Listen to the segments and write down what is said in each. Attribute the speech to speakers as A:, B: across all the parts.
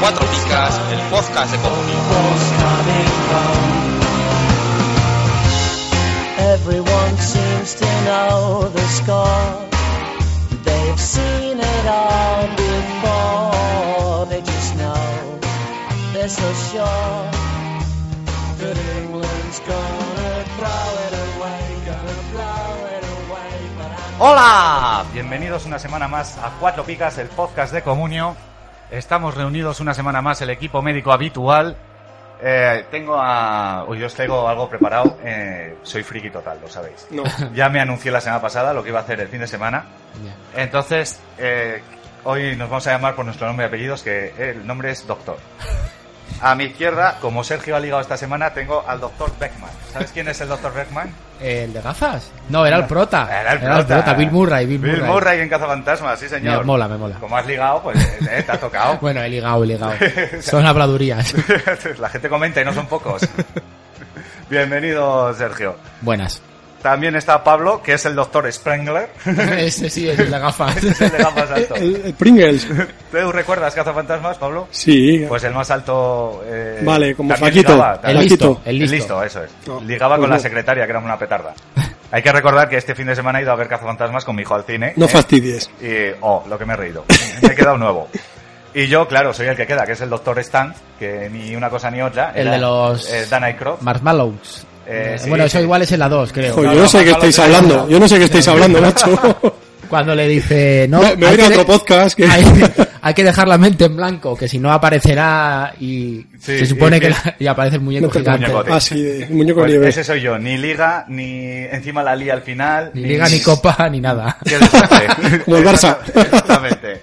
A: Cuatro Picas, el podcast de comunidad.
B: Everyone seems to know the score. They've seen it all before. They just know they're so sure that England's gonna throw it away, gonna blow it away. But I
C: ¡Hola! Bienvenidos una semana más a Cuatro Picas, el podcast de Comunio. Estamos reunidos una semana más el equipo médico habitual. Eh, tengo a... Hoy os traigo algo preparado. Eh, soy friki total, lo sabéis.
D: No,
C: Ya me anuncié la semana pasada lo que iba a hacer el fin de semana. Entonces, eh, hoy nos vamos a llamar por nuestro nombre y apellidos, que el nombre es Doctor. A mi izquierda, como Sergio ha ligado esta semana, tengo al Doctor Beckman. ¿Sabes quién es el Doctor Beckman?
E: ¿El de gafas? No, era el prota.
C: Era el prota.
E: Bill Murray. Bill, Murray.
C: en Cazafantasmas, sí señor.
E: Me mola, me mola.
C: Como has ligado, pues eh, te ha tocado.
E: Bueno, he ligado, he ligado. Son habladurías.
C: La gente comenta y no son pocos. Bienvenido, Sergio.
E: Buenas.
C: También está Pablo, que es el doctor Sprengler. Este
E: Ese sí es el de gafas.
C: Es el de gafas alto.
D: el, el Pringles.
C: ¿Tú recuerdas Cazafantasmas, Pablo?
D: Sí,
C: Pues el más alto. eh,
D: Vale, como
C: también
D: Flaquito.
C: ligaba,
E: El
C: también-
E: listo.
D: Flaquito.
E: El listo.
C: eso es.
D: No,
C: Ligaba con
D: pues
C: la
D: no.
C: secretaria, que era una petarda. Hay que recordar que este fin de semana he ido a ver Cazafantasmas con mi hijo al cine.
D: No
C: ¿eh?
D: fastidies.
C: Y, oh, lo que me he reído. Me he quedado nuevo. Y yo, claro, soy el que queda, que es el doctor Stan, que ni una cosa ni otra.
E: El
C: Era,
E: de los-
C: eh, Dan Aykroft.
E: Marshmallows.
C: Eh,
E: Eh,
C: sí,
E: bueno, eso
C: sí.
E: igual es en la 2, creo.
D: Joder,
C: No,
D: yo
C: no,
D: no sé qué
C: Gonzalo,
D: estáis
C: te-
D: hablando. Yo no sé qué estáis hablando, macho.
E: Cuando le dice, no,
D: Me- me voy a ir a
E: que
D: otro podcast que-
E: hay, hay que dejar la mente en blanco, que si no aparecerá y
C: Sí,
E: se supone
C: y-
E: que la- y aparece el muñeco
D: No te-
E: gigante.
C: Muñecote.
D: Ah, sí, de- un muñeco
C: Pues
D: de nieve.
C: ese soy yo. Ni liga, ni encima la lía al final.
E: Ni liga, ni copa, ni nada.
C: Qué desastre.
D: Como el Barça.
C: Exactamente.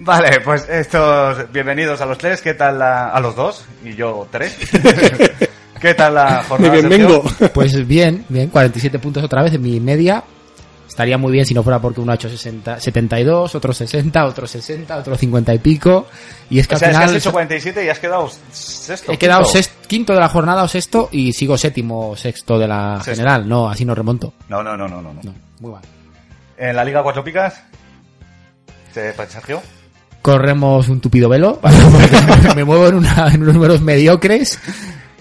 C: Vale, pues estos bienvenidos a los tres. ¿Qué tal la- a los dos? Y yo tres. ¿Qué tal la
D: Ni
C: jornada?
D: bien
C: Sergio?
D: vengo.
E: Pues bien, bien, 47 puntos otra vez en mi media. Estaría muy bien si no fuera porque uno ha hecho 60, 72, otro 60, otro 60, otro 50 y pico. Y es que
C: O sea,
E: al
C: es que
E: final
C: has hecho 47 y has quedado sexto.
E: he quedado
C: quinto.
E: sext- quinto de la jornada o sexto y sigo séptimo o sexto de la
C: Sexto.
E: general. No, así no remonto.
C: No, no, no, no, no. no.
E: No, muy mal.
C: En la Liga Cuatro Picas. ¿Se Sergio?
E: Corremos un tupido velo. porque me muevo en, una- en unos números mediocres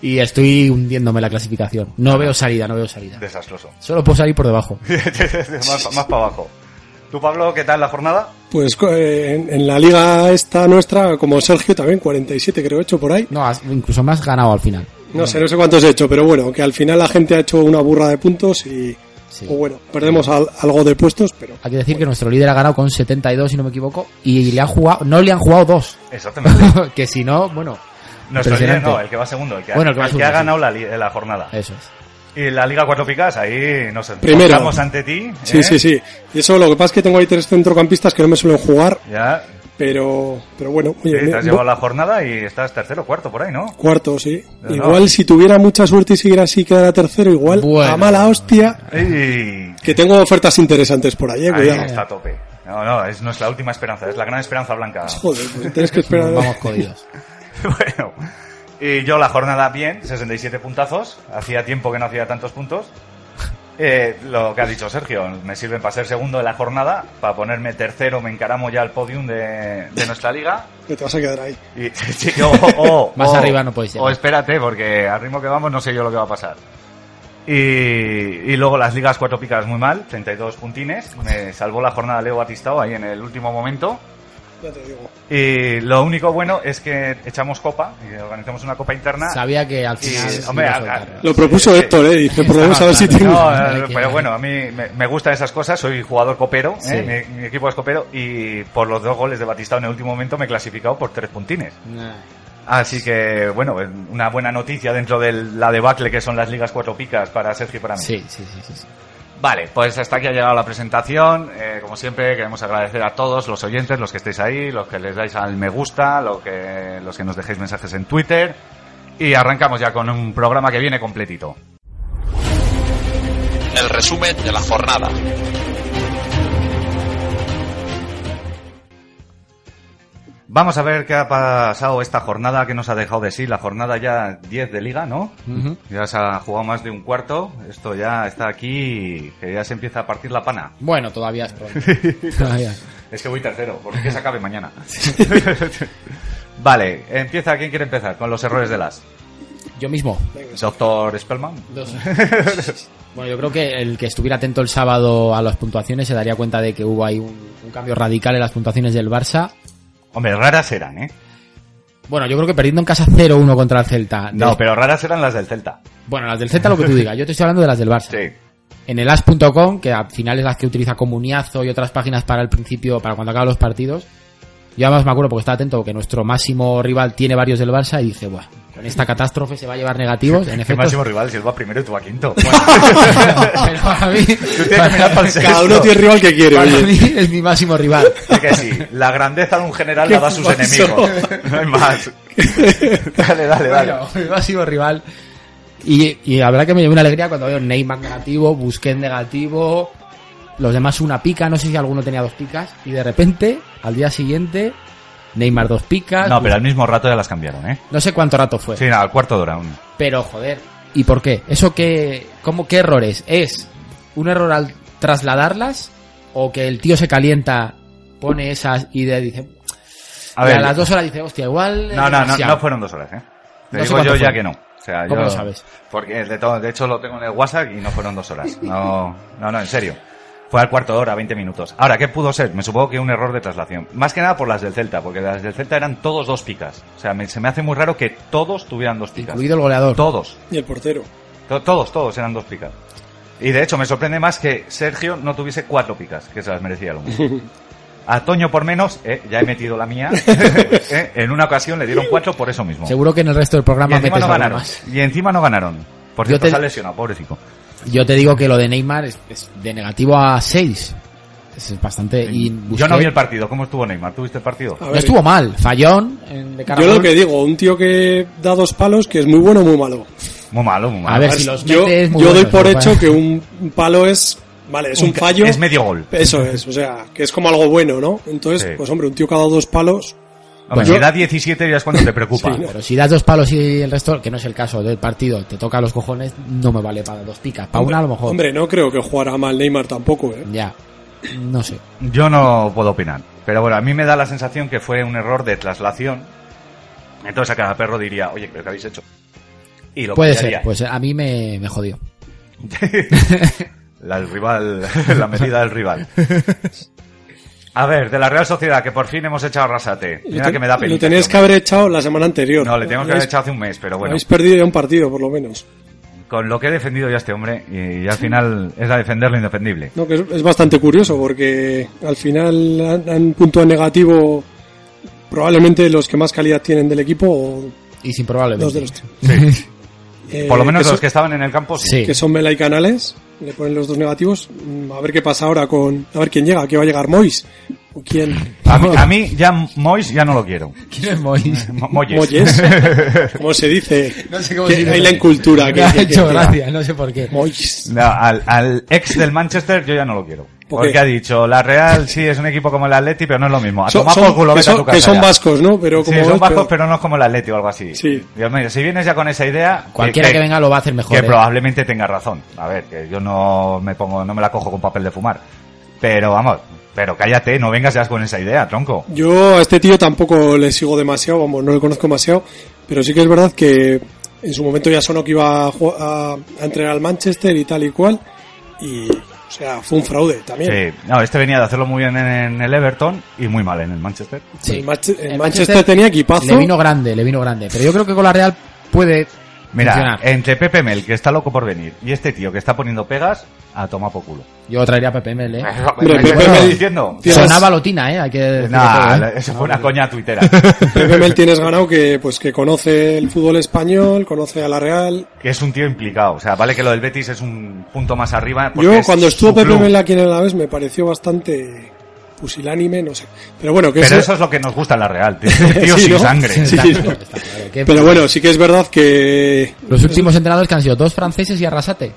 E: y estoy hundiéndome en la clasificación. No veo salida, no veo salida.
C: Desastroso.
E: Solo puedo salir por debajo.
C: más más para abajo. ¿Tú, Pablo, qué tal la jornada?
D: Pues co- eh, en, en la liga esta nuestra, como Sergio también, 47 creo he hecho por ahí.
E: No, has- incluso más ganado al final.
D: No sé, no sé cuántos he hecho, pero bueno, que al final la gente ha hecho una burra de puntos y...
E: Sí. ¿Eh?
D: O bueno, perdemos al- algo de puestos, pero...
E: Hay que decir que nuestro líder ha ganado con 72, si no me equivoco, y le han jugado, no le han jugado dos.
C: Exactamente.
E: que si no, bueno,
C: Nuestro líder
E: Impresionante.
C: no, el que va segundo, el que, ha-
E: Bueno, el que va
C: el que
E: segundo,
C: ha
E: sí.
C: ganado la, li- eh, la jornada.
E: eso es.
C: Y la Liga Cuatro Picas, ahí nos
D: Primero.
C: encontramos ante ti.
D: Sí,
C: ¿eh?
D: sí, sí. Y eso, lo que pasa es que tengo ahí tres centrocampistas que no me suelen jugar,
C: Ya,
D: pero... Pero bueno,
C: sí,
D: oye,
C: te has
D: me-
C: llevado la jornada y estás tercero o cuarto por ahí, ¿no?
D: Cuarto, sí.
C: No, no.
D: igual si tuviera mucha suerte y siguiera así, quedara tercero, igual
E: Bueno.
D: a mala hostia.
C: Y...
D: Que tengo ofertas interesantes por ahí, eh,
C: Ahí
D: cuidado.
C: está a tope. No, no, es nuestra última esperanza, es la gran esperanza blanca.
D: Joder, pues tienes que esperar.
E: Vamos jodidos.
C: bueno, y yo la jornada bien, 67 puntazos. Hacía tiempo que no hacía tantos puntos. Eh, lo que ha dicho Sergio, me sirven para ser segundo de la jornada, para ponerme tercero, me encaramo ya al podium de, de nuestra liga.
D: Que te vas a quedar ahí.
C: Y, sí, que, oh, oh, oh,
E: Más
C: oh,
E: arriba no podéis llegar.
C: O espérate, porque al ritmo que vamos no sé yo lo que va a pasar. Y, y luego las ligas cuatro picas muy mal, 32 puntines. Me salvó la jornada Leo Batistao ahí en el último momento.
D: Ya te digo.
C: Y lo único bueno es que echamos copa, y organizamos una copa interna.
E: Sabía que al
C: Sí,
E: final.
C: hombre,
E: iba
C: a-
E: a soltar.
D: Lo propuso
C: Sí, sí.
D: Héctor, eh. Dice, por lo menos a ver si
E: claro.
D: tengo.
C: No,
E: Hay
C: eh,
E: que-
C: pero bueno, a mí me, me gustan esas cosas, soy jugador copero, ¿eh?
E: Sí.
C: mi, mi equipo es copero y por los dos goles de Batistao en el último momento me he clasificado por tres puntines.
E: Nah.
C: Así que, bueno, una buena noticia dentro de la debacle que son las ligas cuatro picas para Sergio y para mí.
E: Sí, sí, sí, sí, sí.
C: Vale, pues hasta aquí ha llegado la presentación. Eh, como siempre, queremos agradecer a todos los oyentes, los que estéis ahí, los que les dais al me gusta, lo que, los que nos dejéis mensajes en Twitter. Y arrancamos ya con un programa que viene completito.
A: El resumen de la jornada.
C: Vamos a ver qué ha pasado esta jornada que nos ha dejado de sí, la jornada ya 10 de liga, ¿no?
E: Ujú.
C: Ya se ha jugado más de un cuarto, esto ya está aquí, que ya se empieza a partir la pana.
E: Bueno, todavía es pronto. Todavía.
C: Es que voy tercero, porque que se acabe mañana. vale, empieza, ¿quién quiere empezar? Con los errores de las.
E: Yo mismo.
C: Doctor Spellman.
E: Dos. bueno, yo creo que el que estuviera atento el sábado a las puntuaciones se daría cuenta de que hubo ahí un, un cambio radical en las puntuaciones del Barça.
C: Hombre, raras eran, ¿eh?
E: Bueno, yo creo que perdiendo en casa 0-1 contra el Celta.
C: No,
E: Des-
C: pero raras eran las del Celta.
E: Bueno, las del Celta lo que tú digas. Yo te estoy hablando de las del Barça.
C: Sí.
E: En el as.com, que al final es las que utiliza Comuniazo y otras páginas para el principio, para cuando acaban los partidos. Yo además me acuerdo porque estaba atento que nuestro máximo rival tiene varios del Barça y dice, Buah, con esta catástrofe se va a llevar negativos. En
C: ¿Qué
E: efecto,
C: máximo rival? Si él va primero y tú va quinto.
E: pero para mí,
C: Tú tienes que mirar para el sexto.
D: Cada uno tiene el rival que quiere,
E: para
D: oye.
E: mí es mi máximo rival.
C: Es que sí, la grandeza de un general la da a sus
D: Qué
C: enemigos. No hay más. Dale, dale, dale.
E: Bueno, mi máximo rival. Y, y la verdad que me llevó una alegría cuando veo Neymar negativo, Busquets negativo, los demás una pica, no sé si alguno tenía dos picas, y de repente, al día siguiente, Neymar dos picas.
C: No, pero al mismo rato ya las cambiaron, ¿eh?
E: No sé cuánto rato fue,
C: Sí, nada, al cuarto de hora aún.
E: pero joder, ¿y por qué? ¿Eso qué, cómo, qué errores? ¿Es un error al trasladarlas o que el tío se calienta, pone esas y de- dice...
C: A
E: y
C: ver,
E: las dos horas dice, hostia, igual... es
C: No, no, no,
E: demasiado"?
C: no fueron dos horas, ¿eh? Te
E: No sé
C: digo
E: cuánto
C: yo ya
E: fue.
C: que no. O sea,
E: ¿Cómo
C: yo-
E: lo sabes?
C: Porque de, todo, de hecho lo tengo en el WhatsApp y no fueron dos horas. No, no, no, en serio. Fue al cuarto de hora, 20 minutos. Ahora, ¿qué pudo ser? Me supongo que un error de traslación. Más que nada por las del Celta, porque las del Celta eran todos dos picas. O sea, me- se me hace muy raro que todos tuvieran dos picas.
E: Incluido el goleador.
C: Todos.
D: Y el portero.
C: To- Todos, todos eran dos picas. Y de hecho me sorprende más que Sergio no tuviese cuatro picas, que se las merecía lo mismo. A Toño por menos, eh, ya he metido la mía, eh, en una ocasión le dieron cuatro por eso mismo.
E: Seguro que en el resto del
C: y,
E: programa
C: encima
E: metes
C: no
E: algo
C: ganaron,
E: más.
C: y encima no ganaron. Por
E: Yo
C: cierto,
E: te-
C: se ha lesionado, pobrecito.
E: Yo te digo que lo de Neymar es, es de negativo a 6. Es bastante... Y
C: Yo no
E: Busquets-
C: vi el partido, ¿cómo estuvo Neymar? ¿Tuviste el partido?
D: A
E: No
D: ver,
E: estuvo mal. Fallón en- de cara
D: yo
E: a
D: lo
E: gol.
D: que digo, un tío que da dos palos que es muy bueno o muy malo.
C: Muy malo, muy malo.
E: A ver, si los
D: yo
E: metes, muy
D: yo doy
E: buenos,
D: por
E: ¿no?
D: hecho que un un palo es... Vale, es un,
C: ca-
D: fallo.
C: Es medio gol.
D: Eso es, o sea, que es como algo bueno, ¿no? Entonces,
C: Sí.
D: pues hombre, un tío que ha dado dos palos...
C: Hombre,
E: yo-
C: si da 17 ya es cuando te preocupa.
D: Sí, no.
E: Pero si das dos palos y el resto, que no es el caso del partido, te toca los cojones, no me vale para dos picas. Para una a lo mejor.
D: Hombre, no creo que jugara mal Neymar tampoco, ¿eh?
E: Ya. No sé.
C: Yo no puedo opinar. Pero bueno, a mí me da la sensación que fue un error de traslación. Entonces a cada perro diría, oye, ¿pero qué habéis hecho? Y lo
E: Puede
C: cambiaría.
E: ser. Pues a mí me, me jodió.
C: La del rival, la medida del rival. A ver, de la Real Sociedad, que por fin hemos echado a Rasate.
D: Lo
C: Mira
D: ten-
C: que me da
D: Lo
C: penita.
D: teníais
C: tío.
D: que haber echado la semana anterior.
C: No, le tenemos que haber
D: Habéis-
C: echado hace un mes, pero bueno.
D: Habéis perdido ya un partido, por lo menos.
C: Con lo que he defendido ya a este hombre, y, y al final es a defender lo indefendible.
D: No, que es, es bastante curioso porque al final han, han puntuado en negativo probablemente los que más calidad tienen del equipo o
E: Y sin probablemente.
D: dos de los tres. Eh,
C: Por lo menos
D: que
C: los
D: son,
C: que estaban en el campo, sí.
E: Sí.
D: que son Mela y Canales, le ponen los dos negativos. Mm, A ver qué pasa ahora con... A ver quién llega, que va a llegar Mois. ¿O quién?
C: A mí, a mí ya Mois ya no lo quiero.
E: ¿Quién es Mois?
C: Mo- Moyes.
D: Moyes. ¿Cómo se dice?
E: No sé cómo
D: Que
E: se dice.
D: Hay la incultura.
E: Me
D: Que,
E: ha
D: que-
E: hecho
D: que-
E: gracia, no sé por qué.
D: Moyes.
C: No, al, al ex del Manchester yo ya no lo quiero.
D: ¿Por qué?
C: Porque ha dicho, la Real sí es un equipo como el Atleti, pero no es lo mismo. A
D: Son-
C: tomar
D: son-
C: por culo, vete
D: que,
C: a
D: son,
C: tu
D: que
C: casa
D: son
C: ya.
D: vascos, ¿no? Pero como
C: Sí, son
D: es,
C: bajos,
D: pero-
C: pero no es como el Atleti o algo así.
D: Sí.
C: Dios mío, si vienes ya con esa idea... que-
E: Cualquiera
C: que,
E: que venga lo va a hacer mejor.
C: que
E: ¿eh?
C: probablemente tenga razón. A ver, que yo no me pongo, no me la cojo con papel de fumar. Pero vamos, pero cállate, no vengas ya con esa idea, tronco.
D: Yo a este tío tampoco le sigo demasiado, vamos, no le conozco demasiado, pero sí que es verdad que en su momento ya sonó que iba a, ju- a- a entrenar al Manchester y tal y cual, y, o sea, fue un fraude también.
C: Sí, no, este venía de hacerlo muy bien en el Everton y muy mal en el Manchester.
E: Sí.
D: El, Manche- el
E: El
D: Manchester, tenía
E: Le
D: equipazo.
E: vino grande, le vino grande. Pero yo creo que con la Real puede
C: Mira,
E: funcionar.
C: entre Pepe Mel, que está loco por venir, y este tío que está poniendo pegas, a tomar por culo.
E: Yo traería a Pepe Mel, ¿eh?
D: Hombre, Pepe
C: ¿Qué
D: Mel-
C: estás diciendo?
D: Tienes-
E: Sonaba Lotina, ¿eh? Hay que decirlo
C: Nah,
E: todo,
C: la-
E: ¿eh?
C: eso fue una coña tuitera.
D: Pepe Mel tienes ganado que, pues, que conoce el fútbol español, conoce a la Real.
C: que es un tío implicado. O sea, vale que lo del Betis es un punto más arriba. porque
D: Yo
C: es
D: cuando estuvo
C: su
D: Pepe
C: club.
D: Mel aquí en el Alavés me pareció bastante pusilánime, no sé. Pero bueno, que
C: Pero
D: eso-
C: eso es lo que nos gusta en la Real. tío. Es un tío
D: Sí,
C: sin
D: ¿no?
C: sangre.
E: Sí, está
D: Sí,
E: claro,
D: sí.
E: está claro. Que
D: Pero bueno, sí que es verdad que
E: Los últimos entrenadores que han sido dos franceses y Arrasate.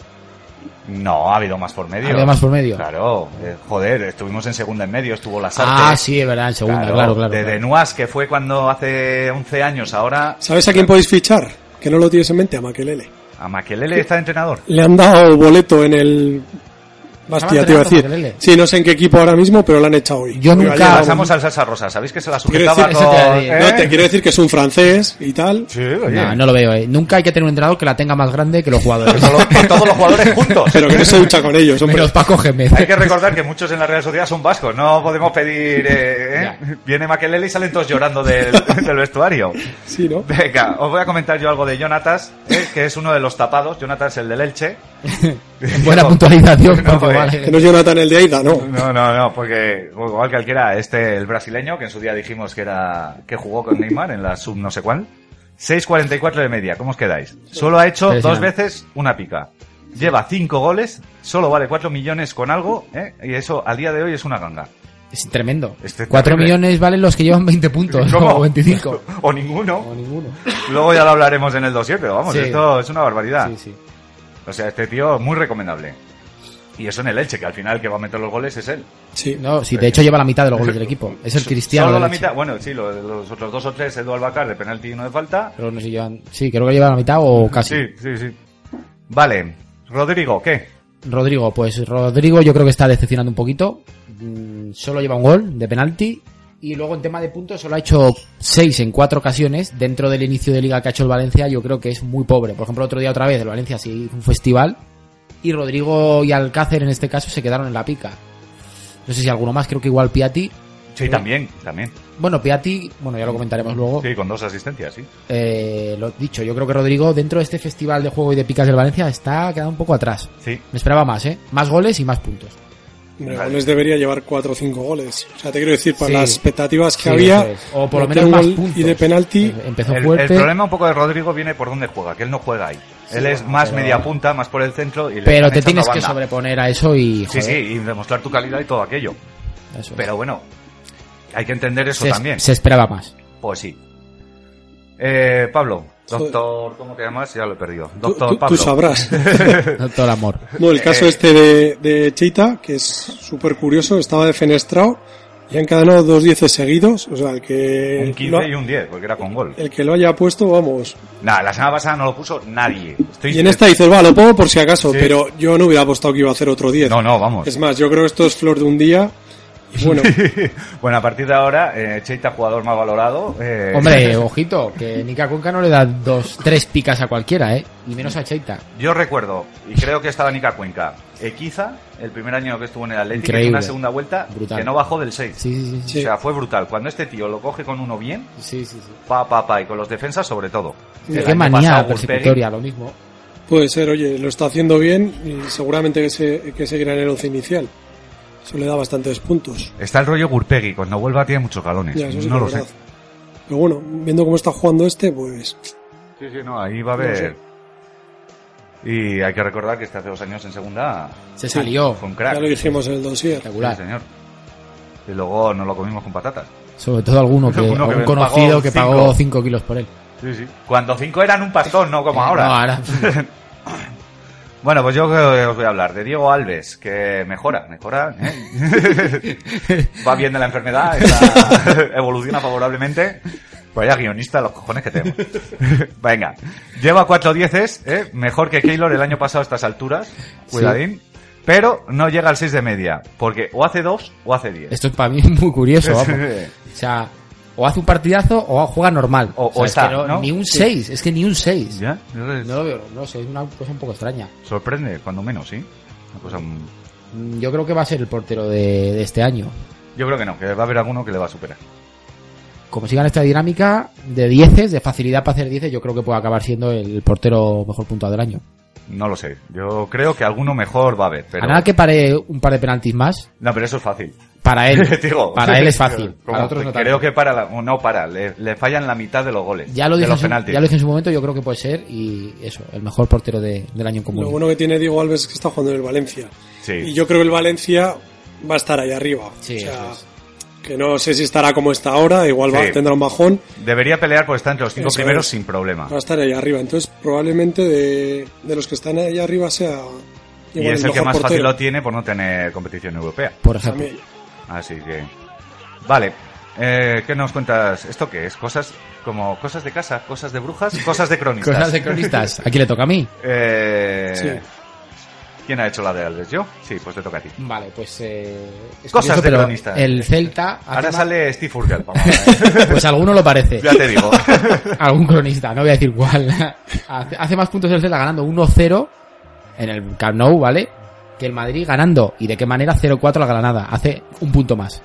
C: No, ha habido más por medio.
E: ¿Ha habido más por medio?
C: Claro, eh, joder, estuvimos en segunda en medio, estuvo las artes.
E: Ah, sí, es verdad, en segunda, claro, claro.
C: de
E: claro.
C: Denuas, que fue cuando hace 11 años, ahora
D: ¿Sabes a quién podéis fichar? Que no lo tienes en mente, a Maquelele.
C: a Maquelele está de entrenador.
D: Le han dado boleto en el... Bastia, te iba a
E: entrenando a
D: decir.
E: Makelele.
D: Sí, no sé en qué equipo ahora mismo, pero lo han echado hoy.
E: Yo
D: Porque
E: nunca-
D: ayer-
C: Pasamos al salsa rosa, ¿sabéis que se la
D: Quiero
C: sujetaba
E: decir,
C: con-
E: eso te digo.
C: ¿eh?
D: No, te quiero decir que es un francés y tal.
C: Sí, oye.
E: No, no lo veo, eh. Nunca hay que tener un entrenador que la tenga más grande que los jugadores.
C: Con lo- con todos los jugadores juntos.
D: Pero que no se ducha con ellos, hombre.
E: Menos Paco Gémez.
C: Hay que recordar que muchos en la Real Sociedad son vascos, no podemos pedir... eh, ¿eh?
E: Ya.
C: Viene Maquelele y salen todos llorando del, del vestuario.
D: Sí, ¿no?
C: Venga, os voy a comentar yo algo de Jonatas, eh, que es uno de los tapados. Jonatas, el del Elche.
E: Buena puntualización,
C: No,
E: porque
C: eh.
E: vale.
D: Que no es Jonathan el de Aida, no.
C: No, no, no, porque igual cualquiera, este, el brasileño, que en su día dijimos que era, que jugó con Neymar en la sub no sé cuál. 6.44 de media, ¿cómo os quedáis? Solo ha hecho
E: Impresionante.
C: dos veces una pica. Lleva cinco goles, solo vale 4 millones con algo, ¿eh? y eso al día de hoy es una ganga.
E: Es tremendo.
C: Este es
E: 4
C: terrible.
E: millones valen los que llevan 20 puntos,
C: ¿Cómo?
E: o 25.
C: O ninguno.
E: O ninguno.
C: Luego ya lo hablaremos en el dossier, pero vamos,
E: Sí.
C: esto es una barbaridad.
E: Sí, sí.
C: O sea, este tío muy recomendable. Y eso en el Elche, que al final el que va a meter los goles es él.
D: Sí.
E: No, sí, de hecho lleva la mitad de los goles del equipo. Es el cristiano.
C: Solo la
E: del Elche.
C: mitad, bueno, sí, lo- los, otros dos o tres, Edu Albacar de penalti y uno de falta.
E: Pero no sé, llevan. Sí, creo que lleva la mitad o casi.
C: Sí, sí, sí. Vale, Rodrigo, ¿qué?
E: Rodrigo, pues Rodrigo yo creo que está decepcionando un poquito. Mm, Solo lleva un gol de penalti. Y luego en tema de puntos solo ha hecho 6 en cuatro ocasiones. Dentro del inicio de liga que ha hecho el Valencia yo creo que es muy pobre. Por ejemplo, otro día otra vez el Valencia sí hizo un festival. Y Rodrigo y Alcácer en este caso se quedaron en la pica. No sé si alguno más, creo que igual Piatti.
C: Sí, también, también.
E: Bueno, Piatti, bueno, ya lo comentaremos luego.
C: Sí, con dos asistencias, sí.
E: Eh, lo dicho, yo creo que Rodrigo dentro de este festival de juego y de picas del Valencia está quedando un poco atrás.
C: Sí.
E: Me esperaba más, ¿eh? Más goles y más puntos.
D: Hombre, Gones debería llevar 4 o 5 goles. O sea, te quiero decir, para
E: Sí.
D: las expectativas que
E: Sí,
D: había,
E: eso es. O por lo
D: meter
E: menos más
D: un gol
E: puntos.
D: y de penalti,
E: Eh, Empezó
C: El,
E: fuerte,
C: el problema un poco de Rodrigo viene por dónde juega, que él no juega ahí. él es
E: bueno,
C: más
E: pero-
C: media punta, más por el centro. Y le
E: pero
C: están
E: te
C: echando
E: tienes
C: a
E: que
C: banda.
E: sobreponer a eso y...
C: Sí,
E: Joder,
C: sí, y demostrar tu calidad y todo aquello.
E: eso es.
C: Pero bueno, hay que entender eso
E: se, es-
C: también.
E: se esperaba más.
C: Pues sí. Eh, Pablo,
D: Joder.
C: doctor, ¿cómo te llamas? Ya lo he perdido.
D: tú,
C: Doctor
D: tú- tú
C: Pablo.
D: sabrás.
E: No todo el amor.
D: No, el caso este de, de Cheita, que es súper curioso, estaba defenestrado y han encadenado dos dieces seguidos. O sea, el que, Eh,
C: Un 15
D: lo,
C: y un 10, porque era con gol.
D: el que lo haya puesto, vamos.
C: Nada, la semana pasada no lo puso nadie. Estoy
D: Y en esta dices, va, lo pongo por si acaso,
C: Sí.
D: pero yo no hubiera apostado que iba a hacer otro 10.
C: No, no, vamos.
D: Es más, yo creo que esto es flor de un día. Y bueno,
C: Bueno, a partir de ahora, eh, Cheita, jugador más valorado. eh,
E: Hombre, oh. ojito, que Nica Cuenca no le da dos, tres picas a cualquiera, ¿eh? Y menos a Cheita.
C: Yo recuerdo, y creo que estaba Nica Cuenca, Equiza, el primer año que estuvo en el Atlético,
E: Increíble.
C: en una segunda vuelta,
E: Brutal.
C: que no bajó del 6.
E: Sí, sí, sí. sí.
C: O sea, fue brutal. Cuando este tío lo coge con uno bien,
E: Sí, sí, sí.
C: pa, pa, pa, y con los defensas sobre todo. El
E: Qué
C: año
E: manía
C: pasado,
E: persecutoria, lo mismo.
D: puede ser, oye, lo está haciendo bien y seguramente que, se, que seguirá en el 11 inicial. Eso le da bastantes puntos.
C: Está el rollo Gurpegui, cuando vuelva tiene muchos galones.
D: Ya, eso sí
C: no
D: que
C: lo
D: es
C: sé.
D: verdad. Pero bueno, viendo cómo está jugando este, pues
C: Sí, sí, no, ahí va a
D: No
C: haber.
D: sé.
C: Y hay que recordar que este hace dos años en segunda
E: Se salió.
C: fue un
D: ya lo
C: crack.
D: dijimos en el dossier.
C: Sí,
E: Espectacular.
C: señor. Y luego nos lo comimos con patatas.
E: Sobre todo alguno, que,
C: Uno que
E: algún
C: me
E: conocido
C: pagó
E: que
C: cinco.
E: pagó 5 kilos por él. Eh,
C: Sí, sí. Cuando cinco eran un pastón, no como
E: No,
C: ahora.
E: ahora.
C: Bueno, pues yo eh, os voy a hablar de Diego Alves, que mejora, mejora. ¿eh? Va bien de la enfermedad, está- evoluciona favorablemente. Pues ya guionista, los cojones que tengo. Venga, lleva cuatro dieces, ¿eh? mejor que Keylor el año pasado a estas alturas, cuidadín. Pero no llega al 6 de media, porque o hace dos o hace 10.
E: Esto es para mí muy curioso, vamos. O sea, o hace un partidazo o juega normal.
C: O-
E: O, sea,
C: o
E: es
C: está,
E: que no-
C: ¿no?
E: Ni un 6, es que ni un 6.
C: ¿Ya? Entonces,
E: No lo veo, no lo sé, es una cosa un poco extraña.
C: Sorprende, cuando menos, ¿sí? Una cosa... mm,
E: Mm, Yo creo que va a ser el portero de, de este año.
C: Yo creo que no, que va a haber alguno que le va a superar.
E: Como sigan esta dinámica de 10, de facilidad para hacer 10, yo creo que puede acabar siendo el portero mejor puntuado del año.
C: No lo sé. Yo creo que alguno mejor va a haber, pero...
E: A nada que pare un par de penaltis más,
C: No, pero eso es fácil.
E: para él,
C: Digo,
E: para él es fácil.
C: como-
E: Para otros no tanto.
C: creo que para la- no para, le, le fallan la mitad de los goles.
E: ya lo,
C: de
E: dije en
C: los
E: su,
C: penaltis.
E: ya lo dije en su momento, yo creo que puede ser y eso, el mejor portero de- del año en común.
D: Lo bueno que tiene Diego Alves es que está jugando en el Valencia.
C: Sí.
D: Y yo creo que el Valencia va a estar ahí arriba.
E: Sí,
D: o sea,
E: eso
D: que no sé si estará como está ahora, igual va-
C: Sí.
D: tendrá un bajón,
C: Debería pelear por estar entre los cinco
D: Eso
C: primeros
D: es.
C: sin problema.
D: va a estar ahí arriba. Entonces, probablemente de, de los que están ahí arriba sea
C: Y es el que más fácil lo tiene por no tener competición europea.
E: Por
D: Pues
E: ejemplo.
C: Así que. Vale. Eh, ¿Qué nos cuentas? ¿Esto qué es? Cosas como cosas de casa, cosas de brujas, cosas de cronistas.
E: Cosas de cronistas. Aquí le toca a mí.
C: Eh,
D: Sí.
C: ¿Quién ha hecho la de Alves? ¿Yo? Sí, pues te toca a ti.
E: Vale, pues. eh, es
C: Cosas de
E: pero
C: cronistas.
E: El Celta.
C: Ahora
E: hace
C: sale Steve Urkel, vamos, eh,
E: más- Pues alguno lo parece.
C: ya te digo.
E: Algún cronista, no voy a decir cuál. Hace hace más puntos el Celta ganando 1-0 en el Camp Nou, ¿vale? Que el Madrid ganando. ¿Y de qué manera 0-4 la Granada? Hace un punto más.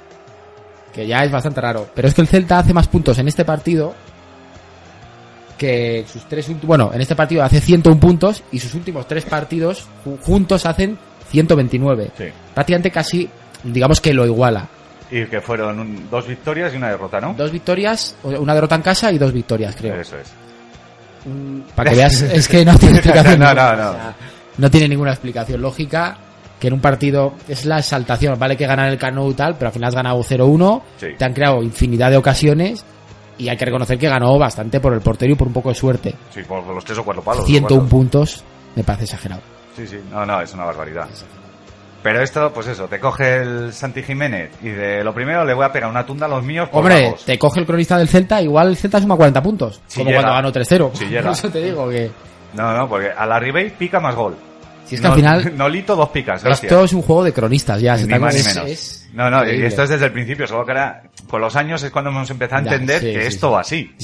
E: Que ya es bastante raro. Pero es que el Celta hace más puntos en este partido que sus tres últimos... Bueno, en este partido hace 101 puntos y sus últimos tres partidos ju- juntos hacen 129.
C: Sí.
E: Prácticamente casi, digamos que lo iguala.
C: Y que fueron un- dos victorias y una derrota, ¿no?
E: Dos victorias, o- una derrota en casa y dos victorias, creo.
C: Eso es.
E: Para que veas, es que no tiene explicación.
C: Eh. No,
E: ninguna,
C: no, no.
E: o sea, no tiene ninguna explicación lógica. Que en un partido es la exaltación. Vale que ganar el Cano y tal, pero al final has ganado 0-1.
C: Sí.
E: Te han creado infinidad de ocasiones. Y hay que reconocer que ganó bastante por el portero y por un poco de suerte.
C: Sí, por los tres o cuatro palos.
E: 101
C: cuatro.
E: puntos me parece exagerado.
C: Sí, sí. No, no, es una barbaridad. Pero esto, pues eso, te coge el Santi Jiménez y de lo primero le voy a pegar una tunda a los míos. pues por
E: Hombre,
C: vagos.
E: te coge el cronista del Celta, igual el Celta suma 40 puntos.
C: Si
E: como
C: llega.
E: cuando ganó 3-0.
C: Si
E: Por
C: llega.
E: eso te digo que.
C: No, no, porque a la Ribey pica más gol.
E: Si es que al final.
C: Nolito dos picas, gracias.
E: esto es un juego de cronistas ya. se
C: Ni
E: está-
C: más ni
E: es-
C: menos.
E: es
C: no, no, y
E: increíble.
C: esto es desde el principio, solo que ahora, con los años es cuando hemos empezado a
E: Ya,
C: entender
E: sí,
C: que
E: sí,
C: esto
E: sí.
C: va así.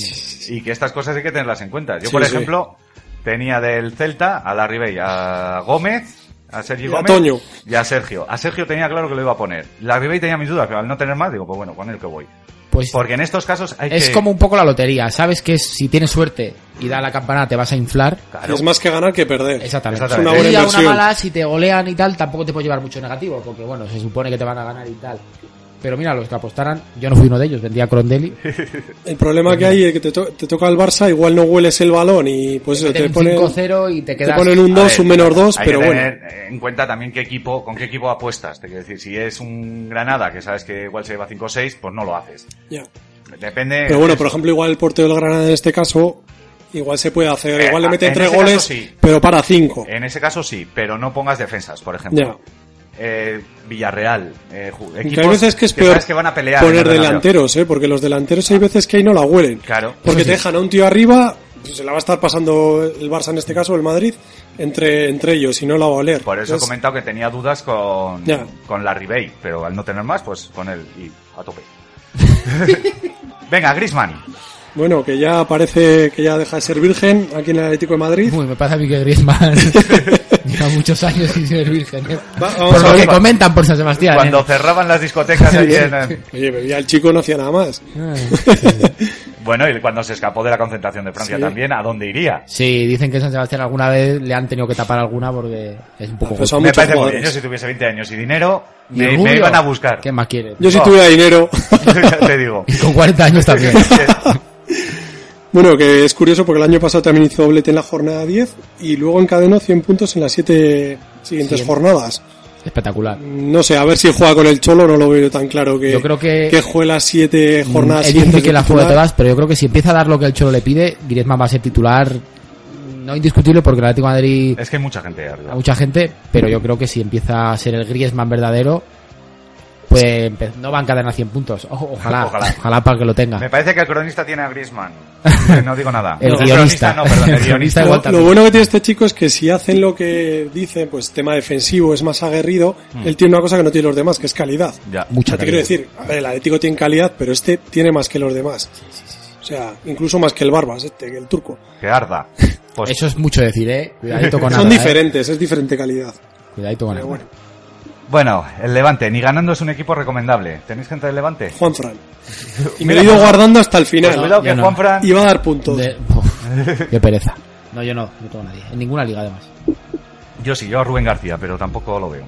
C: Y que estas cosas hay que tenerlas en cuenta. Yo,
D: Sí,
C: por
D: sí.
C: ejemplo, tenía del Celta a la Ribey, a Gómez, a Sergio
D: Y a
C: Gómez
D: Toño.
C: y a Sergio. A Sergio tenía claro que lo iba a poner. La Ribey tenía mis dudas, pero al no tener más, digo, pues bueno, con el que voy.
E: Pues
C: Porque en estos casos hay
E: Es
C: que...
E: como un poco la lotería, sabes que si tienes suerte y da la campana te vas a inflar.
C: Claro.
D: Es más que ganar que perder.
E: Exactamente.
C: Es una
E: Si
C: buena
E: te da
D: inversión.
E: una mala, si te golean y tal, tampoco te puedes llevar mucho negativo, porque bueno, se supone que te van a ganar y tal. Pero mira, los que apostaran, yo no fui uno de ellos, vendía a Crondelli.
D: El problema que hay es que te, to- te toca el Barça, igual no hueles el balón y pues eso,
E: Meten
D: te
E: un
D: ponen,
E: 5-0 y te
D: te
E: quedas.
D: ponen un
C: A
D: 2,
C: ver,
D: un menos 2,
C: Hay
D: pero
C: que
D: bueno.
C: tener en cuenta también qué equipo, con qué equipo apuestas. Te quiero decir, si es un Granada que sabes que igual se lleva 5 o 6, pues no lo haces.
D: ya.
C: Depende.
D: Pero bueno, por ejemplo, igual el portero del Granada en este caso, igual se puede hacer,
C: Eh,
D: igual le
C: en
D: mete tres
C: ese
D: goles,
C: caso sí. Eh,
D: pero para 5.
C: En ese caso sí, pero no pongas defensas, por ejemplo.
D: Ya.
C: Eh, Villarreal. Eh, ju-
D: Aunque hay veces que es
C: sabes
D: peor
C: que van a pelear. en
D: poner
C: el Bernabéu.
D: delanteros, ¿eh? porque los delanteros hay veces que ahí no la huelen.
C: Claro.
D: Porque
E: Eso
D: te
E: sí.
D: dejan a un tío arriba, pues se la va a estar pasando el Barça en este caso, o el Madrid, entre, entre ellos y no la va a oler.
C: Por eso he
D: Entonces,
C: comentado que tenía dudas con,
D: pues- Ya.
C: con la Ribey, pero al no tener más, pues con él y a tope. Venga, Grisman.
D: Bueno, que ya parece que ya deja de ser virgen aquí en el Atlético de Madrid.
E: Uy, me pasa a mí que Griezmann lleva muchos años sin ser virgen. ¿eh?
D: Va- vamos
E: Por
D: a
E: lo que
D: ver.
E: comentan por San Sebastián. ¿eh?
C: Cuando cerraban las discotecas allí en- eh, en-
D: Oye, bebía el chico, no hacía nada más.
E: Ah.
C: Bueno, y cuando se escapó de la concentración de Francia
D: Sí.
C: también, ¿a dónde iría?
E: Sí, dicen que en San Sebastián alguna vez le han tenido que tapar alguna porque es un poco.
D: Ah, pues
E: justo.
D: a
C: Me
D: muchos
C: parece muy bien.
D: jugadores.
C: Yo si tuviese 20 años y dinero,
E: Y
C: me,
E: orgullo.
C: me iban a buscar.
E: ¿Qué más quieres?
D: Yo si
C: No.
D: tuviera dinero.
C: Ya te digo.
E: Y con 40 años también.
D: bueno, que es curioso porque el año pasado también hizo doblete en la jornada 10 y luego encadenó 100 puntos en las 7 siguientes
E: Siguiente.
D: jornadas.
E: Espectacular.
D: No sé, a ver si juega con el Cholo, no lo veo yo tan claro que,
E: Yo creo que-
D: juegue las 7 jornadas
E: Él
D: siguientes
E: dice
D: de
E: que la juega
D: titular.
E: todas, pero yo creo que si empieza a dar lo que el Cholo le pide, Griezmann va a ser titular no indiscutible porque el Atlético de Madrid
C: Es que hay mucha gente arriba.
E: a mucha gente, pero yo creo que si empieza a ser el Griezmann verdadero, pues empe- no va a encadenar 100 puntos. O- ojalá,
C: Ojalá.
E: ojalá, para que lo tenga.
C: Me parece que el cronista tiene a Griezmann. No digo nada.
E: El guionista.
C: no, perdón, el
E: El
C: guionista.
E: guionista.
D: Lo,
E: igual también.
D: lo bueno que tiene este chico es que si hacen lo que dicen, pues tema defensivo, es más aguerrido, él tiene una cosa que no tienen los demás, que es calidad.
C: Ya.
D: O sea,
E: Mucha
D: te quiero
E: Mm. calidad.
D: decir, a ver, el Atlético tiene calidad, pero este tiene más que los demás. O sea, incluso más que el Barbas, este, que el turco.
C: Que arda. Pues,
E: Eso es mucho decir, eh. Cuidadito con
D: pues, Son
E: nada, ¿eh?
D: diferentes, es diferente calidad.
E: Cuidadito con
D: Pero
E: nada.
D: bueno,
C: Bueno, el Levante. Ni ganando es un equipo recomendable. ¿Tenéis gente del Levante?
D: Juan Fran. Y me lo he ido guardando hasta el
C: Pues
D: final.
C: cuidado
E: yo
C: que
E: no.
C: Juanfran...
D: Y va a dar puntos.
E: De- Uf, qué pereza. No, yo no, no tengo a nadie. En ninguna liga además.
C: Yo sí, yo a Rubén García, pero tampoco lo veo.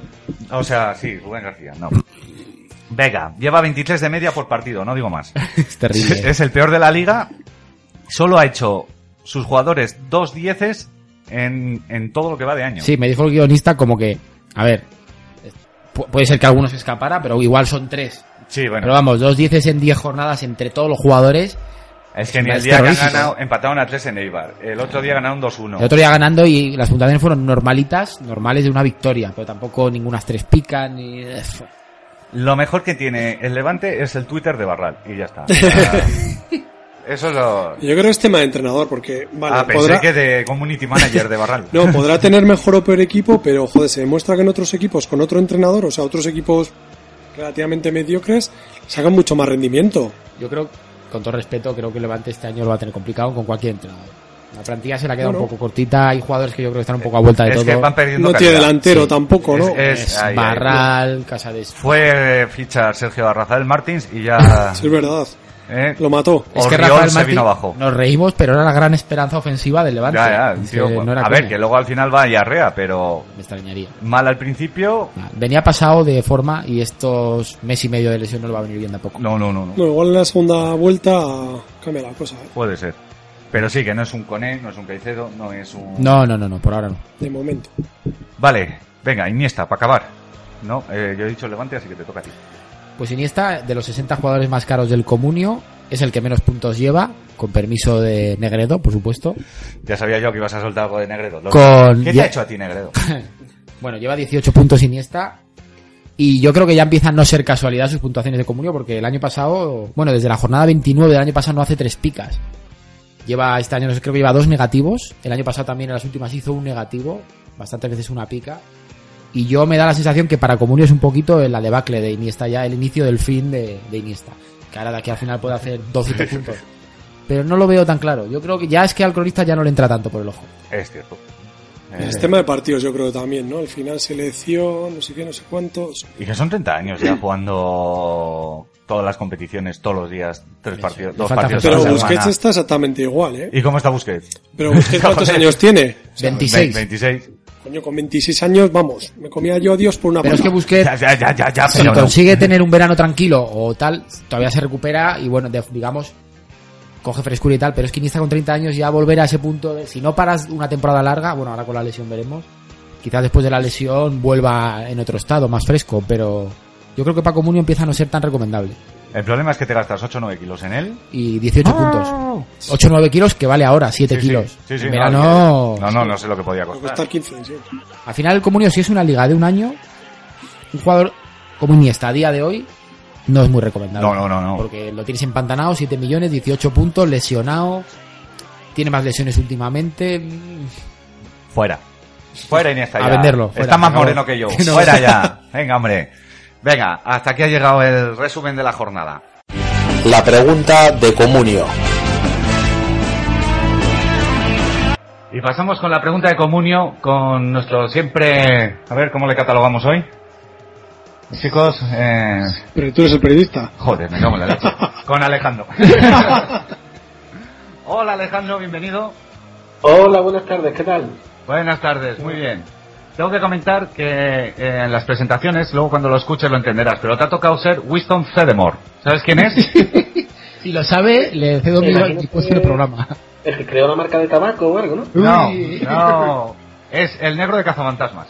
C: O sea, sí, Rubén García, no. Vega, lleva 23 de media por partido, no digo más.
E: Es terrible.
C: Es el peor de la liga. Solo ha hecho sus jugadores dos dieces en, en todo lo que va de año.
E: Sí, me dijo el guionista como que, a ver, pu- puede ser que algunos se escapara, pero igual son tres.
C: Sí, bueno.
E: Pero vamos, dos dieces en diez jornadas entre todos los jugadores
C: Es que ni
E: Es
C: el día que han
E: terrorífico.
C: ganado, empataron a 3 en Eibar. El otro día ganaron
E: El
C: 2-1.
E: otro día ganando y las puntuaciones fueron normalitas, normales de una victoria, pero tampoco ninguna tres picas ni...
C: Lo mejor que tiene el Levante es el Twitter de Barral. Y ya está. O sea, Eso es lo...
D: Yo creo que este es tema de entrenador, porque vale,
C: ah, pensé
D: podrá,
C: que de community manager de Barral.
D: no, podrá tener mejor o peor equipo, pero joder, se demuestra que en otros equipos con otro entrenador, o sea, otros equipos relativamente mediocres, sacan mucho más rendimiento.
E: Yo creo, con todo respeto, creo que el Levante este año lo va a tener complicado con cualquier entrenador. La plantilla se la queda un
D: Bueno.
E: poco cortita, hay jugadores que yo creo que están un poco a vuelta de
C: Eh, es
E: todo.
C: que van perdiendo
D: No tiene
C: calidad.
D: delantero
E: Sí.
D: tampoco, ¿no?
C: Es-
E: Es
C: ahí, ahí.
E: Barral, Casades.
C: Fue fichar Sergio Arrazael Martins y ya...
D: Sí, es verdad,
C: ¿eh?
D: lo mató.
E: Es que
C: Oriol
E: Rafael
C: se
E: Martín,
C: vino abajo.
E: nos reímos, pero era la gran esperanza ofensiva del Levante.
C: Ya, ya, el
E: Es que
C: tío,
E: no era
C: a ver,
E: coña.
C: que luego al final va y arrea, pero
E: Me extrañaría.
C: mal al principio.
E: Venía pasado de forma y estos mes y medio de lesión no le va a venir bien tampoco.
C: No, no, no, no.
D: No, igual en la segunda vuelta cambia la cosa. ¿eh?
C: Puede ser. Pero sí, que no es un Coné, no es un Caicedo, no es un.
E: No, no, no, no, por ahora no.
D: De momento.
C: Vale, venga, Iniesta, para acabar. No, eh, yo he dicho levante, así que te toca a ti.
E: Pues Iniesta, de los 60 jugadores más caros del comunio, es el que menos puntos lleva, con permiso de Negredo, por supuesto.
C: Ya sabía yo que ibas a soltar algo de Negredo. Lo-
E: Con-
C: ¿Qué te
E: ya-
C: ha hecho a ti, Negredo?
E: Bueno, lleva 18 puntos Iniesta. Y yo creo que ya empiezan a no ser casualidad sus puntuaciones de comunio, porque el año pasado, bueno, desde la jornada 29 del año pasado no hace tres picas. Lleva este año, no sé, creo que lleva dos negativos. El año pasado también en las últimas hizo un negativo, bastantes veces una pica. Y yo me da la sensación que para Comunio es un poquito la debacle de Iniesta ya, el inicio del fin de, de Iniesta. Que ahora de aquí al final puede hacer 12 puntos. Pero no lo veo tan claro. Yo creo que ya es que al cronista ya no le entra tanto por el ojo.
C: Es cierto. Eh,
E: Este
D: Es tema de partidos, yo creo también, ¿no? Al final selección, no sé qué, no sé cuántos.
C: Y que son 30 años ya jugando todas las competiciones, todos los días, tres
E: Sí,
C: partidos,
E: sí.
C: dos
E: Falta
C: partidos. a la
D: Pero
E: semana.
D: Busquets
C: semana.
D: está exactamente igual, ¿eh?
C: ¿Y cómo está Busquets?
D: Pero Busquets, ¿cuántos
C: Joder.
D: años tiene?
E: 26.
C: 26.
D: Coño, con 26 años, vamos, me comía yo a Dios por una
E: Pero es que
D: pata.
E: Busquets
C: Ya, ya, ya, ya, ya,
E: si
C: pero no.
E: consigue tener un verano tranquilo o tal, todavía se recupera y bueno, de- digamos, coge frescura y tal, pero es que Iniesta con 30 años ya volver a ese punto, de, si no paras una temporada larga, bueno, ahora con la lesión veremos, quizás después de la lesión vuelva en otro estado, más fresco, pero yo creo que Paco Munio empieza a no ser tan recomendable.
C: El problema es que te gastas 8 o 9 kilos en él.
E: Y 18
C: Ah.
E: puntos. 8 o 9 kilos que vale ahora, 7
C: Sí, sí.
E: kilos.
C: Sí, sí,
E: En
C: no,
E: verano-
C: No, no, no sé lo que podía
D: Va a
C: costar.
D: costar 15, sí.
E: Al final el Comunio si es una liga de un año, un jugador como Iniesta a día de hoy no es muy recomendable.
C: No, no, no, no.
E: Porque lo tienes empantanado, 7 millones, 18 puntos, lesionado, tiene más lesiones últimamente. mm,
C: Fuera. Fuera Iniesta
E: A
C: ya.
E: venderlo, fuera,
C: Está más
E: por favor.
C: moreno que yo.
E: Que no.
C: Fuera ya. Venga, hombre. Venga, hasta aquí ha llegado el resumen de la jornada.
F: La pregunta de Comunio.
C: Y pasamos con la pregunta de Comunio, con nuestro siempre... A ver, ¿cómo le catalogamos hoy? Chicos, eh...
D: Pero tú eres el periodista.
C: Joder, me cago en la leche. Con Alejandro. Hola Alejandro, bienvenido.
G: Hola, buenas tardes, ¿qué tal?
C: Buenas tardes, muy bien. Tengo que comentar que eh, en las presentaciones, luego cuando lo escuches lo entenderás, pero te ha tocado ser Winston Sedemore. ¿Sabes quién es?
E: Si lo sabe, le cedo
G: Sí,
E: mi
G: imagínate.
E: y puesto en el programa.
G: El que creó la marca de tabaco o algo, ¿no?
C: No,
E: Uy.
C: no. Es el negro de cazafantasmas.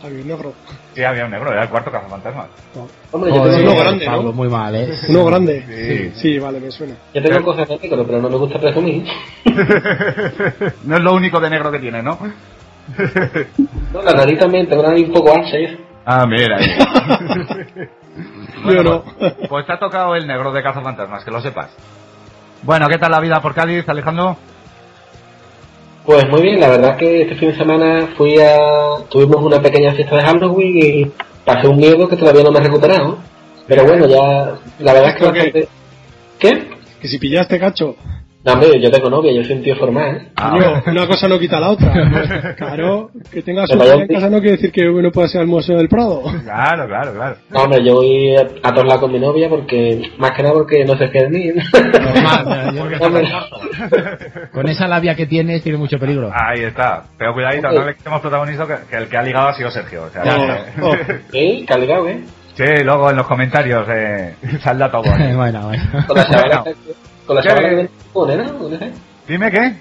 D: Javi Negro.
C: Sí, había un negro, era el cuarto cazafantasmas.
G: Hombre, yo
E: Joder,
G: tengo,
D: uno grande, ¿no?
E: Pablo, muy mal, ¿eh?
D: Uno grande.
C: Sí.
D: Sí, vale, me suena.
G: yo tengo cosas de negro, pero no me gusta presumir.
C: no es lo único de negro que tiene, ¿no?
G: No, la nariz también, tengo una nariz un poco ancha. ¿eh?
C: Ah, mira.
D: Yo no.
C: Pues, pues te ha tocado el negro de cazafantasmas, que lo sepas. Bueno, ¿qué tal la vida por Cádiz, Alejandro?
G: Pues muy bien, la verdad que este fin de semana fui a... Tuvimos una pequeña fiesta de Halloween y pasé un miedo que todavía no me he recuperado. Pero bueno, ya... La verdad es que
D: ¿Esto qué?
G: bastante... ¿Qué?
D: Que si pillaste cacho,
G: No, hombre, yo tengo novia, yo soy un tío formal. ¿eh?
E: Ah.
D: coño, una cosa no quita la otra. Claro, que tengas
G: Pero
D: una
G: yo-
D: en casa no quiere decir que uno pueda ser al Museo del Prado.
C: Claro, claro, claro.
G: No, hombre, yo voy a, a todos lados con mi novia porque... Más que nada porque no se fía de mí. ¿eh?
E: Normal, yo-
G: Hombre,
E: con esa labia que tienes, tiene mucho peligro.
C: Ahí está. Pero cuidadito,
G: Ok.
C: no le quitemos protagonismo que, que el que ha ligado ha sido Sergio. O sea,
D: No,
C: eh,
D: no.
G: ¿eh? Calgao, ¿eh?
C: Sí, luego en los comentarios eh, saldrá todo. ¿eh?
E: bueno, bueno.
G: Con la chavalita,
C: Bueno.
G: con la
C: Ya
G: chavalita
C: ves.
G: que vende cupones, ¿no? No sé.
C: Dime qué.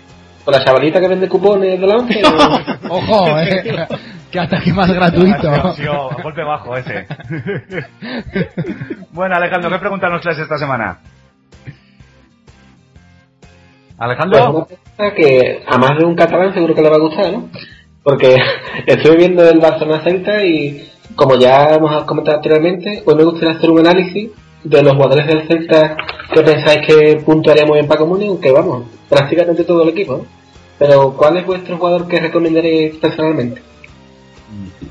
G: Con la chavalita que vende cupones eh, de la once. ¿no?
E: Ojo, ¿eh? Que hasta aquí más
C: Ha
E: gratuito.
C: sido- ha sido golpe bajo ese. bueno, Alejandro, ¿qué pregunta nos traes esta semana?
G: Pues
C: Alejandro,
G: una persona que a más de un catalán seguro que le va a gustar, ¿no? Porque estoy viendo el Barcelona Celta y como ya hemos comentado anteriormente, hoy me gustaría hacer un análisis de los jugadores del Celta que pensáis que puntuaría muy bien para Comunio, que vamos, prácticamente todo el equipo, ¿no? Pero ¿cuál es vuestro jugador que recomendaréis personalmente?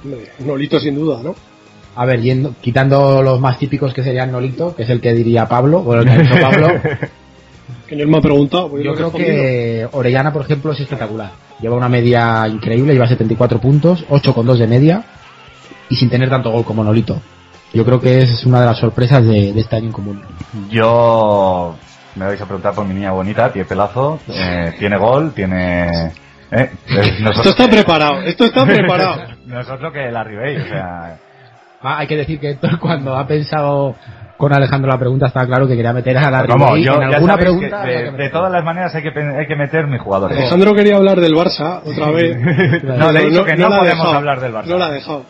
D: Hombre, Nolito sin duda, ¿no?
E: A ver, yendo, quitando los más típicos que serían Nolito, que es el que diría Pablo, o el que ha dicho Pablo,
D: Que no me ha preguntado. pues
E: yo
D: le he
E: creo
D: respondido.
E: que Orellana, por ejemplo, es espectacular. Lleva una media increíble, lleva 74 puntos, 8,2 de media, y sin tener tanto gol como Nolito. Yo creo que es una de las sorpresas de, de este año en común.
C: yo me vais a preguntar por mi niña bonita, tiene pelazo, eh, tiene gol, tiene... eh,
D: Esto
C: nosotros,
D: está preparado, esto está preparado.
C: nosotros que la arribéis, o sea...
E: Ah, hay que decir que Héctor, cuando ha pensado con Alejandro la pregunta, estaba claro que quería meter a la
C: Vamos,
E: Ribey
C: yo
E: en
C: ya
E: alguna
C: sabéis que
E: pregunta. había
C: de,
E: que
C: de
E: meter.
C: todas las maneras hay que, pen- hay que meter mis jugadores.
D: Alejandro quería hablar del Barça otra vez.
C: no, le he dicho que no,
D: la ha
C: podemos
D: dejado,
C: hablar del Barça.
D: No la ha dejado.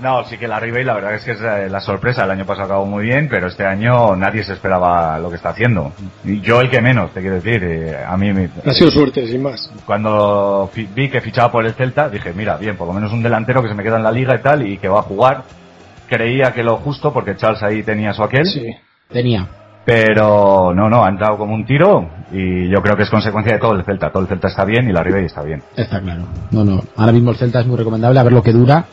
C: No, sí que la Ribey la verdad es que es eh, la sorpresa. El año pasado acabó muy bien, pero este año nadie se esperaba lo que está haciendo. Y yo el que menos, te quiero decir. eh, a mí, me-
D: Ha sido suerte, sin más.
C: cuando fi- vi que fichaba por el Celta, dije, mira, bien, por lo menos un delantero que se me queda en la liga y tal, y que va a jugar. Creía que lo justo, porque Charles ahí tenía su aquel.
D: Sí.
E: Tenía.
C: Pero no, no, ha entrado como un tiro y yo creo que es consecuencia de todo el Celta. Todo el Celta está bien y la Ribey está bien.
E: Está claro. No, no. Ahora mismo el Celta es muy recomendable a ver lo que dura.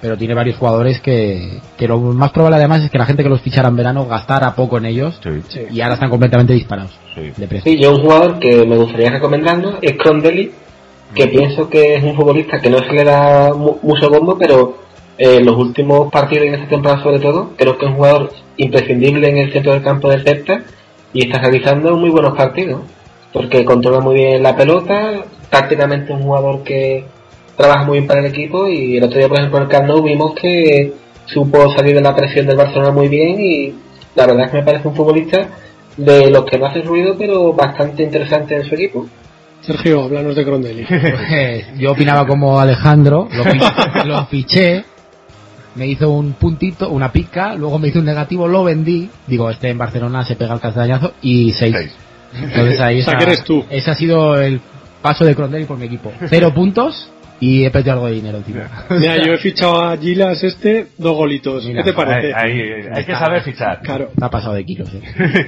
E: Pero tiene varios jugadores que, que lo más probable además es que la gente que los fichara en verano gastara poco en ellos
C: Sí,
D: Sí.
E: y ahora están completamente disparados
C: sí.
E: de precio.
G: Sí, yo un jugador que me gustaría recomendando es Crondelli, que pienso que es un futbolista que no se le da mu- mucho bombo, pero eh, los últimos partidos en esta temporada sobre todo, creo que es un jugador imprescindible en el centro del campo del Celta y está realizando muy buenos partidos, porque controla muy bien la pelota, tácticamente un jugador que trabaja muy bien para el equipo y el otro día por ejemplo en el Camp Nou vimos que supo salir de la presión del Barcelona muy bien y la verdad es que me parece un futbolista de los que no hacen ruido, pero bastante interesante en su equipo.
D: Sergio, háblanos de Crondelli.
E: Pues, yo opinaba como Alejandro, lo, fi- lo fiché, me hizo un puntito, una pica, luego me hizo un negativo, lo vendí. Digo, este en Barcelona se pega el castañazo y seis.
C: Seis.
E: Entonces ahí
D: O sea,
E: esa-
D: que eres tú.
E: Ese ha sido el paso de Crondelli por mi equipo. Cero puntos y he perdido algo de dinero, tío.
D: Mira, yo he fichado a Gilas este, dos golitos.
E: Mira,
D: ¿Qué te
C: Ahí,
D: parece?
C: ahí- hay que saber fichar.
D: Claro.
E: Está pasado de kilos, eh.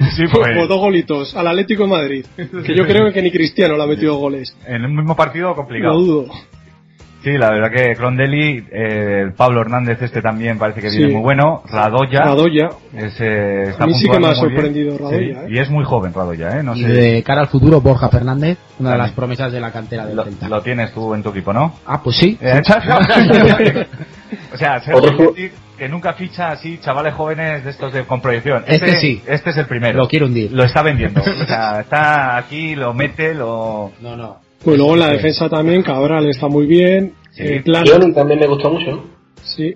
C: Sí,
D: Por,
C: pues.
D: dos golitos, al Atlético de Madrid. Que yo creo que ni Cristiano le ha metido goles.
C: En un mismo partido
D: Lo
C: complicado.
D: dudo.
C: Sí, la verdad que Crondelli, eh, Pablo Hernández este también parece que
D: Sí.
C: viene muy bueno, Radoya,
D: Radoya.
C: ese eh, está
D: A mí sí que
C: puntuando
D: me ha
C: muy bien.
D: sorprendido Radoya, ¿eh?
C: Y es muy joven Radoya, ¿eh? No
E: Y
C: sé,
E: de cara al futuro, Borja Fernández, una de
C: Vale.
E: las promesas de la cantera del
C: lo,
E: Celta.
C: lo tienes tú en tu equipo, ¿no?
E: Ah, pues sí.
C: Eh, o sea, Sergio
G: Otro ju-
C: Petit, que nunca ficha así chavales jóvenes de estos de con proyección.
E: Este sí.
C: Este es el primero.
E: Lo quiero hundir.
C: Lo está vendiendo. O sea, está aquí, lo mete, lo...
E: No, no. Eh,
D: Pues luego la defensa también, Cabral está muy bien.
C: Sí.
D: Eh, Plano,
G: Johnny también me gustó mucho.
D: sí.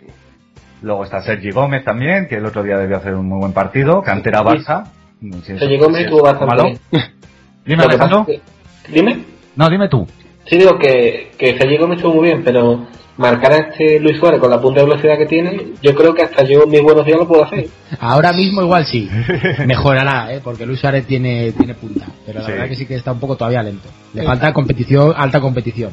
C: Luego está Sergi Gómez también, que el otro día debió hacer un muy buen partido. Cantera Barça. No sé si
G: Sergi
C: eso-
G: Gómez
C: si eso
G: tuvo
C: es
G: bastante
C: malo.
G: bien.
C: Dime,
G: Lo que pasa
C: Alejandro.
G: es que- Dime.
C: No, dime tú.
G: Sí, digo que, que Sergi Gómez estuvo muy bien, pero marcar a este Luis Suárez con la punta de velocidad que tiene, yo creo que hasta yo en mis buenos días lo puedo hacer.
E: Ahora mismo igual sí. Mejorará, ¿eh? porque Luis Suárez tiene, tiene punta. Pero la
C: Sí.
E: verdad que sí que está un poco todavía lento. Le
D: Sí.
E: falta competición, alta competición.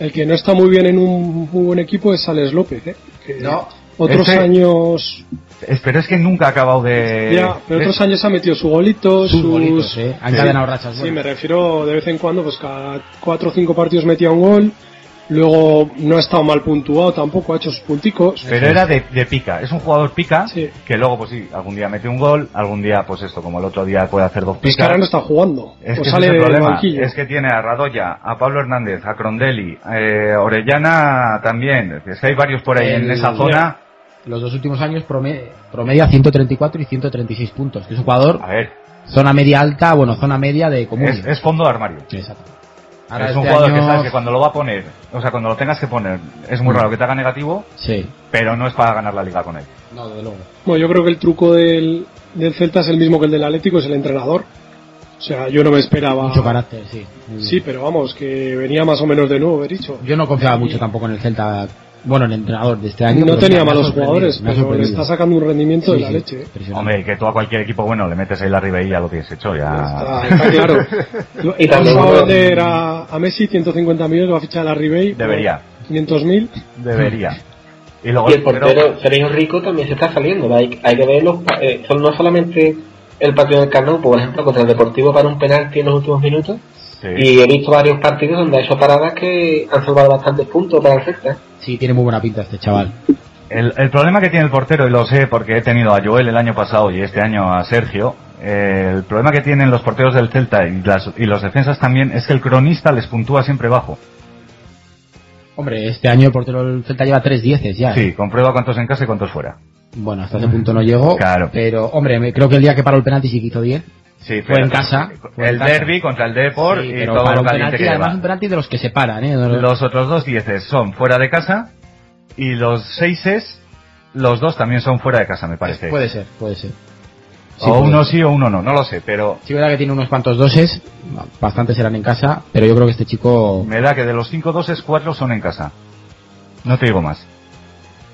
D: El que no está muy bien en un muy buen equipo es Alex López, ¿eh? Que
E: No.
D: Otros
C: Este-
D: años.
C: Es- Pero es que nunca ha acabado de...
D: ya, pero
C: de-
D: otros años ha metido su golito,
E: Eh, Sus
D: sus.
E: bolitos, ¿eh? Han encadenado rachas
D: Sí,
E: buenas.
D: me refiero de vez en cuando, pues cada cuatro o cinco partidos metía un gol. Luego no ha estado mal puntuado tampoco, ha hecho sus punticos.
C: Pero era de, de pica, es un jugador pica
D: Sí.
C: que luego pues sí, algún día mete un gol, algún día pues esto, como el otro día puede hacer dos
D: Es que
C: picas.
D: ahora no está jugando.
C: Es
D: o
C: que ese
D: sale
C: es el
D: del
C: problema.
D: banquillo.
C: Es que tiene a Radoya, a Pablo Hernández, a Crondelli, eh, Orellana también. Es que hay varios por ahí en
E: El-
C: esa zona.
E: Los dos últimos años prome- promedia 134 y 136 puntos. Que es un jugador,
C: A ver,
E: zona media alta, bueno, zona media de común.
C: Ah. es, es fondo de armario.
E: Sí, exacto.
C: es un
E: este
C: jugador que
E: año-
C: sabes que cuando lo va a poner, o sea, cuando lo tengas que poner, es muy
E: Mm.
C: raro que te haga negativo,
E: Sí.
C: pero no es para ganar la liga con él.
E: No, desde luego.
D: Bueno, yo creo que el truco del, del Celta es el mismo que el del Atlético, es el entrenador. O sea, yo no me esperaba.
E: Mucho carácter, sí.
D: Sí, pero vamos, que venía más o menos de nuevo, he dicho.
E: Yo no confiaba mucho tampoco en el Celta Bueno, el entrenador de este año.
D: No
E: pero me
D: tenía
E: ha
D: malos
E: sorprendido,
D: jugadores,
E: me ha
D: pero le
E: sorprendido.
D: está sacando un rendimiento de
E: Sí,
D: la
E: sí,
D: leche. ¿eh?
E: impresionante.
C: Hombre, que tú a cualquier equipo bueno le metes ahí la Ribery y ya lo tienes hecho.
D: Está,
C: Ya...
D: está claro. Lo-
G: Y
D: Vamos
G: también-
D: a vender a, a Messi 150 millones, lo va a fichar a la Ribey.
C: Debería.
D: 500 mil.
C: Debería. Y luego
G: Y el
C: pero-
G: portero Sergio Rico también se está saliendo. Hay, hay que ver los, pa- eh, son- no solamente el partido del Carnot, por ejemplo, contra el Deportivo para un penalti en los últimos minutos.
C: Sí.
G: Y he visto varios partidos donde ha hecho paradas que han salvado bastantes puntos para el Celta.
E: Sí, tiene muy buena pinta este chaval.
C: El, el problema que tiene el portero, y lo sé porque he tenido a Joel el año pasado y este año a Sergio, eh, el problema que tienen los porteros del Celta y, las, y los defensas también es que el cronista les puntúa siempre bajo.
E: Hombre, este año el portero del Celta lleva tres dieces ya. ¿eh?
C: Sí, comprueba cuántos en casa y cuántos fuera.
E: Bueno, hasta ese punto no llegó.
C: Claro.
E: Pero, hombre, me- creo que el día que paró el penalti sí que hizo 10.
C: Sí,
E: Fue en casa, fue en
C: El
E: casa.
C: derby contra el Depor
E: Sí,
C: y
E: pero
C: eh, todo
E: paró
C: lo
E: un
C: caliente
E: penalti,
C: que
E: además
C: lleva.
E: un penalti de los que se paran, ¿eh? No-
C: Los otros dos dieces son fuera de casa y los seises, los dos también son fuera de casa, me parece.
E: Puede ser, puede ser. Sí,
C: o
E: puede
C: uno
E: ser.
C: sí o uno no, no lo sé, pero
E: Sí, verdad que tiene unos cuantos doses, bastantes serán en casa, pero yo creo que este chico...
C: Me da que de los 5 doses, 4 son en casa. No te digo más.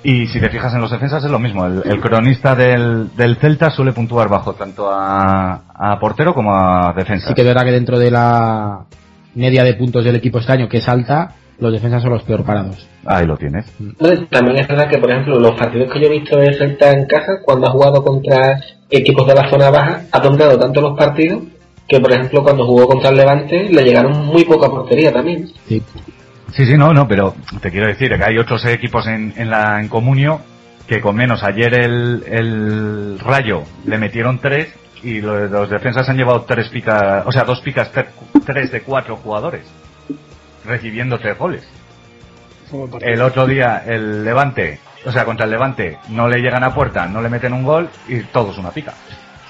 C: Y si te fijas en los defensas es lo mismo. El, el cronista del, del Celta suele puntuar bajo tanto a, a portero como a defensa.
E: Sí que es verdad que dentro de la media de puntos del equipo este año, que es alta, los defensas son los peor parados.
C: Ahí lo tienes.
G: No, También es verdad que, por ejemplo, los partidos que yo he visto de Celta en casa, cuando ha jugado contra equipos de la zona baja, ha dominado tanto los partidos que, por ejemplo, cuando jugó contra el Levante, le llegaron muy poca portería también.
E: Sí.
C: Sí, sí, no, no, pero te quiero decir que hay otros equipos en, en la en comunio que con menos. Ayer el, el Rayo le metieron 3 y lo- los, defensas han llevado tres picas, o sea, dos picas, 3 de 4 jugadores, recibiendo 3 goles.
D: Fue buen partido.
C: El otro día, el Levante, o sea, contra el Levante, no le llegan a puerta, no le meten un gol y todo es una pica.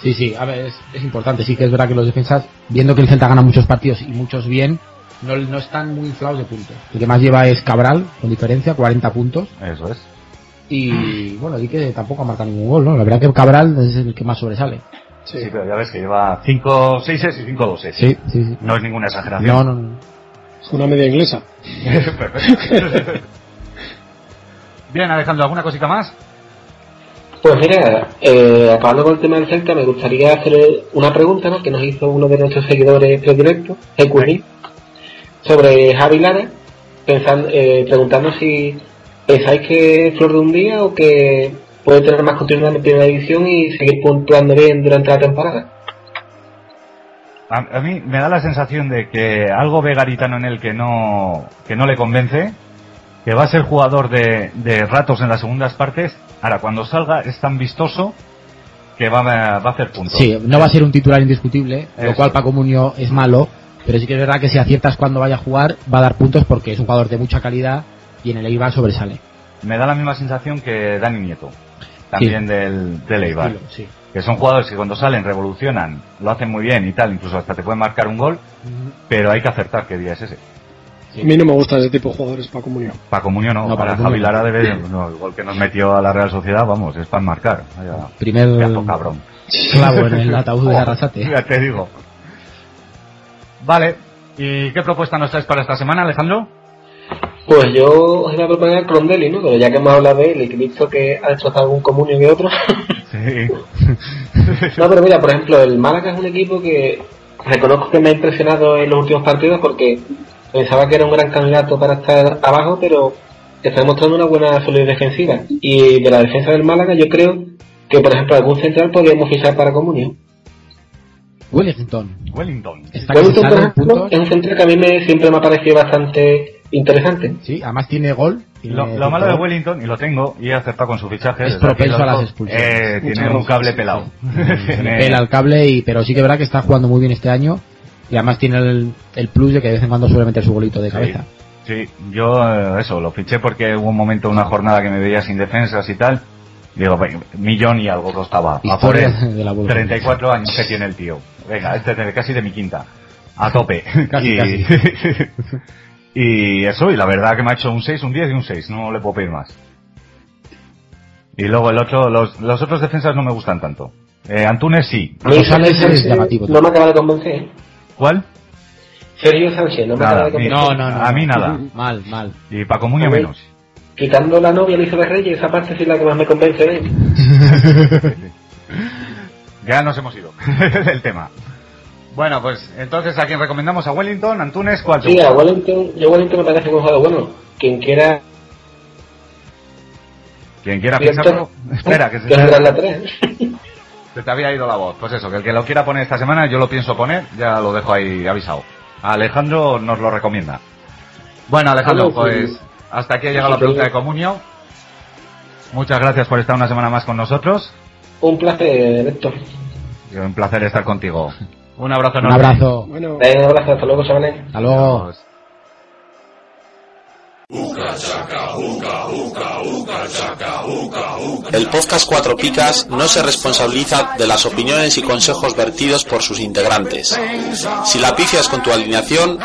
E: Sí, sí, a ver, es, es importante, sí que es verdad que los defensas, viendo que el Celta gana muchos partidos y muchos bien, no, no están muy inflados de puntos. El que más lleva es Cabral, con diferencia, 40 puntos,
C: Eso es.
E: y bueno, sí que tampoco ha marcado ningún gol, ¿no? La verdad que Cabral es el que más sobresale.
C: Sí, pero ya ves que lleva 5 6 y 5 2
E: Sí, sí, sí.
C: No es ninguna exageración.
E: No, no, no.
D: Es una media inglesa.
C: Perfecto. Bien, Alejandro, ¿alguna cosita más?
G: Pues mira, eh, acabando con el tema del Celta, me gustaría hacer una pregunta ¿no? que nos hizo uno de nuestros seguidores predirectos, GQD, sobre Javi Lara, pensando, eh, preguntando si pensáis que es flor de un día o que puede tener más continuidad en primera división y seguir puntuando bien durante la temporada.
C: A, a mí me da la sensación de que algo ve Garitano en él que no, que no le convence, que va a ser jugador de, de ratos en las segundas partes. Ahora, cuando salga es tan vistoso que va, a- va a hacer puntos.
E: Sí, no va a ser un titular indiscutible, lo
C: eh, Eso.
E: cual Paco Muñoz es malo, pero sí que es verdad que si aciertas cuando vaya a jugar, va a dar puntos porque es un jugador de mucha calidad y en el Eibar sobresale.
C: Me da la misma sensación que Dani Nieto, también del, del Eibar.
E: Estilo, Sí.
C: Que son jugadores que cuando salen revolucionan, lo hacen muy bien y tal, incluso hasta te pueden marcar un gol, pero hay que acertar qué día es ese.
E: Sí.
D: A mí no me gustan ese tipo de jugadores para comunión.
C: Paco Muñoz no,
E: No,
C: para
E: Paco
C: Javi
E: Muñoz no.
C: Lara debe, no, el gol que nos metió a la Real Sociedad, vamos, es para marcar. Vaya,
E: Primer
C: pedazo cabrón.
E: Mm. clavo en el ataúd de
C: Oh,
E: Arrasate.
C: Ya te digo. Vale, ¿y qué propuesta nos traes para esta semana, Alejandro?
G: Pues yo os iba a proponer a Crondelli, ¿no? Pero ya que hemos hablado de él y que he visto que ha destrozado algún comunio y otro,
C: Sí.
G: No, pero mira, por ejemplo, el Málaga es un equipo que reconozco que me ha impresionado en los últimos partidos porque pensaba que era un gran candidato para estar abajo, pero está demostrando una buena solidez defensiva. Y de la defensa del Málaga, yo creo que, por ejemplo, algún central podríamos fichar para Comunio.
E: Wellington.
C: Wellington.
E: Está
G: Wellington, por
E: cotizado en
G: ejemplo,
E: puntos.
G: es un central que a mí me, siempre me ha parecido bastante interesante.
E: Sí, además tiene gol. tiene
C: Lo, lo
E: punto.
C: malo de Wellington, y lo tengo, y he acertado con su fichaje.
E: Es
C: desde aquí
E: propenso
C: lo
E: a las
C: digo,
E: expulsiones.
C: eh,
D: Muchas
C: tiene un
D: gracias.
C: cable pelado.
E: Se le
C: Tiene-
E: pela el cable, y, pero sí que verá que está jugando muy bien este año. Y además tiene el, el plus de que de vez en cuando suele meter su golito de cabeza.
C: Sí, yo eh, eso, lo fiché porque hubo un momento, una jornada que me veía sin defensas y tal. Digo, "Ve, millón y algo costaba. A por
E: Historia
C: él.
E: de la Wolves.
C: 34 años que tiene el tío. Venga, este es de- casi de mi quinta. A tope.
E: Casi,
C: y, y eso, y la verdad que me ha hecho un 6, un 10 y un 6. No le puedo pedir más. Y luego el otro, los, los otros defensas no me gustan tanto. Eh, Antunes sí.
G: A mí
E: Rosales
G: Sergio
E: es
G: Sánchez
E: llamativo
G: No
E: también.
G: me acaba de convencer. ¿eh?
C: ¿Cuál?
G: Sergio Sánchez, no me acaba
C: Nada,
G: de
C: ni-
G: convencer.
E: No, no, no.
C: A mí nada.
E: Mal, mal.
C: Y Paco Muñoz
G: A ver.
C: menos.
G: quitando la novia Luisa de Reyes, esa parte sí es la que más me convence de él.
C: Ya nos hemos ido del tema. Bueno, pues entonces a quién recomendamos a Wellington, Antunes, ¿cuál te
G: Sí,
C: gusta?
G: a Wellington, yo Wellington me parece que es un jugador bueno. Quien quiera,
C: Quien quiera
G: Wellington-
C: pensarlo. Espera, que se,
G: que os darán la 3.
C: se te había ido la voz. Pues eso, que el que lo quiera poner esta semana, yo lo pienso poner, ya lo dejo ahí avisado. Alejandro nos lo recomienda. Bueno, Alejandro,
G: Aló,
C: pues
G: sí.
C: hasta aquí ha llegado la
G: Sí,
C: pregunta
G: sí.
C: de Comunio. Muchas gracias por estar una semana más con nosotros.
G: Un placer, Héctor.
C: Y Un placer estar contigo. Un abrazo
E: Un
C: enorme.
E: abrazo.
D: Bueno,
G: Eh, Un abrazo, hasta luego, chavales.
E: Hasta luego.
F: El podcast Cuatro Picas no se responsabiliza de las opiniones y consejos vertidos por sus integrantes. Si la pifias con tu alineación,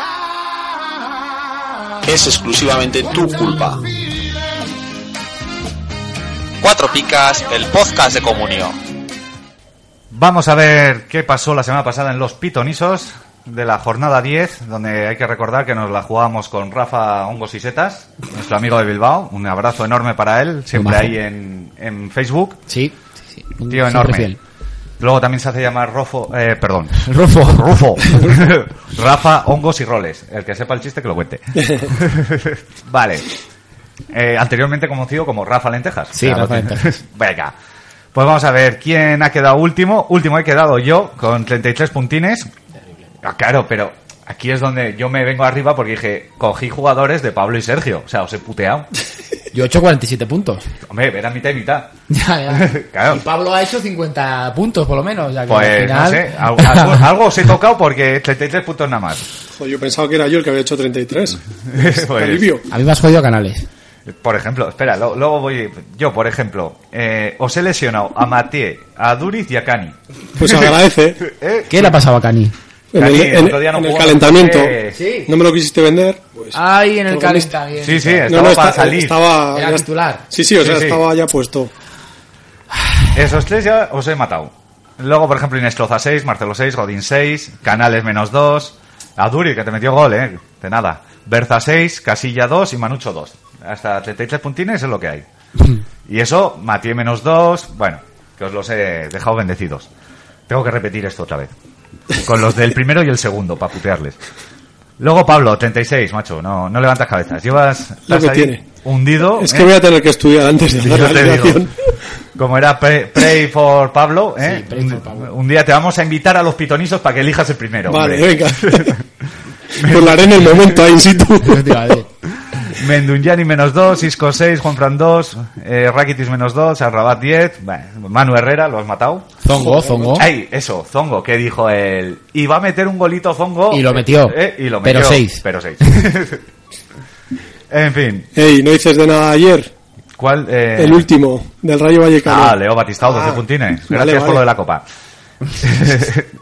F: es exclusivamente tu culpa.
A: Cuatro Picas, el podcast de comunión.
C: Vamos a ver qué pasó la semana pasada en los pitonisos de la jornada 10, donde hay que recordar que nos la jugábamos con Rafa Hongos y Setas, nuestro amigo de Bilbao. Un abrazo enorme para él, siempre
E: majo.
C: ahí en, en Facebook.
E: Sí, sí, sí. Un
C: Tío
E: siempre
C: enorme.
E: fiel.
C: Luego también se hace llamar Rofo, eh, perdón,
E: Rufo.
C: Rufo. Rafa, hongos y roles. El que sepa el chiste que lo cuente. vale. Eh, anteriormente conocido como Rafa Lentejas.
E: Sí, Rafa
C: lo-
E: Lentejas.
C: Venga. Pues vamos a ver quién ha quedado último. Último he quedado yo con 33 puntines. Ah, claro, pero aquí es donde yo me vengo arriba porque dije, cogí jugadores de Pablo y Sergio. O sea, os he puteado.
E: Yo he hecho 47 puntos.
C: Hombre, era mitad y mitad.
E: Ya, ya.
C: Claro.
E: Y Pablo ha hecho 50 puntos, por lo menos. ya que al
C: Pues no
E: final-
C: sé, algo, algo, algo os he tocado porque 33 puntos nada más.
D: jo, pues yo pensaba que era yo el que había hecho 33. Qué
C: Pues-
D: alivio.
E: A mí me has jodido Canales.
C: Por ejemplo, espera, lo- luego voy. Yo, por ejemplo, eh, os he lesionado a Maté, a Duriz y a Cani.
D: Pues agradece.
C: ¿Eh?
E: ¿Qué le ha pasado a Cani?
D: En el,
C: Cani,
D: en-
C: otro día no
D: en el
C: jugó.
D: calentamiento.
C: Eh,
E: Sí.
D: No me lo quisiste vender. Pues,
E: Ay, en el
D: Protagonista.
E: calentamiento.
C: Sí, sí,
D: no,
C: estaba
D: no,
C: para
D: esta-
C: salir.
D: Estaba,
E: Era titular.
D: Sí, sí, o
C: Sí,
D: sea,
C: sí.
D: estaba ya puesto.
C: Esos tres ya os he matado. Luego, por ejemplo, Inestroza 6, Marcelo 6, Godín 6, Canales menos 2, a Duriz, que te metió gol, ¿eh? De nada. Berza 6, Casilla 2 y Manucho 2. Hasta 33 puntines es lo que hay.
D: Mm.
C: Y eso, Maté menos 2, bueno, que os los he dejado bendecidos. Tengo que repetir esto otra vez. Con los del primero y el segundo, para putearles. Luego, Pablo, 36, macho, no, no levantas cabezas. Llevas
D: Lo
C: estás
D: que
C: ahí
D: tiene.
C: hundido.
D: Es
C: ¿eh?
D: que voy a tener que estudiar antes de
C: Sí,
D: hacer la
C: yo te digo.
D: alineación.
C: Como era pre- Pray for Pablo, ¿eh?
E: Sí, Pray for Pablo.
C: Un, un día te vamos a invitar a los pitonisos para que elijas el primero.
D: Vale,
C: hombre.
D: venga. pues la haré en el momento, ahí in situ.
E: Yo te iba a decir.
C: Mendunjani menos 2, Isco 6, Juan Fran 2, eh, Rakitic menos 2, Arrabat 10, bueno, Manu Herrera, lo has matado.
E: Zongo, zongo.
C: Ay, eso, Zongo, que dijo él. Y va a meter un golito Zongo.
E: Y lo metió.
C: Eh, y lo
E: Pero
C: metió.
E: seis.
C: Pero 6. en fin,
D: Ey, no dices de nada ayer.
C: ¿cuál? eh?
D: El último, del Rayo Vallecano.
C: Ah, Leo Batistao, 12
D: Ah,
C: puntines. Gracias
D: vale,
C: por
D: vale.
C: lo de la copa.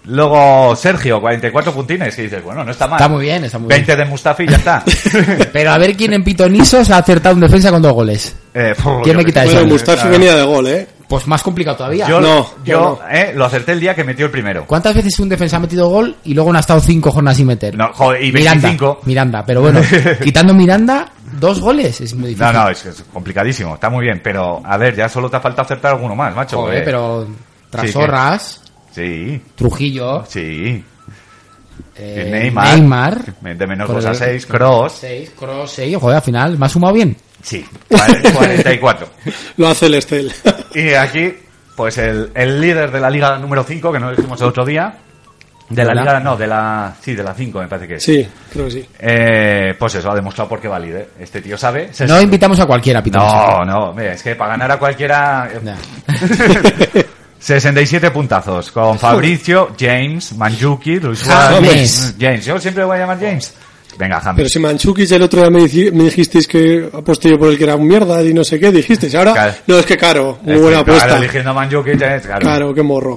C: Luego Sergio, 44 puntines. Y dices, bueno, no está mal.
E: Está muy bien, está muy
C: 20 de Mustafi y ya está.
E: bien. Pero a ver quién en pitonisos ha acertado en defensa con dos goles.
C: Eh, por-
E: ¿Quién me
C: yo-
E: quita eso?
D: Bueno,
C: Ah.
D: Mustafi venía de gol, ¿eh?
E: Pues más complicado todavía.
C: Yo,
D: No,
C: yo,
D: yo
C: eh, lo acerté el día que metió el primero.
E: ¿Cuántas veces un defensa ha metido gol y luego no ha estado cinco jornadas sin meter?
C: No, joder, y
E: Miranda,
C: 25.
E: Miranda, pero bueno, quitando Miranda, dos goles es muy
C: No,
E: difícil.
C: no, es, es complicadísimo, está muy bien, pero a ver, ya solo te falta acertar alguno más, macho.
E: Joder,
C: eh.
E: pero
C: Sí,
E: Trasorras,
C: Sí,
E: Trujillo,
C: sí.
E: eh,
C: Neymar.
E: Neymar
C: De menos
E: Con
C: 2 a
E: el-
C: 6, Cross.
E: seis, Kroos, seis, joder, al final, me ha sumado bien.
C: Sí, cuare- 44.
D: Lo hace el Estel.
C: Y aquí, pues el, el líder de la liga número 5, que nos dijimos el otro día. De la
E: ¿Verdad?
C: liga, no, de la. Sí, de la 5, me parece que es.
D: sí, creo que sí.
C: Eh, pues eso, ha demostrado por qué va líder. Este tío sabe. se-
E: No invitamos a cualquiera, Pitón.
C: no, no, mira, es que para ganar a cualquiera. eh,
E: Ya.
C: 67 puntazos con Fabricio, James, Manjuki, Luis
E: James.
C: Suárez, James. Yo siempre lo voy a llamar James. Venga,
D: Pero
C: James.
D: si Manchukic el otro día me, dici- me dijisteis que aposté yo por el que era un mierda y no sé qué, dijisteis. Ahora,
C: Claro.
D: no, es que caro, muy
C: Es que,
D: buena
C: Este, claro,
D: apuesta.
C: eligiendo a Manjuki, ya es claro.
D: Claro, qué morro.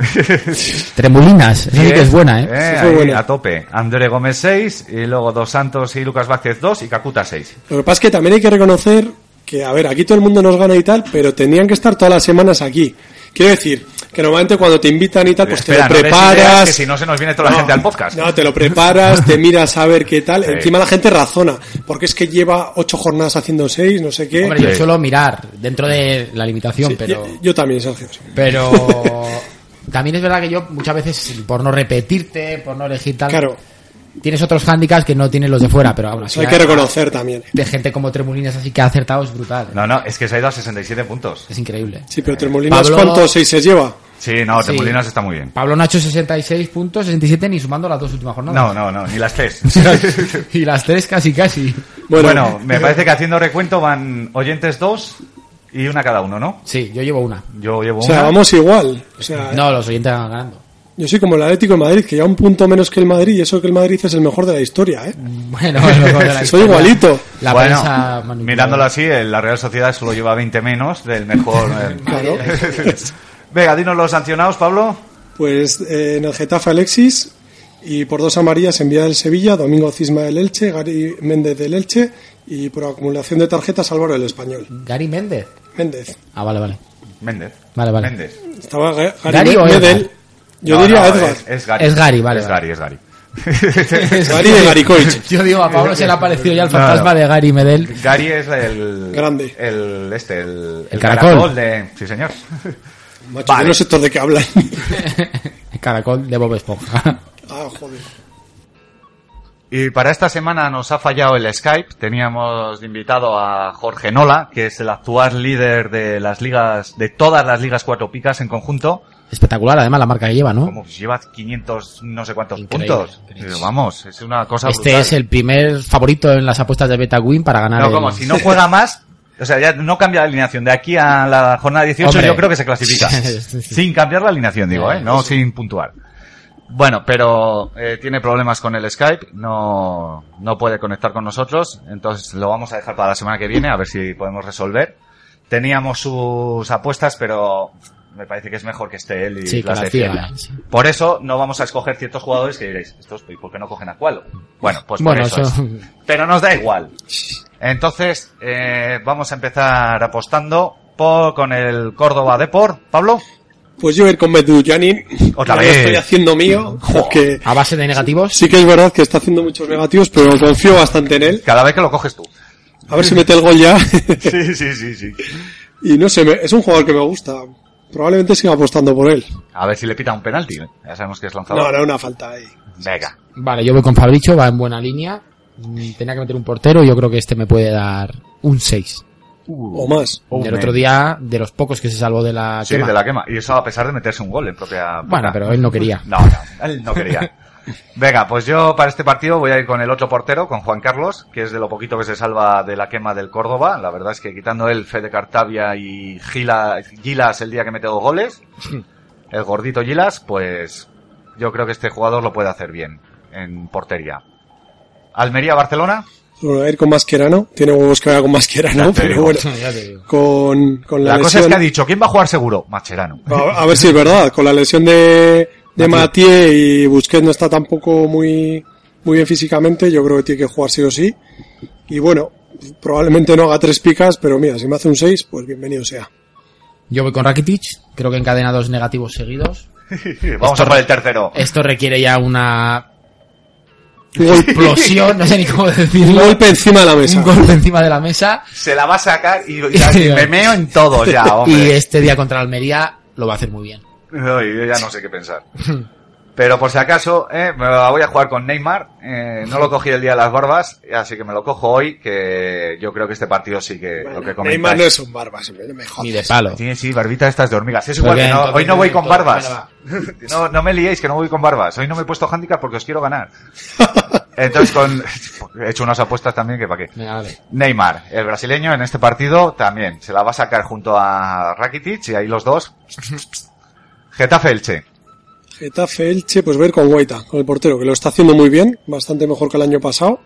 E: Tremulinas, esa sí que es buena, ¿eh?
D: Sí, fue
C: ahí,
D: buena.
C: A tope. André Gómez 6, y luego Dos Santos y Lucas Vázquez 2 y Cacuta 6.
D: Lo que pasa es que también hay que reconocer que, a ver, aquí todo el mundo nos gana y tal, pero tenían que estar todas las semanas aquí. Quiero decir, que normalmente cuando te invitan y tal, pues
C: Espera,
D: te
C: no
D: lo
C: des ideas,
D: preparas.
C: que si no se nos viene toda la
D: No,
C: gente al podcast.
D: No, te lo preparas, te miras a ver qué tal.
C: Sí.
D: Encima la gente razona, porque es que lleva ocho jornadas haciendo seis, no sé qué.
E: Hombre, yo
C: eh. Sí.
E: suelo mirar dentro de la limitación,
D: Sí,
E: pero.
D: yo, yo también, Sergio. sí.
E: Pero. También es verdad que yo muchas veces, por no repetirte, por no elegir tal.
D: Claro,
E: Tienes otros hándicaps que no tienen los de fuera, pero aún así.
D: eso hay que reconocer también.
E: De gente como Tremolines así que ha acertado es brutal.
C: No, no, es que se ha ido a 67 puntos.
E: Es increíble.
D: Sí, pero Tremolinas,
E: Pablo-
D: ¿cuántos seis se lleva?
C: Sí, no,
E: Sí.
C: Tremolinas está muy bien.
E: Pablo Nacho 66 puntos, 67 ni sumando las dos últimas jornadas.
C: No, no, no, ni las tres.
E: y las tres casi casi.
C: bueno, me parece que haciendo recuento van oyentes dos y una cada uno, ¿no?
E: Sí, yo llevo una.
C: Yo llevo
D: o sea,
C: una.
D: vamos igual. O sea,
E: No, los oyentes van ganando.
D: yo soy como el Atlético de Madrid, que ya un punto menos que el Madrid, y eso que el Madrid es el mejor de la historia, ¿eh?
E: Bueno, bueno, con la
D: Soy
E: historia,
D: igualito.
E: La
C: bueno,
E: prensa manipuladora.
C: mirándolo así, el- la Real Sociedad solo lleva 20 menos del mejor. eh.
D: Claro.
C: Venga, dinos los sancionados, Pablo.
D: Pues eh, en el Getafe Alexis y por dos amarillas envía del Sevilla, Domingo Cisma del Elche, Gary Méndez del Elche y por acumulación de tarjetas Álvaro del Español.
E: Gary Méndez.
D: Méndez.
E: Ah, vale, vale.
C: Méndez.
E: Vale, vale.
C: Méndez.
D: Estaba Ga-
E: ¿Gary
D: Gary,
E: o
D: Méndez.
E: Edgar?
D: Yo
C: No,
D: diría
C: no,
D: Edgar.
C: Es, es Gary.
E: Es Gary, vale,
C: Es
E: vale.
C: Gary, es Gary.
D: Gary de Garicoich.
E: Yo digo, a Pablo se le ha parecido ya el fantasma
C: Claro.
E: de Gary Medel.
C: Gary es el.
D: Grande.
C: El, este, el.
E: El caracol.
C: de. Sí, señor.
D: Macho,
C: Vale.
D: yo no sé todos de qué hablan.
E: El caracol de Bob Esponja.
D: ah, joder.
C: Y para esta semana nos ha fallado el Skype. Teníamos de invitado a Jorge Nola, que es el actual líder de las ligas, de todas las ligas cuatro picas en conjunto.
E: Espectacular, además, la marca que lleva, ¿no?
C: Como pues lleva 500, no sé cuántos
E: Increíble,
C: puntos.
E: increíble.
C: Pero vamos, es una cosa
E: Este
C: brutal.
E: es el primer favorito en las apuestas de BetaWin para ganar.
C: No,
E: el-
C: como si no juega más, o sea, ya no cambia la alineación. De aquí a la jornada 18
E: Hombre.
C: yo creo que se clasifica.
E: Sí, sí.
C: sin cambiar la alineación, digo, ¿eh? No sin puntuar. Bueno, pero eh, tiene problemas con el Skype, no, no puede conectar con nosotros, entonces lo vamos a dejar para la semana que viene, a ver si podemos resolver. Teníamos sus apuestas, pero me parece que es mejor que esté él y
E: Sí, que
C: las
E: las
C: defienda.
E: diga, sí.
C: Por eso no vamos a escoger ciertos jugadores que diréis, estos, ¿y por qué no cogen a cuál? Bueno, pues
E: Bueno,
C: por eso.
E: eso-
C: es. Pero nos da igual. Entonces, eh, vamos a empezar apostando por, con el Córdoba Deport. Pablo,
D: Pues yo voy a ir con Medullanin.
C: Otra
D: Ya
C: vez.
D: Lo estoy haciendo mío. Porque
E: A base de negativos.
D: sí que es verdad que está haciendo muchos negativos, pero confío bastante en él.
C: cada vez que lo coges tú.
D: A ver si mete el gol ya.
C: Sí, sí, sí, sí.
D: y no sé, me- es un jugador que me gusta. Probablemente siga apostando por él.
C: A ver si le pita un penalti. Ya sabemos que es
D: No,
C: lanzador.
D: no, una falta ahí.
C: Venga.
E: Vale, yo voy con Fabricio, va en buena línea. Mm, Tenía que meter un portero, yo creo que este me puede dar un 6.
C: Uh.
D: O más.
E: El otro día, de los pocos que se salvó de la
C: Sí,
E: quema.
C: de la quema. Y eso a pesar de meterse un gol en propia...
E: Bueno, pero él no quería.
C: No, no, él no quería. Venga, pues yo para este partido voy a ir con el otro portero, con Juan Carlos, que es de lo poquito que se salva de la quema del Córdoba. La verdad es que quitando él, Fede Cartavia y Gila- Gilas el día que mete dos goles, el gordito Gilas, pues yo creo que este jugador lo puede hacer bien en portería. Almería-Barcelona.
D: Bueno, a ir con Mascherano. Tiene huevos que vaya con Mascherano,
C: te
D: pero
C: digo.
D: bueno.
E: Ya te digo.
D: Con, con la,
C: La cosa es
D: lesión.
C: que ha dicho, ¿quién va a jugar seguro? Macherano.
D: a, a ver si es verdad. Con la lesión de, de Mathieu y Busquets no está tampoco muy, muy bien físicamente. Yo creo que tiene que jugar sí o sí. Y bueno, probablemente no haga tres picas, pero mira, si me hace un 6, pues bienvenido sea.
E: Yo voy con Rakitic, creo que encadena dos negativos seguidos.
C: Vamos a por el tercero.
E: Esto requiere ya una
D: Un golpe,
E: explosión, no sé ni cómo
D: un
E: decirlo.
D: golpe encima de la mesa.
E: Un golpe encima de la mesa.
C: Se la va a sacar y, y- y me meo en todo ya,
E: Y
C: hombre.
E: este día contra Almería lo va a hacer muy bien.
C: No, yo ya no sé qué pensar. Pero por si acaso, eh, me la voy a jugar con Neymar. Eh, no lo cogí el día de las barbas, así que me lo cojo hoy, que yo creo que este partido sí que lo que comentáis.
D: Neymar no es un barbas, hombre, no me jodas.
E: Ni de palo.
C: Sí, sí, barbita estas de hormigas. Es igual
E: Porque
C: que no,
E: entonces
C: hoy no voy con
E: todo,
C: barbas.
E: venga,
C: No, no me liéis que no voy con barbas. Hoy no me he puesto handicap porque os quiero ganar. Entonces con, he hecho unas apuestas también que para qué.
E: Venga, dale.
C: Neymar, el brasileño en este partido también se la va a sacar junto a Rakitic y ahí los dos. Getafe Elche.
D: Getafe Elche, pues ver con Guaita, con el portero, que lo está haciendo muy bien, bastante mejor que el año pasado,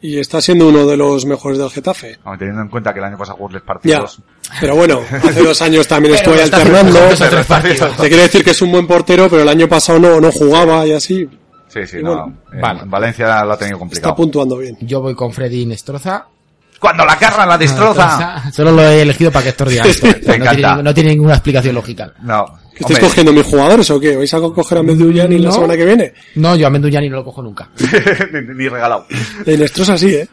D: y está siendo uno de los mejores del Getafe.
C: Aunque teniendo en cuenta que el año pasado jugó tres
D: Ya.
C: partidos.
D: Pero bueno, hace dos años también
E: Pero
D: estoy
E: lo está
D: alternando.
E: haciendo
D: Te
E: mejor que los otros partidos.
D: quiero decir que es un buen portero, pero el año pasado no, no jugaba y así.
C: Sí, sí,
D: Y
C: no.
D: bueno,
C: en
E: vale.
C: Valencia lo ha tenido
D: Está
C: complicado.
D: puntuando bien.
E: Yo voy con Freddy Nestroza.
C: Cuando la carran, la destroza.
E: Entonces, ah, Solo lo he elegido para que Héctor diga esto.
C: Me
E: No tiene,
C: encanta.
E: ningún- no tiene ninguna explicación lógica.
C: No.
D: ¿Que ¿Estáis
C: hombre,
D: cogiendo mis jugadores o qué? ¿Vais a co- coger a Medellín la
E: No.
D: semana que viene?
E: No, yo a Menduñani no lo cojo nunca.
C: ni, ni regalado.
D: La Inestrosa sí, ¿eh?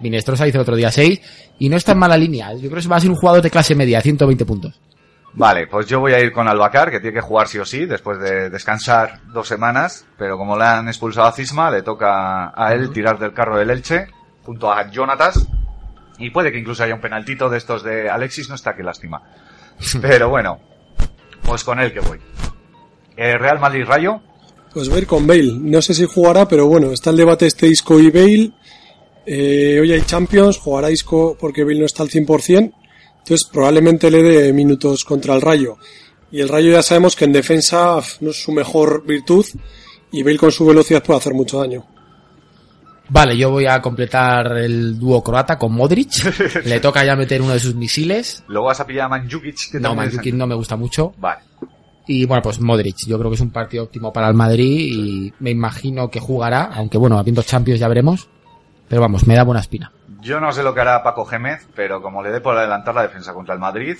E: Minestrosa hizo el otro día 6 y no está en mala línea. Yo creo que va a ser un jugador de clase media, 120 puntos.
C: Vale, pues yo voy a ir con Albacar, que tiene que jugar sí o sí, después de descansar dos semanas, pero como le han expulsado a Cisma, le toca a él tirar del carro del Elche, junto a Jonatas, y puede que incluso haya un penaltito de estos de Alexis, no está, que lástima. Pero bueno, pues con él que voy. Eh, Real Madrid Rayo,
D: Pues voy a ir con Bale. No sé si jugará, pero bueno, está el debate este Isco y Bale. Eh, hoy hay Champions, jugará Isco porque Bale no está al 100%. Entonces probablemente le dé minutos contra el Rayo. Y el Rayo ya sabemos que en defensa f, no es su mejor virtud. Y Bale con su velocidad puede hacer mucho daño.
E: Vale, yo voy a completar el dúo croata con Modric. Le toca ya meter uno de sus misiles.
C: luego vas a pillar a Manjukic, que
E: No,
C: también es-
E: Mandzukic no me gusta mucho.
C: Vale,
E: Y bueno, pues Modric. Yo creo que es un partido óptimo para el Madrid y me imagino que jugará, aunque bueno, habiendo Champions ya veremos. Pero vamos, me da buena espina.
C: yo no sé lo que hará Paco Gémez, pero como le dé por adelantar la defensa contra el Madrid,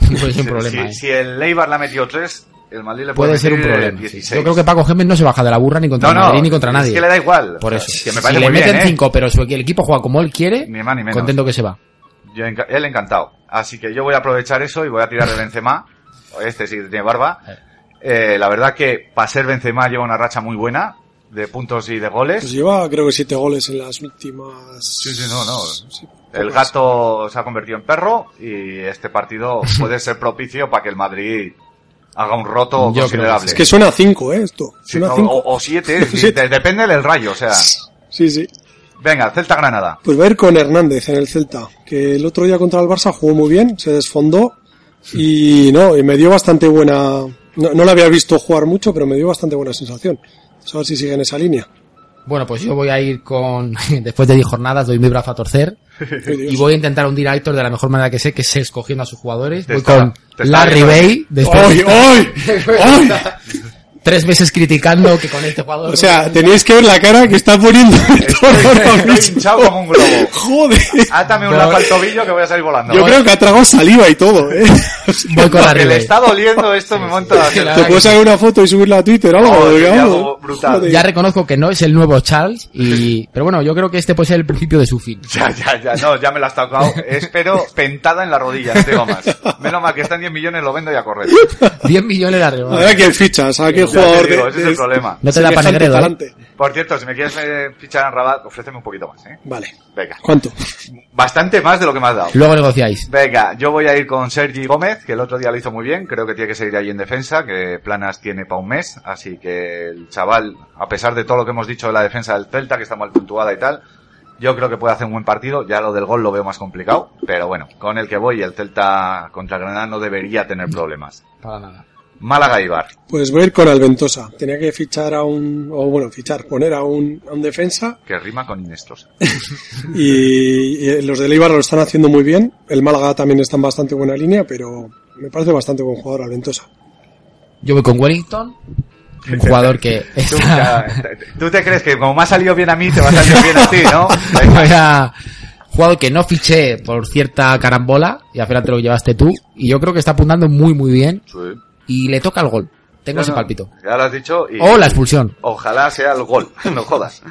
E: Puede ser un
C: si-
E: problema,
C: si,
E: ¿eh?
C: si el Leibar le ha metido tres, el Madrid le puede,
E: Puede ser un
C: meter
E: problema. sí.
C: 16.
E: Yo creo que Paco Gémez no se baja de la burra ni contra
C: No,
E: el
C: no,
E: Madrid ni contra nadie.
C: Es que le da igual.
E: Por
C: O
E: eso.
C: sea, Que me parece
E: si le
C: muy bien,
E: meten
C: ¿eh?
E: cinco, pero su el equipo juega como él quiere,
C: Ni más ni menos.
E: contento que se va.
C: Yo, enca- él encantado. Así que yo voy a aprovechar eso y voy a tirar de Benzema. Este sí que tiene barba. Eh, la verdad que para ser Benzema lleva una racha muy buena de puntos y de
D: Pues
C: goles.
D: lleva creo que siete goles en las últimas... Sí,
C: sí, no, no. El
D: pocos.
C: gato se ha convertido en perro y este partido puede ser propicio para que el Madrid haga un roto
E: Yo creo que
C: considerable.
D: Es que suena a cinco, ¿eh? Esto.
C: Sí,
D: Suena a
C: o-
D: cinco.
C: o, o siete, sí, de- depende del rayo, o sea.
D: Sí, sí.
C: Venga, Celta Granada.
D: Pues va a ir con Hernández en el Celta, que el otro día contra el Barça jugó muy bien, se desfondó y no, y me dio bastante buena. No, no la había visto jugar mucho, pero me dio bastante buena sensación. Vamos a ver si sigue en esa línea.
E: Bueno, pues yo voy a ir con, después de 10 jornadas, doy mi brazo a torcer
D: Ay, Dios.
E: y voy a intentar hundir a Héctor de la mejor manera que sé, que es escogiendo a sus jugadores.
C: Te
E: Voy
C: está-
E: con
C: te está
E: Larry
C: viendo.
E: Bay, después
D: ¡Ay,
E: de
D: ay! ¡Ay!
E: tres meses criticando que con este jugador...
D: O sea, teníais que ver la cara que está poniendo el toro ahora
C: Estoy
D: mismo.
C: hinchado como un globo. eh.
D: Joder.
C: Átame un
E: No.
C: lazo al tobillo que voy a salir volando.
D: Yo creo que ha tragado saliva y todo, ¿eh? O sea,
E: voy con
C: Lo que
E: Larry
C: le
E: Bay.
C: está doliendo esto me monta
E: sí,
C: la-
E: la-
D: ¿Te puedes sacar una foto y subirla a Twitter o algo?
C: Joder,
D: Porque,
C: algo
D: vamos,
C: brutal.
D: joder.
E: Ya reconozco que no es el nuevo Charles, y pero bueno, yo creo que este puede ser el principio de su fin.
C: Ya, ya, ya, no, ya me la has tocado. Espero pentada en la rodilla, no tengo más. Menos mal que están 10 millones, lo vendo y a correr.
E: 10 millones de arriba.
D: A ver a quién fichas, a qué
C: Ya te
D: jugador
C: digo, ese
D: de-
C: es
D: de- este
C: el problema.
E: No te da
D: semejante
E: Panegredo, ¿eh?
D: talante.
C: Por cierto, si me quieres eh, fichar en Rabat, ofréceme un poquito más, ¿eh?
D: Vale.
C: Venga.
D: ¿Cuánto?
C: Bastante más de lo que me has dado.
E: ¿eh? Luego negociáis.
C: Venga, yo voy a ir con Sergi Gómez, que el otro día lo hizo muy bien. Creo que tiene que seguir ahí en defensa, que planas tiene para un mes. Así que el chaval, a pesar de todo lo que hemos dicho de la defensa del Celta, que está mal puntuada y tal, yo creo que puede hacer un buen partido. Ya lo del gol lo veo más complicado, pero bueno, con el que voy, el Celta contra Granada no debería tener problemas.
E: Para nada.
C: Málaga Ibar.
D: Pues voy a ir con Alventosa. Tenía que fichar a un, o bueno, fichar, poner a un, a un defensa
C: que rima con Inestrosa.
D: y, y los del Eibar lo están haciendo muy bien. El Málaga también está en bastante buena línea, pero me parece bastante buen jugador Alventosa.
E: Yo voy con Wellington, un jugador que
C: Tú,
E: está,
C: ya, tú te crees que como me ha salido bien a mí, te va a salir bien a ti, ¿no?
E: Era jugador que no fiché por cierta carambola y al final te lo llevaste tú. Y yo creo que está apuntando muy, muy bien. Y le toca el gol. Tengo ese
C: No, no,
E: palpito.
C: Ya lo has dicho y
E: O la expulsión.
C: ojalá sea el gol, no jodas.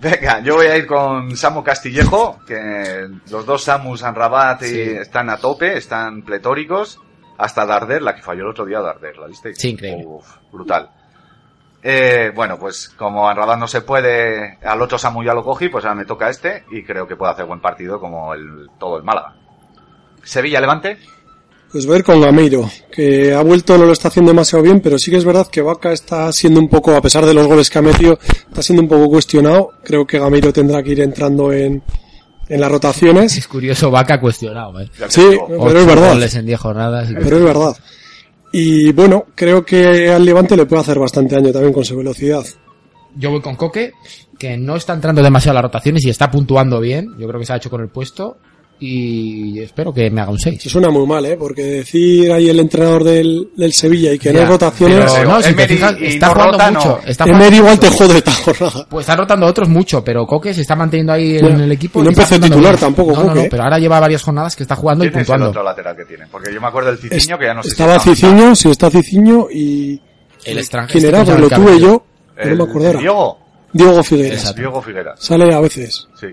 C: Venga, yo voy a ir con Samu Castillejo, que los dos Samus Anrabat y
E: Sí.
C: están a tope, están pletóricos, hasta Darder, la que falló el otro día Darder, ¿la visteis?
E: Sí, increíble.
C: Uf, brutal. Eh, bueno, pues como Anrabat no se puede, al otro Samu ya lo cogí, pues ahora me toca este y creo que puede hacer buen partido como el, todo el Málaga. Sevilla Levante.
D: Pues voy a ir con Gameiro, que ha vuelto, no lo está haciendo demasiado bien, pero sí que es verdad que Vaca está siendo un poco, a pesar de los goles que ha metido, está siendo un poco cuestionado. Creo que Gameiro tendrá que ir entrando en, en las rotaciones.
E: Es curioso, Vaca cuestionado, eh.
C: Ya te
D: Sí,
C: digo,
D: pero es
E: Ocho
D: verdad.
E: goles en 10 jornadas. y-
D: pero es verdad. Y bueno, creo que al Levante le puede hacer bastante daño también con su velocidad.
E: Yo voy con Coque, que no está entrando demasiado a las rotaciones y está puntuando bien. Yo creo que se ha hecho con el puesto. y espero que me haga un 6.
D: Se suena muy mal, ¿eh? Porque decir ahí el entrenador del, del Sevilla y que no
E: Ya,
D: hay rotaciones.
E: pero no, si te
C: Emery
E: fijas,
C: y
E: está
C: no
E: jugando
C: rota, no.
E: mucho. Está
D: Emery
E: jugando
D: igual te
E: mucho.
D: jode esta jornada.
E: Pues está rotando a otros mucho, pero Coque se está manteniendo ahí en
D: Bueno,
E: el equipo.
D: y no
E: está
D: empezó
E: jugando
D: titular
E: bien.
D: tampoco,
E: No, no,
D: Coque,
E: no,
D: ¿eh?
E: pero ahora lleva varias jornadas que está jugando y
C: ¿Quién es el
E: puntuando.
C: otro lateral que tienen? Porque yo me acuerdo del Ciciño que ya no sé si
D: Estaba
C: está-
D: Ciciño, sí, está Ciciño y...
E: El extranjero.
D: ¿Quién
E: este que
D: era? Pues
E: se
D: lo
E: llama el
D: tuve yo.
C: El
D: que No me acuerdo ahora.
C: Diego.
D: Diego Figueras.
E: Exacto.
C: Diego Figueras.
D: Sale a veces.
C: Sí.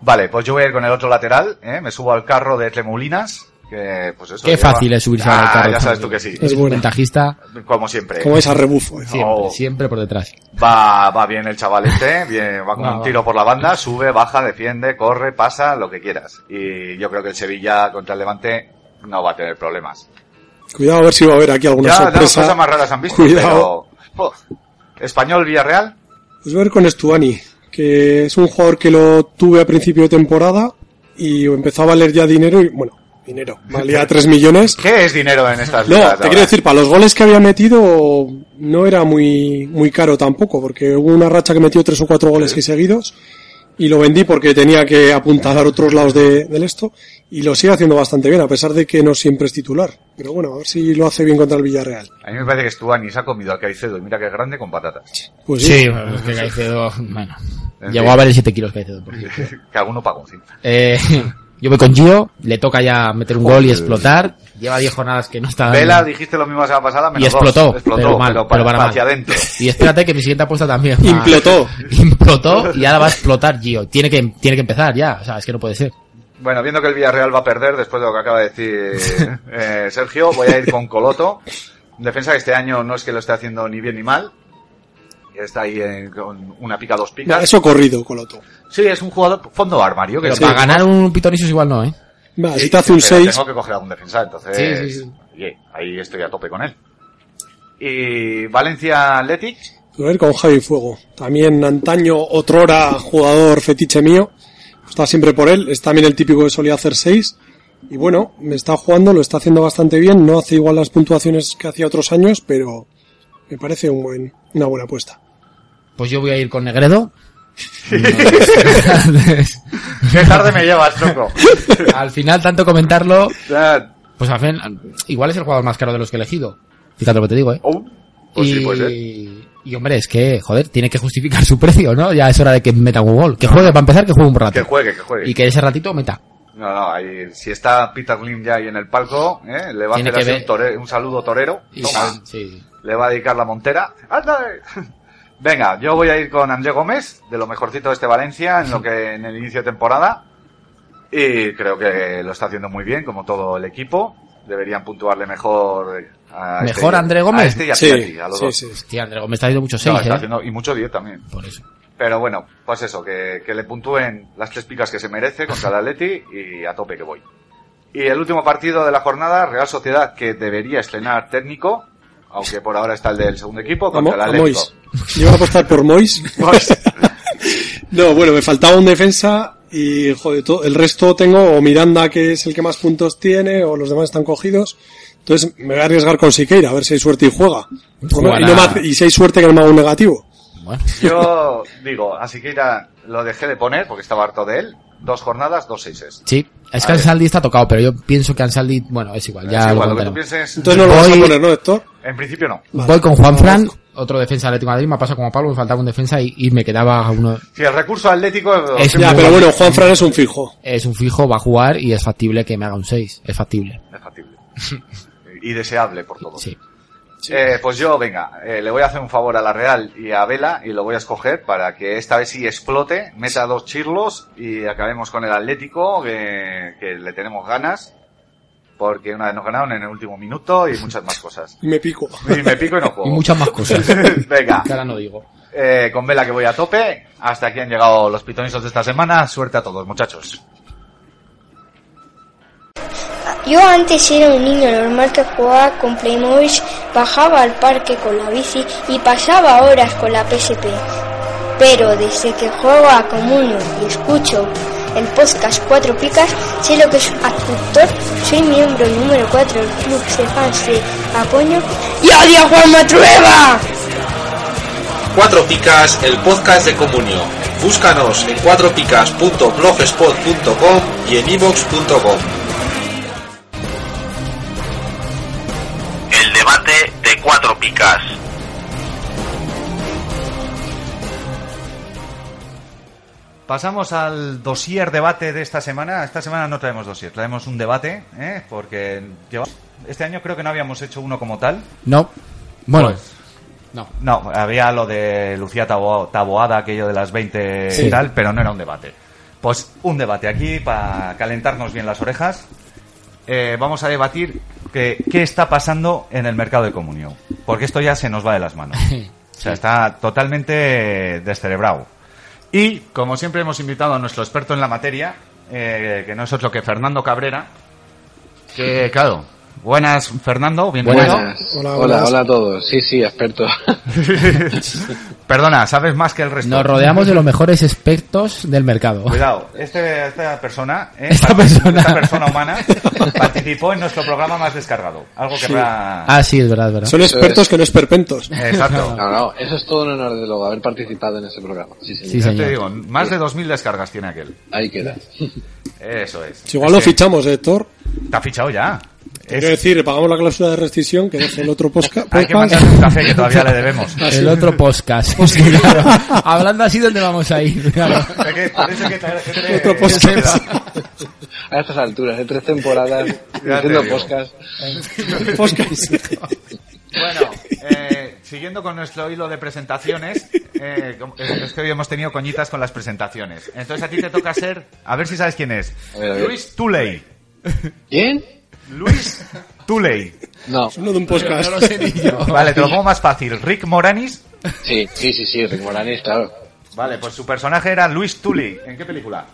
C: Vale, pues yo voy a ir con el otro lateral, ¿eh? me subo al carro de Tremulinas, que pues eso.
E: Qué fácil es subirse
C: Ah,
E: al carro.
C: Ya sabes tú que sí,
D: Es
E: un
D: buena.
E: ventajista
C: como siempre.
D: Eh, Como es a rebufo. eh.
E: siempre,
C: Oh.
E: siempre por detrás.
C: Va, va bien el chaval este, bien, va con
E: Va,
C: un
E: va.
C: tiro por la banda, sube, baja, defiende, corre, pasa, lo que quieras. Y yo creo que el Sevilla contra el Levante no va a tener problemas.
D: Cuidado a ver si va a haber aquí alguna
C: ya, ya las
D: sorpresa.
C: cosas más raras han visto,
D: Cuidado.
C: pero... jo, Español Villarreal,
D: Pues voy a ver con Estuani, que es un jugador que lo tuve a principio de temporada y empezó a valer ya dinero y, bueno, dinero, valía 3 millones.
C: ¿qué es dinero en estas
D: No,
C: ligas, la
D: te quiero
C: verdad?
D: decir, para los goles que había metido no era muy, muy caro tampoco, porque hubo una racha que metió tres o cuatro goles que seguidos y lo vendí porque tenía que apuntalar otros lados de- del esto y lo sigue haciendo bastante bien, a pesar de que no siempre es titular. Pero bueno, a ver si lo hace bien contra el Villarreal.
C: A mí me parece que Stuani se ha comido al Caicedo y mira que es grande con patatas.
D: Pues sí,
E: Sí, bueno, es que Caicedo, bueno,
C: En
E: llegó
C: fin.
E: a valer 7 kilos Caicedo. por cierto.
C: que alguno pagó un cinco.
E: Eh, yo voy con Gio, le toca ya meter un gol y explotar. Lleva 10 jornadas que Ah, no está...
C: Vela, dijiste lo mismo la semana pasada, menos
E: Y explotó,
C: dos. Explotó,
E: pero mal,
C: para,
E: pero para mal.
C: hacia adentro.
E: Y espérate que mi siguiente apuesta también. va-
D: implotó.
E: Implotó y ahora va a explotar Gio. Tiene que, tiene que empezar ya, o sea, es que no puede ser.
C: Bueno, viendo que el Villarreal va a perder después de lo que acaba de decir eh, Sergio, voy a ir con Coloto. Defensa que este año no es que lo esté haciendo ni bien ni mal. Está ahí en- con una pica, dos picas.
D: Eso corrido, Coloto.
C: Sí, es un jugador fondo armario. Que
E: Pero
C: sí.
E: para ganar un pitonisos igual no, ¿eh?
D: Va,
C: Sí,
D: si te hace un
C: pero
D: 6,
C: Tengo que coger a un defensa, entonces.
E: Sí, sí, sí.
C: oye, ahí estoy a tope con él. Y Valencia Athletic.
D: a ver con Javi Fuego. También antaño, otrora, jugador fetiche mío. Está siempre por él. Es también el típico que solía hacer 6. Y bueno, me está jugando, lo está haciendo bastante bien. No hace igual las puntuaciones que hacía otros años, pero me parece un buen, una buena apuesta.
E: Pues yo voy a ir con Negredo.
C: Qué tarde me llevas, tronco.
E: al final, tanto comentarlo,
C: Ya,
E: pues al final, igual es el jugador más caro de los que he elegido. Fíjate lo que te digo, ¿eh?
C: oh, pues
E: y,
C: sí, pues eh.
E: y, hombre, es que, joder, tiene que justificar su precio, ¿no? Ya es hora de que meta un gol. Que juegue, para empezar, que juegue un
C: Que
E: rato.
C: juegue, que juegue.
E: Y que ese ratito meta.
C: No, no, ahí, si está Peter Lim ya ahí en el palco, ¿eh? le va a
E: Tiene
C: hacer así
E: que
C: un,
E: ver.
C: tore- un saludo torero.
E: Y-
C: Toma.
E: sí.
C: Le va a dedicar la montera. ¡Anda! Venga, yo voy a ir con André Gómez, de lo mejorcito de este Valencia, en lo que en el inicio de temporada. Y creo que lo está haciendo muy bien, como todo el equipo. Deberían puntuarle mejor a
E: ¿Mejor André Gómez?
C: A este y a
D: Sí,
C: Piatti, a los
D: sí,
C: dos.
D: sí.
E: Hostia, André Gómez está haciendo muchos
C: No,
E: seis,
C: está
E: ¿eh?
C: haciendo- y mucho 10 también.
E: Por eso.
C: Pero bueno, pues eso, que, que le puntúen las tres picas que se merece contra el Atleti y a tope que voy. Y el último partido de la jornada, Real Sociedad, que debería estrenar técnico, aunque por ahora está el del segundo equipo,
D: A, Mo-
C: contra el
D: a
C: Atlético. Pues
D: Mois. Yo voy a apostar por Mois.
C: Mois.
D: No, bueno, me faltaba un defensa y joder, to- el resto tengo o Miranda que es el que más puntos tiene o los demás están cogidos. Entonces me voy a arriesgar con Siqueira a ver si hay suerte y juega. O no- y, no me hace- y si hay suerte que no me haga un negativo.
E: Bueno,
C: Yo digo, así que ya lo dejé de poner porque estaba harto de él. Dos jornadas, dos seises.
E: sí. Es que
C: A ver.
E: Ansaldi está tocado, pero yo pienso que Ansaldi, bueno, es igual, ya
C: Es
E: lo
C: igual, lo que tú
E: contaremos.
C: pienses,
D: Entonces no lo vas a
E: Voy-
D: poner, ¿no, Héctor?
C: en principio no.
D: Vale.
E: Voy con Juan Fran, otro defensa del Atlético de Madrid, me pasa como a Pablo, me faltaba un defensa y, y me quedaba uno.
C: Si el recurso atlético
E: Es
C: siempre
D: Ya,
E: muy
D: pero
E: bueno.
D: bueno, Juan Fran es un fijo.
E: Es un fijo, va a jugar y es factible que me haga un 6. Es factible.
C: es factible. Y deseable por todos.
E: Sí.
C: Eh, pues yo, venga, eh, le voy a hacer un favor a la Real y a Vela y lo voy a escoger para que esta vez sí explote, meta dos chirlos y acabemos con el Atlético, que, que le tenemos ganas, porque una vez nos ganaron en el último minuto y muchas más cosas.
D: Y me pico.
C: Y me pico y no
E: Y
C: juego.
E: muchas más cosas.
C: venga,
E: Que ahora no digo.
C: eh, con Vela que voy a tope. Hasta aquí han llegado los pitonisos de esta semana. Suerte a todos, muchachos.
H: Yo antes era un niño normal que jugaba con Playmobil, bajaba al parque con la bici y pasaba horas con la PSP. Pero desde que juego a Comuno y escucho el podcast Cuatro Picas, sé lo que es un actor, soy miembro número 4 del club de fans de Apoño y odio a Juan Matrueva.
F: Cuatro Picas, el podcast de Comunio. Búscanos en cuatropicas.blogspot.com y en ivox.com.
A: El debate de cuatro picas.
C: Pasamos al dossier debate de esta semana. Esta semana no traemos dossier, traemos un debate, ¿eh? porque lleva- este año creo que no habíamos hecho uno como tal.
E: No. Bueno.
C: Pues-
E: No.
C: No, había lo de Lucía Tabo- Taboada, aquello de las 20
E: Sí.
C: y tal, pero no era un debate. Pues un debate aquí para calentarnos bien las orejas. Eh, vamos a debatir que- qué está pasando en el mercado de comunión, porque esto ya se nos va de las manos. O sea, está totalmente descerebrado. Y, como siempre, hemos invitado a nuestro experto en la materia, eh, que no es otro que Fernando Cabrera. Que, claro, buenas, Fernando, bienvenido.
D: Buenas. Hola, buenas.
G: a todos. Sí, sí, experto.
C: Perdona, sabes más que el resto.
E: Nos rodeamos de los mejores expertos del mercado.
C: Cuidado, este- esta persona, eh,
E: Esta
C: partic-
E: persona.
C: esta persona humana, participó en nuestro programa más descargado. Algo que habrá-
E: Ah, sí, es verdad, es verdad.
D: Son expertos que no esperpentos.
C: Exacto.
I: No, no, eso es todo un honor de luego haber participado en ese programa. Sí, señor.
E: Sí,
C: Ya te
E: señor.
C: digo, más de 2.000 descargas tiene aquel.
I: Ahí queda.
C: Eso es.
D: Si igual
C: Es
D: lo
C: que
D: fichamos, ¿eh, Thor.
C: Te ha fichado ya. Es-
D: Quiero decir, pues, le pagamos la cláusula de rescisión que deje el otro posca.
C: hay que
D: podcast.
C: mandarle un café que todavía le debemos.
E: El otro podcast. Es que, claro, hablando así, ¿dónde vamos a ir? Claro.
C: Hay que- parece que traer gente-
D: Otro podcast.
I: A estas alturas, de tres temporadas,
C: te
I: haciendo
C: digo.
I: podcast.
D: Podcast.
C: Bueno, eh, siguiendo con nuestro hilo de presentaciones, eh, com- eh, es que hoy hemos tenido coñitas con las presentaciones. Entonces a ti te toca ser, a ver si sabes quién es.
I: A ver, a ver.
C: Luis Tuley.
I: ¿Quién?
C: Luis Tuley.
I: No.
D: Uno Pues, de un podcast.
C: Vale, te lo pongo más fácil. Rick Moranis.
I: Sí, sí, sí, sí, Rick Moranis, claro.
C: Vale, pues su personaje era Luis Tuley. ¿En qué película?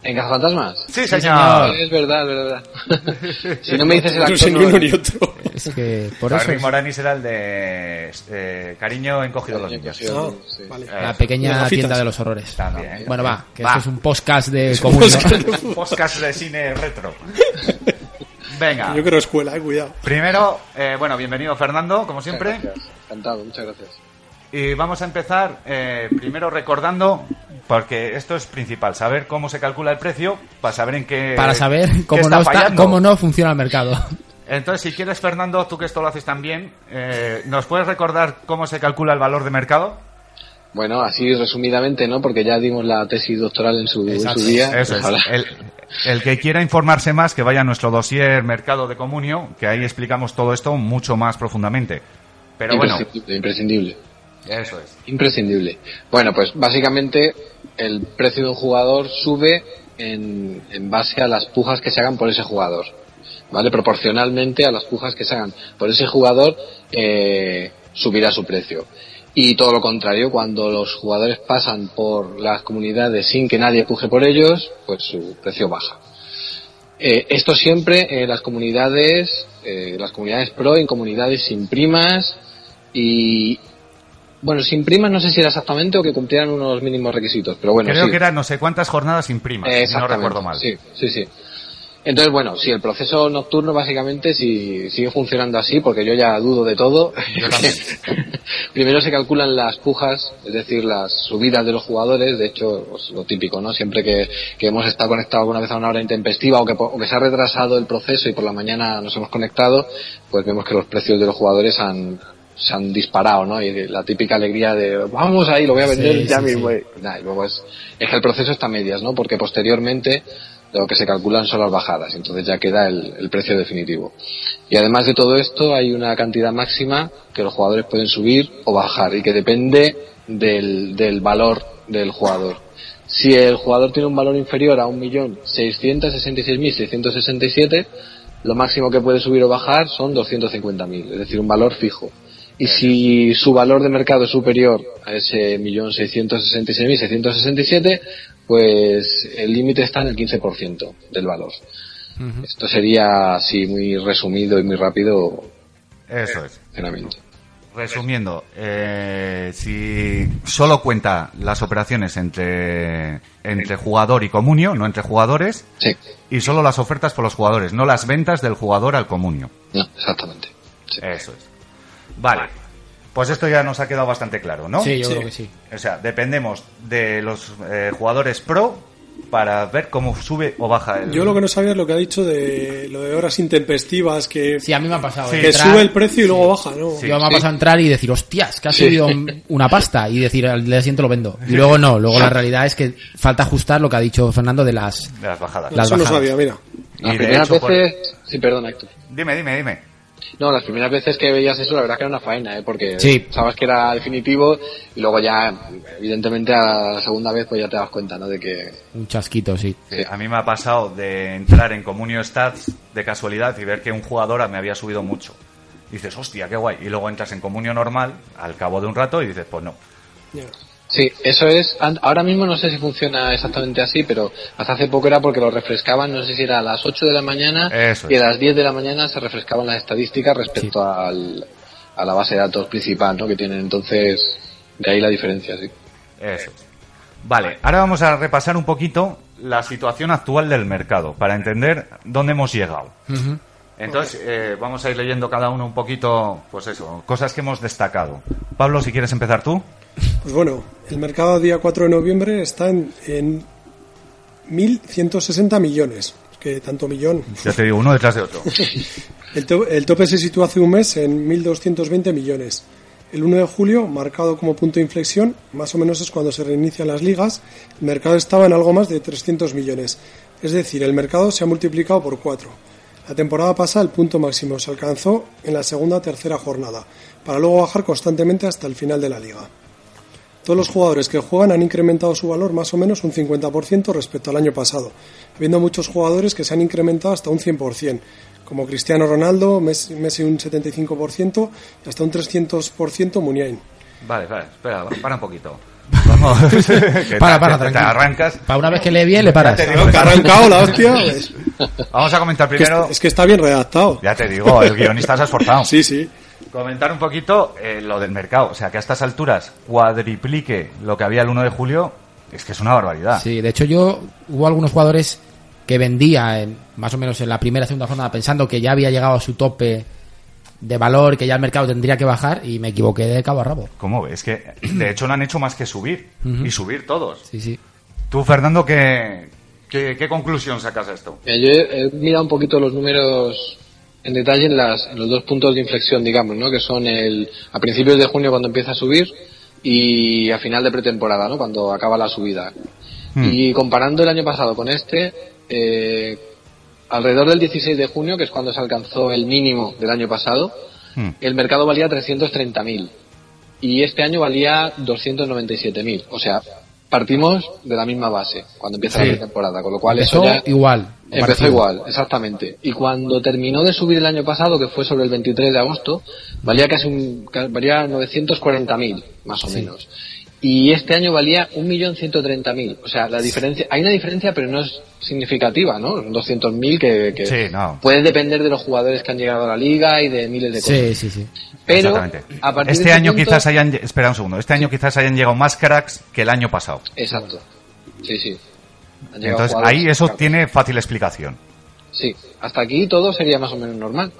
I: ¿En Cazafantasmas?
C: Sí, señor.
I: Es verdad, es verdad. si no me dices el
D: No sé
I: actor...
D: ni uno ni otro.
E: Es que por
C: Claro,
E: eso
C: Rick
E: es
C: Moranis era el de eh, Cariño encogido a los niños. Eh,
D: Ah,
I: Sí.
D: vale.
E: la pequeña
D: Las gafitas.
E: tienda de los horrores.
C: También.
E: Bueno, va, que
C: Va.
E: esto es un podcast de comunión.
C: Podcast de cine retro. Venga.
D: Yo creo escuela, eh, cuidado.
C: Primero, eh, bueno, bienvenido Fernando, como siempre.
I: Gracias. Encantado, muchas gracias.
C: Y vamos a empezar eh, primero recordando, porque esto es principal, saber cómo se calcula el precio para saber en qué.
E: Para
C: qué
E: saber cómo no, está,
C: fallando.
E: cómo no funciona el mercado.
C: Entonces, si quieres, Fernando, tú que esto lo haces también, eh, ¿nos puedes recordar cómo se calcula el valor de mercado?
I: Bueno, así resumidamente, ¿no? Porque ya dimos la tesis doctoral en su, en su día.
C: Eso es.
I: Ojalá.
C: El, el que quiera informarse más, que vaya a nuestro dossier Mercado de Comunio, que ahí explicamos todo esto mucho más profundamente. Pero bueno,
I: Imprescindible, imprescindible.
C: eso es.
I: Imprescindible. Bueno, pues básicamente el precio de un jugador sube en, en base a las pujas que se hagan por ese jugador. ¿Vale? Proporcionalmente a las pujas que se hagan por ese jugador, eh, subirá su precio. Y todo lo contrario, cuando los jugadores pasan por las comunidades sin que nadie puje por ellos, pues su precio baja. Eh, esto siempre en las comunidades, eh, las comunidades pro, en comunidades sin primas y, bueno, sin primas no sé si era exactamente o que cumplieran unos mínimos requisitos, pero bueno,
C: Creo
I: sí.
C: que era no sé cuántas jornadas sin primas,
I: Eh,
C: si no
I: exactamente,
C: recuerdo mal.
I: Sí, sí, sí. Entonces, bueno, si el proceso nocturno básicamente si sigue funcionando así, porque yo ya dudo de todo.
C: Yo también.
I: Primero se calculan las pujas, es decir, las subidas de los jugadores, de hecho, pues, lo típico, ¿no? Siempre que, que hemos estado conectados alguna vez a una hora intempestiva o que, po- o que se ha retrasado el proceso y por la mañana nos hemos conectado, pues vemos que los precios de los jugadores han, se han disparado, ¿no? Y la típica alegría de, vamos ahí, lo voy a vender
E: Sí,
I: ya
E: sí,
I: mismo.
E: sí.
I: Nah, y luego es, es que el proceso está a medias, ¿no? Porque posteriormente lo que se calculan son las bajadas, entonces ya queda el, el precio definitivo. Y además de todo esto, hay una cantidad máxima que los jugadores pueden subir o bajar y que depende del, del valor del jugador. Si el jugador tiene un valor inferior a 1.666.667, lo máximo que puede subir o bajar son 250.000, es decir, un valor fijo. Y si su valor de mercado es superior a ese 1.666.667, pues el límite está en el 15% del valor.
E: Ujú.
I: Esto sería así muy resumido y muy rápido,
C: Eso es.
I: sinceramente.
C: Resumiendo, eh, si solo cuenta las operaciones entre, entre jugador y comunio, no entre jugadores,
I: Sí,
C: y solo las ofertas por los jugadores, no las ventas del jugador al comunio.
I: no, exactamente.
C: Eso es. Vale. Pues esto ya nos ha quedado bastante claro, ¿no?
E: Sí, yo creo que sí.
C: O sea, dependemos de los eh, jugadores pro para ver cómo sube o baja el.
D: Yo lo que no sabía es lo que ha dicho de lo de horas intempestivas, que,
E: Sí, a mí me ha pasado.
C: Sí.
D: que
E: entrar-
D: sube el precio y luego baja, ¿no?
E: Yo me ha pasado entrar y decir, hostias, que ha subido un- una pasta. Y decir, al día siguiente lo vendo. Y luego no, luego la realidad es que falta ajustar lo que ha dicho Fernando de las...
C: de las bajadas.
E: Las
D: Eso no
E: bajadas.
D: sabía, mira.
I: Las
C: Y de
I: primeras
C: hecho, por-
I: veces... Sí, perdona, Héctor.
C: Dime, dime, dime.
I: No, las primeras veces que veías eso, la verdad que era una faena, ¿eh? Porque
E: Sí.
I: sabes que era definitivo y luego ya, evidentemente, a la segunda vez pues ya te das cuenta, ¿no? De que...
E: Un chasquito, sí.
I: Sí.
C: A mí me ha pasado de entrar en Comunio Stats de casualidad y ver que un jugador me había subido mucho. Y dices, hostia, qué guay. Y luego entras en Comunio normal al cabo de un rato y dices, pues no.
D: Ya.
I: Sí, eso es... an- Ahora mismo no sé si funciona exactamente así, pero hasta hace poco era porque lo refrescaban, no sé si era a las 8 de la mañana
C: Eso
I: y
C: es.
I: a las 10 de la mañana se refrescaban las estadísticas respecto al, a la base de datos principal, ¿no? Que tienen entonces... De ahí la diferencia, sí.
C: Eso es. Vale, ahora vamos a repasar un poquito la situación actual del mercado para entender dónde hemos llegado.
E: Ujú.
C: Entonces, eh, vamos a ir leyendo cada uno un poquito, pues eso, cosas que hemos destacado. Pablo, si quieres empezar tú.
D: Pues bueno, el mercado día 4 de noviembre está en, en 1.160 millones. Es que tanto millón.
C: Ya te digo, uno detrás de otro.
D: El, to- el tope se sitúa hace un mes en 1.220 millones. El 1 de julio, marcado como punto de inflexión, más o menos es cuando se reinician las ligas, el mercado estaba en algo más de 300 millones. Es decir, el mercado se ha multiplicado por 4. La temporada pasada el punto máximo se alcanzó en la segunda o tercera jornada, para luego bajar constantemente hasta el final de la liga. Todos los jugadores que juegan han incrementado su valor más o menos un 50% respecto al año pasado, habiendo muchos jugadores que se han incrementado hasta un 100%, como Cristiano Ronaldo, Messi, Messi un 75% y hasta un 300% Muniain.
C: Vale, vale, espera, para un poquito. Vamos. Que te-
E: Para, para,
C: que te,
E: tranquilo.
C: arrancas.
E: Para una vez que lee bien, le paras.
C: Te digo que
D: Que ha arrancado la hostia! pues.
C: Vamos a comentar
D: Que es,
C: primero.
D: es que está bien redactado.
C: Ya te digo, el guionista se ha esforzado.
D: Sí, sí.
C: Comentar un poquito eh, lo del mercado. O sea, que a estas alturas cuadriplique lo que había el 1 de julio, es que es una barbaridad.
E: Sí, de hecho yo hubo algunos jugadores que vendía en, más o menos en la primera segunda jornada pensando que ya había llegado a su tope de valor, que ya el mercado tendría que bajar y me equivoqué de cabo a rabo.
C: ¿Cómo ves? Que de hecho no han hecho más que subir. Y subir todos.
E: Sí, sí.
C: Tú, Fernando, ¿qué, qué, qué conclusión sacas a esto?
I: Mira, yo he he mirado un poquito los números en detalle en, las, en los dos puntos de inflexión, digamos, ¿no? Que son el, a principios de junio cuando empieza a subir y a final de pretemporada, ¿no? Cuando acaba la subida.
E: Hmm.
I: Y comparando el año pasado con este, eh, alrededor del 16 de junio, que es cuando se alcanzó el mínimo del año pasado,
C: Hmm.
I: el mercado valía 330.000 y este año valía 297.000. O sea, partimos de la misma base cuando empieza
E: Sí.
I: la temporada, con lo cual
E: Empezó
I: eso ya
E: igual.
I: Empezó
E: parecido.
I: igual, exactamente. Y cuando terminó de subir el año pasado, que fue sobre el 23 de agosto, valía casi un, ca- valía 940.000, más o
E: Sí.
I: menos. Y este año valía 1.130.000. O sea, la diferencia, hay una diferencia, pero no es significativa, ¿no? 200.000 que, que
C: Sí, no.
I: puede depender de los jugadores que han llegado a la liga y de miles de cosas.
E: Sí, sí, sí.
I: Pero,
C: Exactamente.
I: a partir de
C: Este
I: ese
C: año
I: punto-
C: quizás hayan... lle- Espera un segundo. Este año quizás hayan llegado más cracks que el año pasado.
I: Exacto. Sí, sí. Han llegado
C: Entonces
I: jugadores-
C: ahí eso tiene fácil explicación.
I: Sí, hasta aquí todo sería más o menos normal.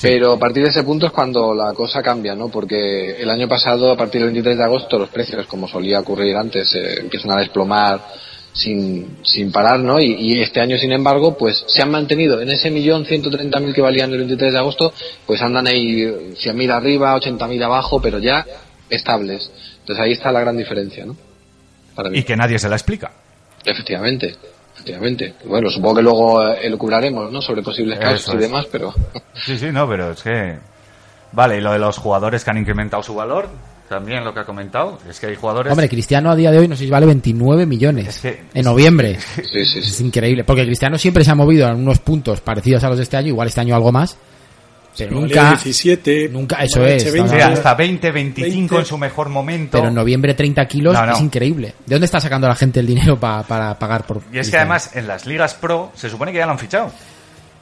I: Pero a partir de ese punto es cuando la cosa cambia, ¿no? Porque el año pasado, a partir del 23 de agosto, los precios, como solía ocurrir antes, eh, empiezan a desplomar sin, sin parar, ¿no? Y, y este año, sin embargo, pues se han mantenido en ese millón 130.000 que valían el 23 de agosto, pues andan ahí eh, 100.000 arriba, 80.000 abajo, pero ya estables. Entonces ahí está la gran diferencia, ¿no? Para mí.
C: Y que nadie se la explica.
I: Efectivamente, efectivamente. Bueno, supongo que luego eh, elucubraremos, ¿no? Sobre posibles
C: Eso
I: casos y
C: es.
I: demás, pero
C: Sí, sí, no, pero es que... Vale, y lo de los jugadores que han incrementado su valor, también lo que ha comentado, es que hay jugadores...
E: Hombre, Cristiano a día de hoy no sé si vale 29 millones
C: Es que-
E: en noviembre.
I: sí, sí,
E: Es
I: sí.
E: increíble, porque Cristiano siempre se ha movido en unos puntos parecidos a los de este año, igual este año algo más, pero
D: Vale,
E: nunca,
D: 17,
E: nunca- eso
D: vale,
E: es,
D: 20.
C: o sea, hasta 20, 25
D: 20.
C: en su mejor momento.
E: pero en noviembre 30 kilos
C: No, no.
E: es increíble. ¿De dónde está sacando la gente el dinero pa- para pagar por
C: Y es que
E: Cristiano?
C: además en las ligas pro se supone que ya lo han fichado,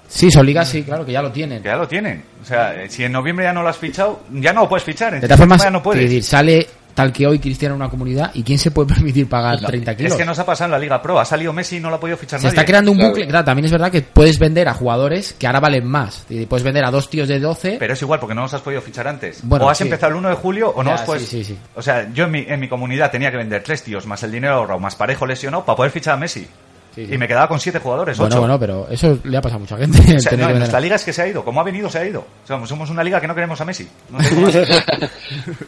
E: Sí, son ligas, sí, claro, que ya lo tienen.
C: que ya lo tienen. O sea, eh, si en noviembre ya no lo has fichado, ya no lo puedes fichar. En
E: De todas formas,
C: ya no puedes.
E: quiero decir, sale tal que hoy Cristiano en una comunidad y quién se puede permitir pagar 30 kilos.
C: Es que nos ha pasado en la Liga Pro. Ha salido Messi y no lo ha podido fichar
E: Se
C: nadie.
E: está creando un
I: Claro.
E: bucle. Claro, también es verdad que puedes vender a jugadores que ahora valen más. Y puedes vender a dos tíos de 12.
C: Pero es igual, porque no los has podido fichar antes.
E: Bueno,
C: o has
E: sí.
C: empezado el 1 de julio o no
E: Ya,
C: os puedes...
E: sí, sí, sí.
C: O sea, yo en mi, en mi comunidad tenía que vender tres tíos más el dinero ahorrado más parejo lesionado para poder fichar a Messi.
E: Sí, sí.
C: Y me quedaba con siete jugadores,
E: bueno,
C: ocho.
E: bueno, pero eso le ha pasado a mucha gente.
C: O sea, no,
E: tener que
C: en
E: vender
C: nuestra
E: a-
C: liga es que se ha ido. Como ha venido, se ha ido. O sea, somos una liga que no queremos a Messi. No tengo más.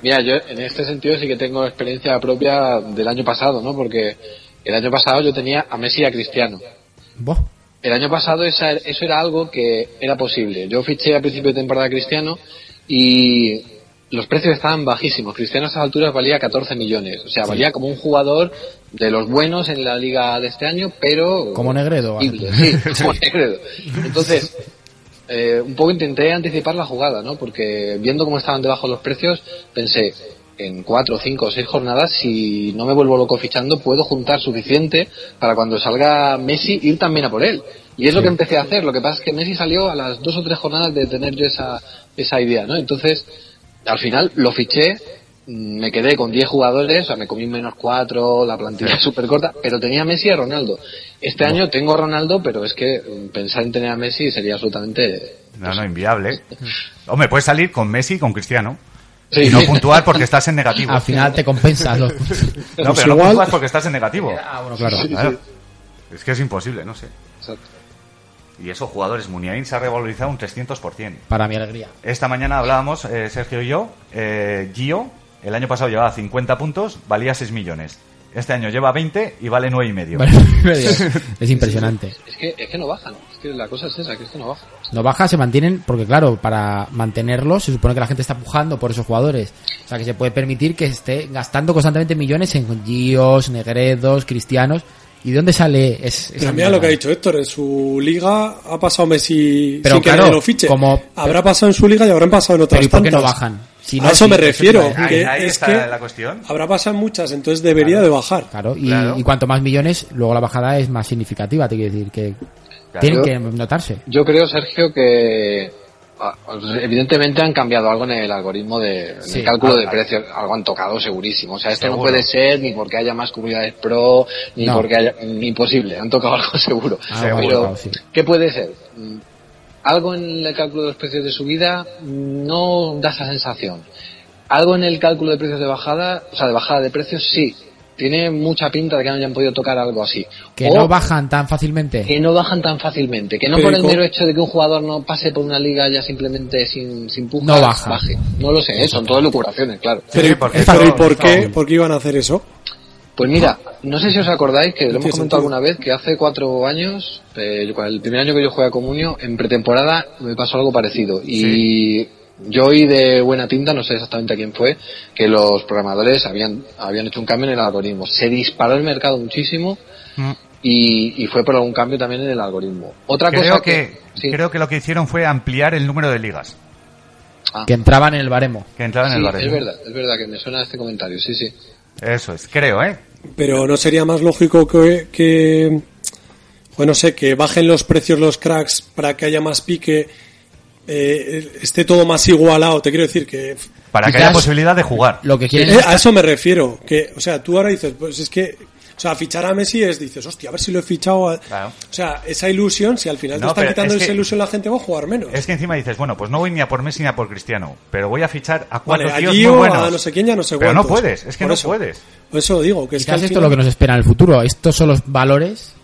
I: Mira, yo en este sentido sí que tengo experiencia propia del año pasado, ¿no? Porque el año pasado yo tenía a Messi y a Cristiano.
E: Buah.
I: El año pasado esa- eso era algo que era posible. Yo fiché a principio de temporada a Cristiano y los precios estaban bajísimos. Cristiano a estas alturas valía 14 millones. O sea, valía como un jugador de los buenos en la liga de este año, pero...
E: Como Negredo, ¿vale?
I: Horrible, Sí, como Negredo. Entonces, eh, un poco intenté anticipar la jugada, ¿no? Porque viendo cómo estaban debajo los precios, pensé en cuatro, cinco, seis jornadas, si no me vuelvo loco fichando, puedo juntar suficiente para cuando salga Messi ir también a por él. Y es lo que empecé a hacer. Lo que pasa es que Messi salió a las dos o tres jornadas de tener yo esa, esa idea, ¿no? Entonces, al final lo fiché, mm, me quedé con 10 jugadores, o sea, me comí menos 4, la plantilla súper corta, pero tenía a Messi y a Ronaldo. Este año tengo a Ronaldo, pero es que mm, pensar en tener a Messi sería absolutamente...
C: No, no, inviable. Hombre, puedes salir con Messi y con Cristiano.
I: Sí,
C: Y no puntuar porque estás en negativo.
E: Al final te compensas los puntos.
C: No,
D: Pues
C: pero no
D: igual-
C: puntúas porque estás en negativo.
E: Ah, bueno, claro.
C: Claro. Es que es imposible, no sé.
I: Exacto.
C: Y esos jugadores, Muniain se ha revalorizado un 300%.
E: Para mi alegría.
C: Esta mañana hablábamos, eh, Sergio y yo, eh, Gio, el año pasado llevaba 50 puntos, valía 6 millones. Este año lleva 20 y vale 9 y medio.
E: Vale, es impresionante.
I: Es que, es que no bajan, es que la cosa es esa, que es que no bajan.
E: No baja, se mantienen, porque claro, para mantenerlos se supone que la gente está pujando por esos jugadores. O sea que se puede permitir que esté gastando constantemente millones en Gios, Negredos, Cristianos. ¿Y de dónde sale es, esa
D: Pero mira lo
E: mierda?
D: que ha dicho Héctor, en su liga ha pasado Messi
E: Pero
D: sin que
E: claro,
D: nadie lo fiche.
E: como-
D: Habrá pasado en su liga y habrán pasado en otras
E: Pero ¿y por qué no
D: tantas.
E: bajan? Si
D: a
E: no,
D: eso
E: sí,
D: me
E: eso
D: refiero,
E: iba a
C: Ahí,
D: que
C: ahí
D: es
C: está
D: que
C: la cuestión.
D: habrá pasado en muchas, entonces debería de bajar.
E: Claro, y,
C: Claro.
E: y cuanto más millones, luego la bajada es más significativa, te quiero decir, que tienen que notarse.
I: Yo creo, Sergio, que ah, evidentemente han cambiado algo en el algoritmo de en
E: Sí,
I: el cálculo
C: ah,
I: de
C: ah.
I: precios, algo han tocado segurísimo. O sea, esto no
C: Seguro.
I: puede ser ni porque haya más comunidades pro, ni
E: No.
I: porque haya imposible, han tocado algo seguro.
E: Ah,
C: Seguro.
E: bueno, claro, sí.
I: ¿Qué puede ser? Mm, Algo en el cálculo de los precios de subida mm, no da esa sensación. Algo en el cálculo de precios de bajada, o sea, de bajada de precios, sí. Tiene mucha pinta de que no hayan podido tocar algo así.
E: Que
I: O
E: no bajan tan fácilmente.
I: que no bajan tan fácilmente, que no
D: Pero
I: por
D: ¿y
I: el
D: cómo?
I: mero hecho de que un jugador no pase por una liga ya simplemente sin, sin puja,
E: No baja.
I: baje. No lo sé, ¿eh? son todas locuraciones, claro.
C: Sí,
D: pero,
C: porque
D: pero
C: esto-
D: ¿y por
C: esto-
D: qué, por qué iban a hacer eso?
I: Pues mira, no sé si os acordáis que lo hemos
D: Sí,
I: comentado
D: sentido.
I: alguna vez que hace cuatro años, eh, yo- el primer año que yo jugué a Comunio, en pretemporada me pasó algo parecido. Y yo oí de buena tinta, no sé exactamente a quién fue, que los programadores habían, habían hecho un cambio en el algoritmo. Se disparó el mercado muchísimo. Y, y fue por algún cambio también en el algoritmo. Otra
C: Creo
I: cosa
C: que,
I: sí.
C: creo que lo que hicieron fue ampliar el número de ligas
I: Ah.
E: Que entraban en el baremo.
C: que entraban en
I: Sí,
C: el barrio.
I: Es verdad, es verdad que me suena este comentario, sí, sí.
C: Eso es, creo, ¿eh?
D: Pero no sería más lógico que, que bueno, no sé, que bajen los precios los cracks para que haya más pique, eh, esté todo más igualado. Te quiero decir que
C: Para que
E: Quizás-
C: haya posibilidad de jugar.
E: Lo que quieren
D: Eh,
E: es-
D: a eso me refiero, que, o sea, tú ahora dices, pues es que, o sea, fichar a Messi es, dices, hostia, a ver si lo he fichado. a-
C: Claro.
D: O sea, esa ilusión, si al final
C: No,
D: te están
C: pero
D: quitando
C: es
D: esa
C: que-
D: ilusión, la gente va a jugar menos.
C: Es que encima dices, bueno, pues no voy ni a por Messi ni a por Cristiano, pero voy a fichar a cuatro
D: Vale, a
C: tíos
D: Gio,
C: muy buenos.
D: a no sé quién, ya no sé
C: pero no
D: cuántos.
C: puedes, es que
D: Por
C: no
D: eso.
C: puedes.
D: Por eso digo, que es que
E: Quizás
D: al
E: esto es
D: final-
E: lo que nos espera en el futuro. Estos son los valores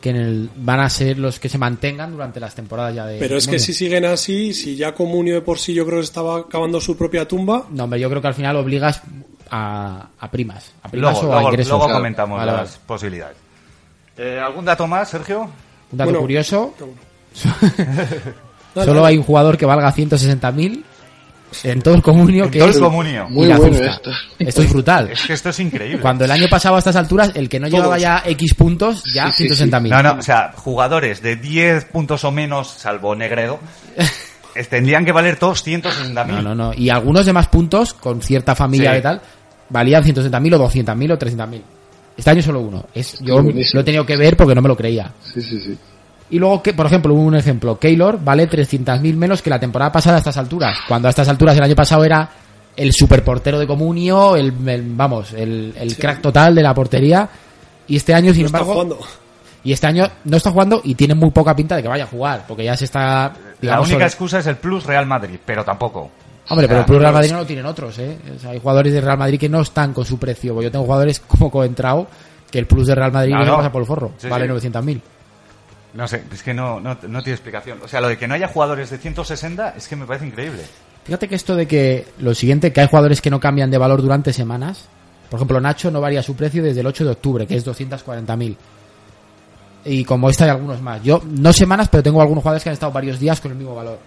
E: que en el, van a ser los que se mantengan durante las temporadas ya de.
D: Pero es que
E: Mundial.
D: si siguen así, si ya Comunio de por sí yo creo que estaba cavando su propia tumba,
E: No, hombre, yo creo que al final obligas a, a primas. A primas
C: Luego,
E: o a
C: luego,
E: ingresos.
C: luego
E: Claro.
C: comentamos
E: Vale,
C: las posibilidades. Eh, ¿Algún dato más, Sergio?
E: vale. Un dato
D: Bueno,
E: curioso:
D: Dale,
E: solo
D: dale.
E: hay un jugador que valga 160.000 en todo el comunio.
C: En
E: que
C: todo el
E: es
C: comunio.
I: Muy
E: Irazusta.
I: bueno esto.
E: Esto es brutal.
C: Es que esto es increíble.
E: Cuando el año pasado a estas alturas, el que no llevaba
D: Todos.
E: ya X puntos, ya
I: Sí, sí, sí.
E: 160.000.
C: No, no, o sea, jugadores de 10 puntos o menos, salvo Negredo, es- tendrían que valer todos 160.000.
E: No, no, no. Y algunos de más puntos, con cierta familia
C: Sí.
E: y tal, valían 160.000 o 200.000 o 300.000. Este año solo uno. Es, yo
I: buenísimo.
E: lo he tenido que ver porque no me lo creía.
I: Sí, sí, sí.
E: Y luego, que, por ejemplo, un ejemplo. Keylor vale 300.000 menos que la temporada pasada a estas alturas. Cuando a estas alturas el año pasado era el superportero de Comunio, el, el- vamos, el, el crack total de la portería. Y este año, sin
D: No está
E: embargo,
D: jugando.
E: y este año no está jugando y tiene muy poca pinta de que vaya a jugar, porque ya se está,
C: La
E: digamos,
C: única
E: sobre-
C: excusa es el plus Real Madrid, pero tampoco.
E: Hombre, pero
C: Ah,
E: el Plus
C: pero
E: Real
C: es-
E: Madrid no lo tienen otros, ¿eh? O sea, hay jugadores de Real Madrid que no están con su precio. Yo tengo jugadores como Coentrao, que el Plus de Real Madrid
C: Ah,
E: no, se
C: no.
E: pasa por el forro.
C: Sí,
E: vale
C: sí.
E: 900.000.
C: No sé, es que no, no, no tiene explicación. O sea, lo de que no haya jugadores de 160 es que me parece increíble.
E: Fíjate que esto de que lo siguiente, que hay jugadores que no cambian de valor durante semanas. Por ejemplo, Nacho no varía su precio desde el 8 de octubre, que es 240.000. Y como esta hay algunos más. Yo, no semanas, pero tengo algunos jugadores que han estado varios días con el mismo valor.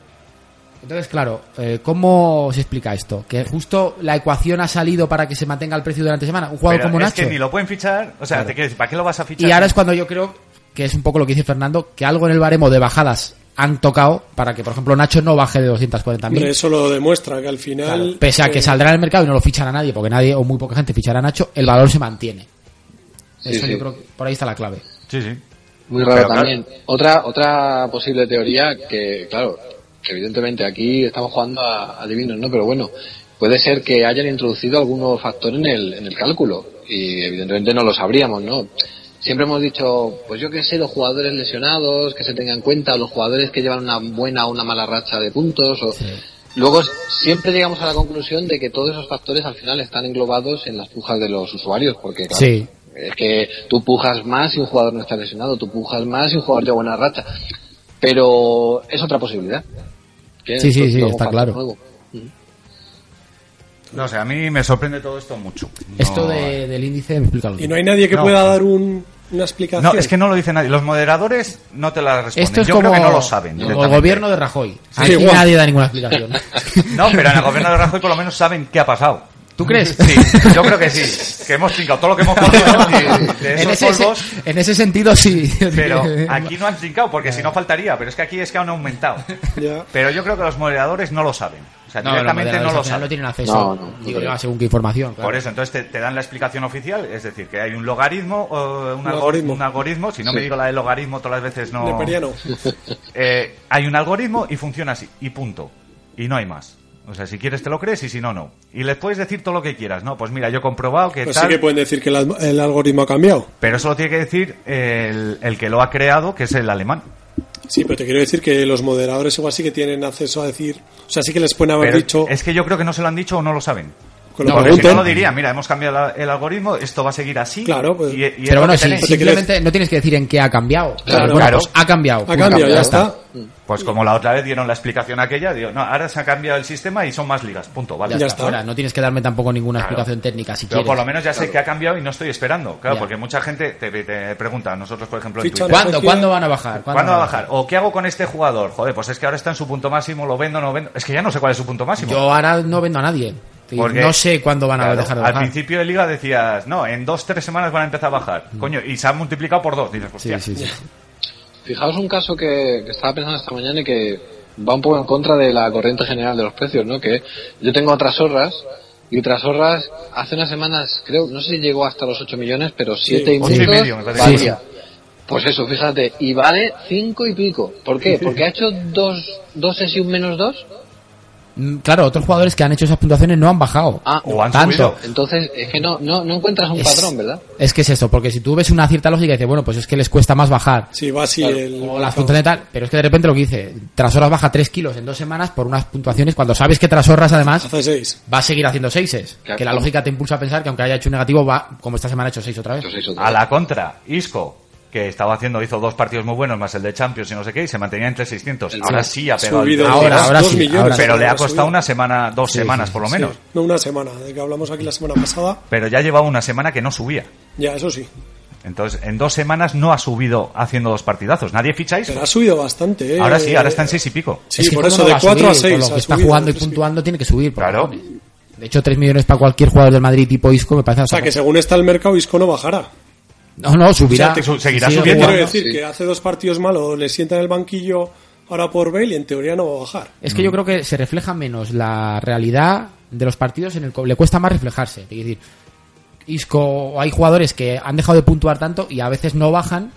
E: Entonces, claro, eh, ¿cómo se explica esto? Que justo la ecuación ha salido para que se mantenga el precio durante semana. Un jugador
C: Pero
E: como
C: es
E: Nacho.
C: que ni lo pueden fichar. O sea,
E: Claro.
C: te quiero decir, ¿para qué lo vas a fichar?
E: Y ahora es cuando yo creo que es un poco lo que dice Fernando, que algo en el baremo de bajadas han tocado para que, por ejemplo, Nacho no baje de 240.000.
D: Hombre, eso lo demuestra que al
E: Claro,
D: final.
E: Pese a que
D: eh,
E: saldrá al mercado y no lo fichará nadie, porque nadie o muy poca gente fichará a Nacho, el valor se mantiene.
I: Sí,
E: Eso yo
I: sí.
E: creo que por ahí está la clave.
C: Sí, sí.
I: Muy raro
A: Pero, claro.
I: también. Otra, otra posible teoría que, claro, que evidentemente aquí estamos jugando a, a divinos, ¿no? Pero bueno, puede ser que hayan introducido algún nuevo factor en el, en el cálculo. Y evidentemente no lo sabríamos, ¿no? Siempre hemos dicho, pues yo qué sé, los jugadores lesionados, que se tengan en cuenta, o los jugadores que llevan una buena o una mala racha de puntos, o... Luego siempre llegamos a la conclusión de que todos esos factores al final están englobados en las pujas de los usuarios, porque claro,
E: Sí.
I: es que tú pujas más si un jugador no está lesionado, tú pujas más si un jugador lleva buena racha. Pero es otra posibilidad. Que
E: Sí, sí,
I: esto
E: sí,
I: es un
E: está
I: factor
E: claro.
I: nuevo.
C: No sé, a mí me sorprende todo esto mucho.
E: Esto
C: No- eh.
E: de- del índice me explica lo
D: Y
E: mismo.
D: no hay nadie que
C: No.
D: pueda dar un, una explicación.
C: No, es que no lo dice nadie. Los moderadores no te la responden.
E: Esto es
C: Yo
E: como,
C: creo que no lo saben.
E: como el
C: directamente.
E: gobierno de Rajoy. Aquí
D: igual.
E: nadie da ninguna explicación.
C: No, pero en el gobierno de Rajoy por lo menos saben qué ha pasado.
E: ¿Tú crees?
C: Sí, yo creo que sí. Que hemos trincado todo lo que hemos pasado de, de
E: en,
C: esos
E: ese,
C: polvos.
E: en ese sentido sí.
C: Pero aquí no han trincado, porque si no faltaría. Pero es que aquí es que han aumentado.
D: Ya.
C: Pero yo creo que los moderadores no lo saben. O sea,
E: No, los
C: directamente no,
E: moderadores
C: lo
E: al final
C: saben.
E: no tienen acceso.
I: No, no, no
E: digo,
I: creo.
E: yo, según qué información. claro.
C: Por eso, entonces te, te dan la explicación oficial, es decir, que hay un logaritmo, o un,
D: Un
C: algor-
D: algoritmo.
C: un algoritmo, si no
I: Sí.
C: me digo la de logaritmo todas las veces no...
D: Neperiano.
C: Eh, hay un algoritmo y funciona así, y punto. Y no hay más. O sea, si quieres te lo crees y si no, no. Y les puedes decir todo lo que quieras, ¿no? Pues mira, yo he comprobado que
D: Pues sí
C: tal...
D: que pueden decir que el, al- el algoritmo ha cambiado.
C: Pero eso lo tiene que decir el, el que lo ha creado, que es el alemán.
D: Sí, pero te quiero decir que los moderadores igual sí que tienen acceso a decir. O sea, sí que les pueden haber
C: Pero
D: dicho.
C: es que yo creo que no se lo han dicho o no lo saben.
D: que lo
E: No,
C: Porque si
D: pregunten.
C: no lo diría, mira, hemos cambiado la- el algoritmo, esto va a seguir así.
D: Claro, pues-
C: y- y es
E: Pero
C: lo
E: bueno,
C: que
E: si,
C: tenéis.
D: Porque
E: simplemente no tienes que decir en qué ha cambiado.
D: Claro,
E: Bueno,
D: claro.
E: pues ha cambiado.
D: ha
E: punto.
D: cambiado, ya
I: ya
D: está.
I: está.
C: Pues como la otra vez dieron la explicación aquella, digo, no, ahora se ha cambiado el sistema y son más ligas, punto, vale.
E: Ya,
D: Ya
E: está.
D: está.
E: fuera. No tienes que darme tampoco ninguna explicación técnica si
C: Pero
E: quieres.
C: por lo menos ya sé que ha cambiado y no estoy esperando, claro,
E: Ya.
C: porque mucha gente te, te pregunta, nosotros por ejemplo en
D: Ficha
C: Twitter,
E: ¿Cuándo, ¿Cuándo van a bajar?
C: ¿cuándo va a
E: van
C: bajar? ¿O qué hago con este jugador? Joder, pues es que ahora está en su punto máximo, lo vendo, no vendo, es que ya no sé cuál es su punto máximo.
E: Yo ahora no vendo a nadie. Y
C: Porque-
E: no sé cuándo van a
C: Claro,
E: dejar de
C: Al
E: bajar.
C: principio de liga decías, no, en dos, tres semanas van a empezar a bajar, coño, y se han multiplicado por dos, dices,
E: Mm. Sí,
C: hostia.
E: sí, sí.
I: Fijaos un caso que, que estaba pensando esta mañana y que va un poco en contra de la corriente general de los precios, ¿no? Que yo tengo otras horras y otras horras hace unas semanas, creo, no sé si llegó hasta los 8 millones, pero 7 y,
C: ocho y
I: muchos
C: medio, me parece.
I: valía.
E: Sí, sí.
I: Pues eso, fíjate, y vale 5 y pico. ¿Por qué? Porque ha hecho dos, dos y un menos dos.
E: Mm, Claro, otros jugadores que han hecho esas puntuaciones no han bajado.
I: Ah,
C: O han
E: Tanto.
C: subido.
I: entonces es que no, no, no encuentras un
E: Es-
I: patrón, ¿verdad?
E: Es que es eso, porque si tú ves una cierta lógica y dices, bueno, pues es que les cuesta más bajar.
D: Sí, va así el.
E: O las puntuaciones tal, pero es que de repente lo que dice, tras horas baja 3 kilos en dos semanas por unas puntuaciones, cuando sabes que tras horas además
D: Hace seis.
E: va a seguir haciendo seises.
I: Claro.
E: Que la lógica te impulsa a pensar que aunque haya hecho un negativo, va, como esta semana ha hecho seis otra vez.
I: Yo soy
C: A la contra, Isco, que estaba haciendo, hizo dos partidos muy buenos, más el de Champions y no sé qué, y se mantenía entre 600. Ahora sí ha pegado. el
D: Subido
C: tiro.
E: ahora,
D: dos-
E: ahora
D: dos
E: sí,
D: millones.
E: ahora sí.
C: pero le ha
D: Ha subido.
C: costado una semana, dos
E: Sí,
C: semanas
E: sí,
C: por lo
D: Sí,
C: menos.
D: no una semana, de que hablamos aquí la semana pasada.
C: Pero ya llevaba una semana que no subía.
D: Ya, eso sí.
C: Entonces, en dos semanas no ha subido haciendo dos partidazos. Nadie ficha a
D: Pero
C: Isco.
D: ha subido bastante, ¿eh?
C: Ahora sí, ahora está en seis y pico.
D: Sí,
E: Es que
D: por
E: ¿cómo
D: eso,
E: no
D: de
E: va
D: 4 a
E: subir? Con
D: 6.
E: Lo que está jugando y puntuando tiene que subir. por
C: Claro.
E: cojones. De hecho, 3 millones para cualquier jugador del Madrid tipo Isco me parece...
D: O sea, que según está el mercado, Isco no bajará.
E: No, no,
C: O sea,
E: subirá.
C: te- seguirá
E: Sigue
C: subiendo.
D: Quiero
E: jugando.
D: decir
I: sí.
D: que hace dos partidos malos, le sientan en el banquillo ahora por Bale y en teoría no va a bajar.
E: Es
C: Mm.
E: que yo creo que se refleja menos la realidad de los partidos en el co- le cuesta más reflejarse. Es decir, Isco, hay jugadores que han dejado de puntuar tanto y a veces no bajan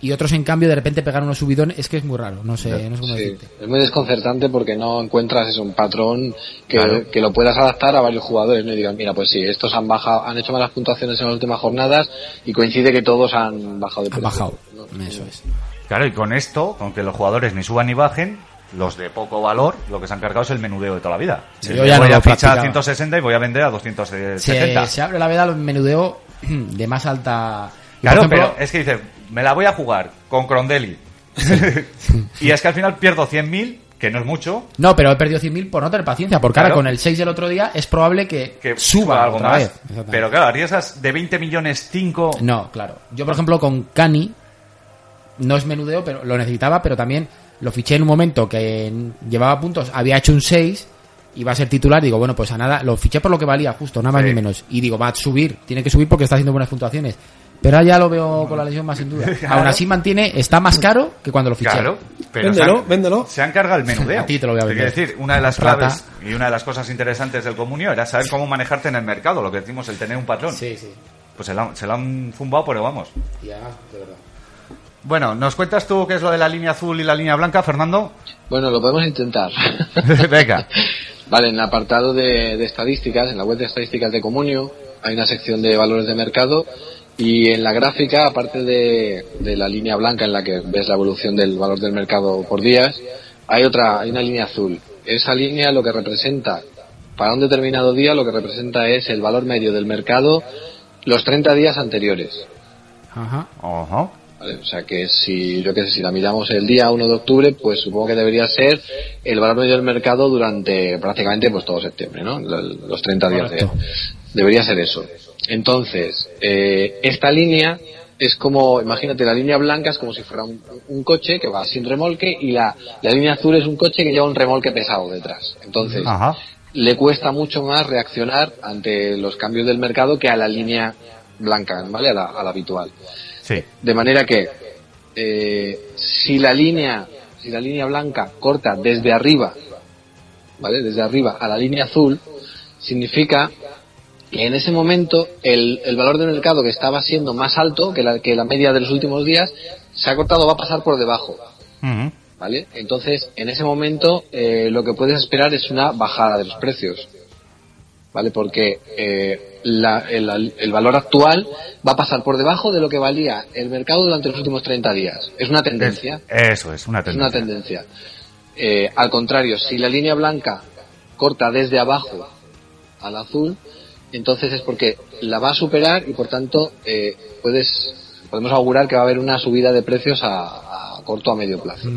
E: y otros en cambio de repente pegar unos subidones es que es muy raro, no sé, no sé cómo
I: Sí,
E: decirte.
I: es muy desconcertante porque no encuentras eso, un patrón que,
E: Claro.
I: que lo puedas adaptar a varios jugadores. No Y digas, mira, pues sí, estos han bajado, han hecho malas puntuaciones en las últimas jornadas y coincide que todos han bajado de
E: Han
I: precio.
E: bajado,
I: No,
E: eso es.
C: Claro, y con esto, con que los jugadores ni suban ni bajen, los de poco valor, lo que se han cargado es el menudeo de toda la vida.
E: Sí,
C: Si
E: yo ya
C: voy
E: no lo
C: a fichar
E: practicaba.
C: a 160 y voy a vender a 270.
E: Se, se abre la veda al menudeo de más alta. y, por
C: Claro,
E: ejemplo,
C: pero es que dices, me la voy a jugar con Crondelli. y es que al final pierdo 100.000, que no es mucho,
E: No, pero he perdido 100.000 por no tener paciencia, porque ahora
C: Claro.
E: con el 6 del otro día es probable que,
C: que
E: suba
C: algo
E: otra
C: más.
E: vez. Exactamente.
C: Pero claro, arriesgas de 20 millones 5.
E: No, claro. Yo, por ejemplo, con Cani, no es menudeo, pero lo necesitaba, pero también lo fiché en un momento que llevaba puntos, había hecho un 6, iba a ser titular, digo, bueno, pues a nada, lo fiché por lo que valía, justo, nada más
C: Sí.
E: ni menos. Y digo, va a subir, tiene que subir porque está haciendo buenas puntuaciones. Pero ahora ya lo veo con la lesión más sin duda.
C: Claro.
E: Aún así mantiene, está más caro que cuando lo fiché.
C: Claro, pero
D: Véndelo,
C: se han,
D: véndelo.
C: Se han cargado el menudeo.
E: A ti te lo voy a vender.
C: quiero decir, una de las
E: Rata.
C: claves y una de las cosas interesantes del comunio era saber cómo manejarte en el mercado, lo que decimos, el tener un patrón.
E: Sí, sí.
C: Pues se la, se la han zumbado, pero vamos.
E: Y además, de verdad.
C: Bueno, ¿nos cuentas tú qué es lo de la línea azul y la línea blanca, Fernando?
I: Bueno, lo podemos intentar.
C: Venga.
I: Vale, en el apartado de, de estadísticas, en la web de estadísticas de Comunio, hay una sección de valores de mercado y en la gráfica, aparte de, de la línea blanca en la que ves la evolución del valor del mercado por días, hay otra, hay una línea azul. Esa línea lo que representa, para un determinado día, lo que representa es el valor medio del mercado los 30 días anteriores.
E: Ajá.
C: Ojo.
I: ¿vale? O sea que si, yo qué sé, si la miramos el día 1 de octubre, pues supongo que debería ser el valor medio del mercado durante prácticamente pues todo septiembre, ¿no? Lo- Los 30 días de,
E: Correcto.
I: debería ser eso. Entonces, eh, esta línea es como, imagínate, la línea blanca es como si fuera un, un coche que va sin remolque y la, la línea azul es un coche que lleva un remolque pesado detrás. Entonces,
C: Ajá.
I: le cuesta mucho más reaccionar ante los cambios del mercado que a la línea blanca, ¿vale? A la- a la habitual.
C: Sí.
I: De manera que eh, si la línea si la línea blanca corta desde arriba, ¿vale? Desde arriba a la línea azul, significa que en ese momento el, el valor de mercado que estaba siendo más alto que la, que la media de los últimos días se ha cortado, va a pasar por debajo,
C: Ujú.
I: ¿vale? Entonces, en ese momento eh, lo que puedes esperar es una bajada de los precios, ¿vale? Porque eh, la- el, el valor actual va a pasar por debajo de lo que valía el mercado durante los últimos 30 días. Es una tendencia.
C: Eso es, una
I: Es
C: tendencia.
I: una tendencia. Eh, al contrario, si la línea blanca corta desde abajo al azul, entonces es porque la va a superar y por tanto eh, puedes podemos augurar que va a haber una subida de precios a, a corto a medio plazo.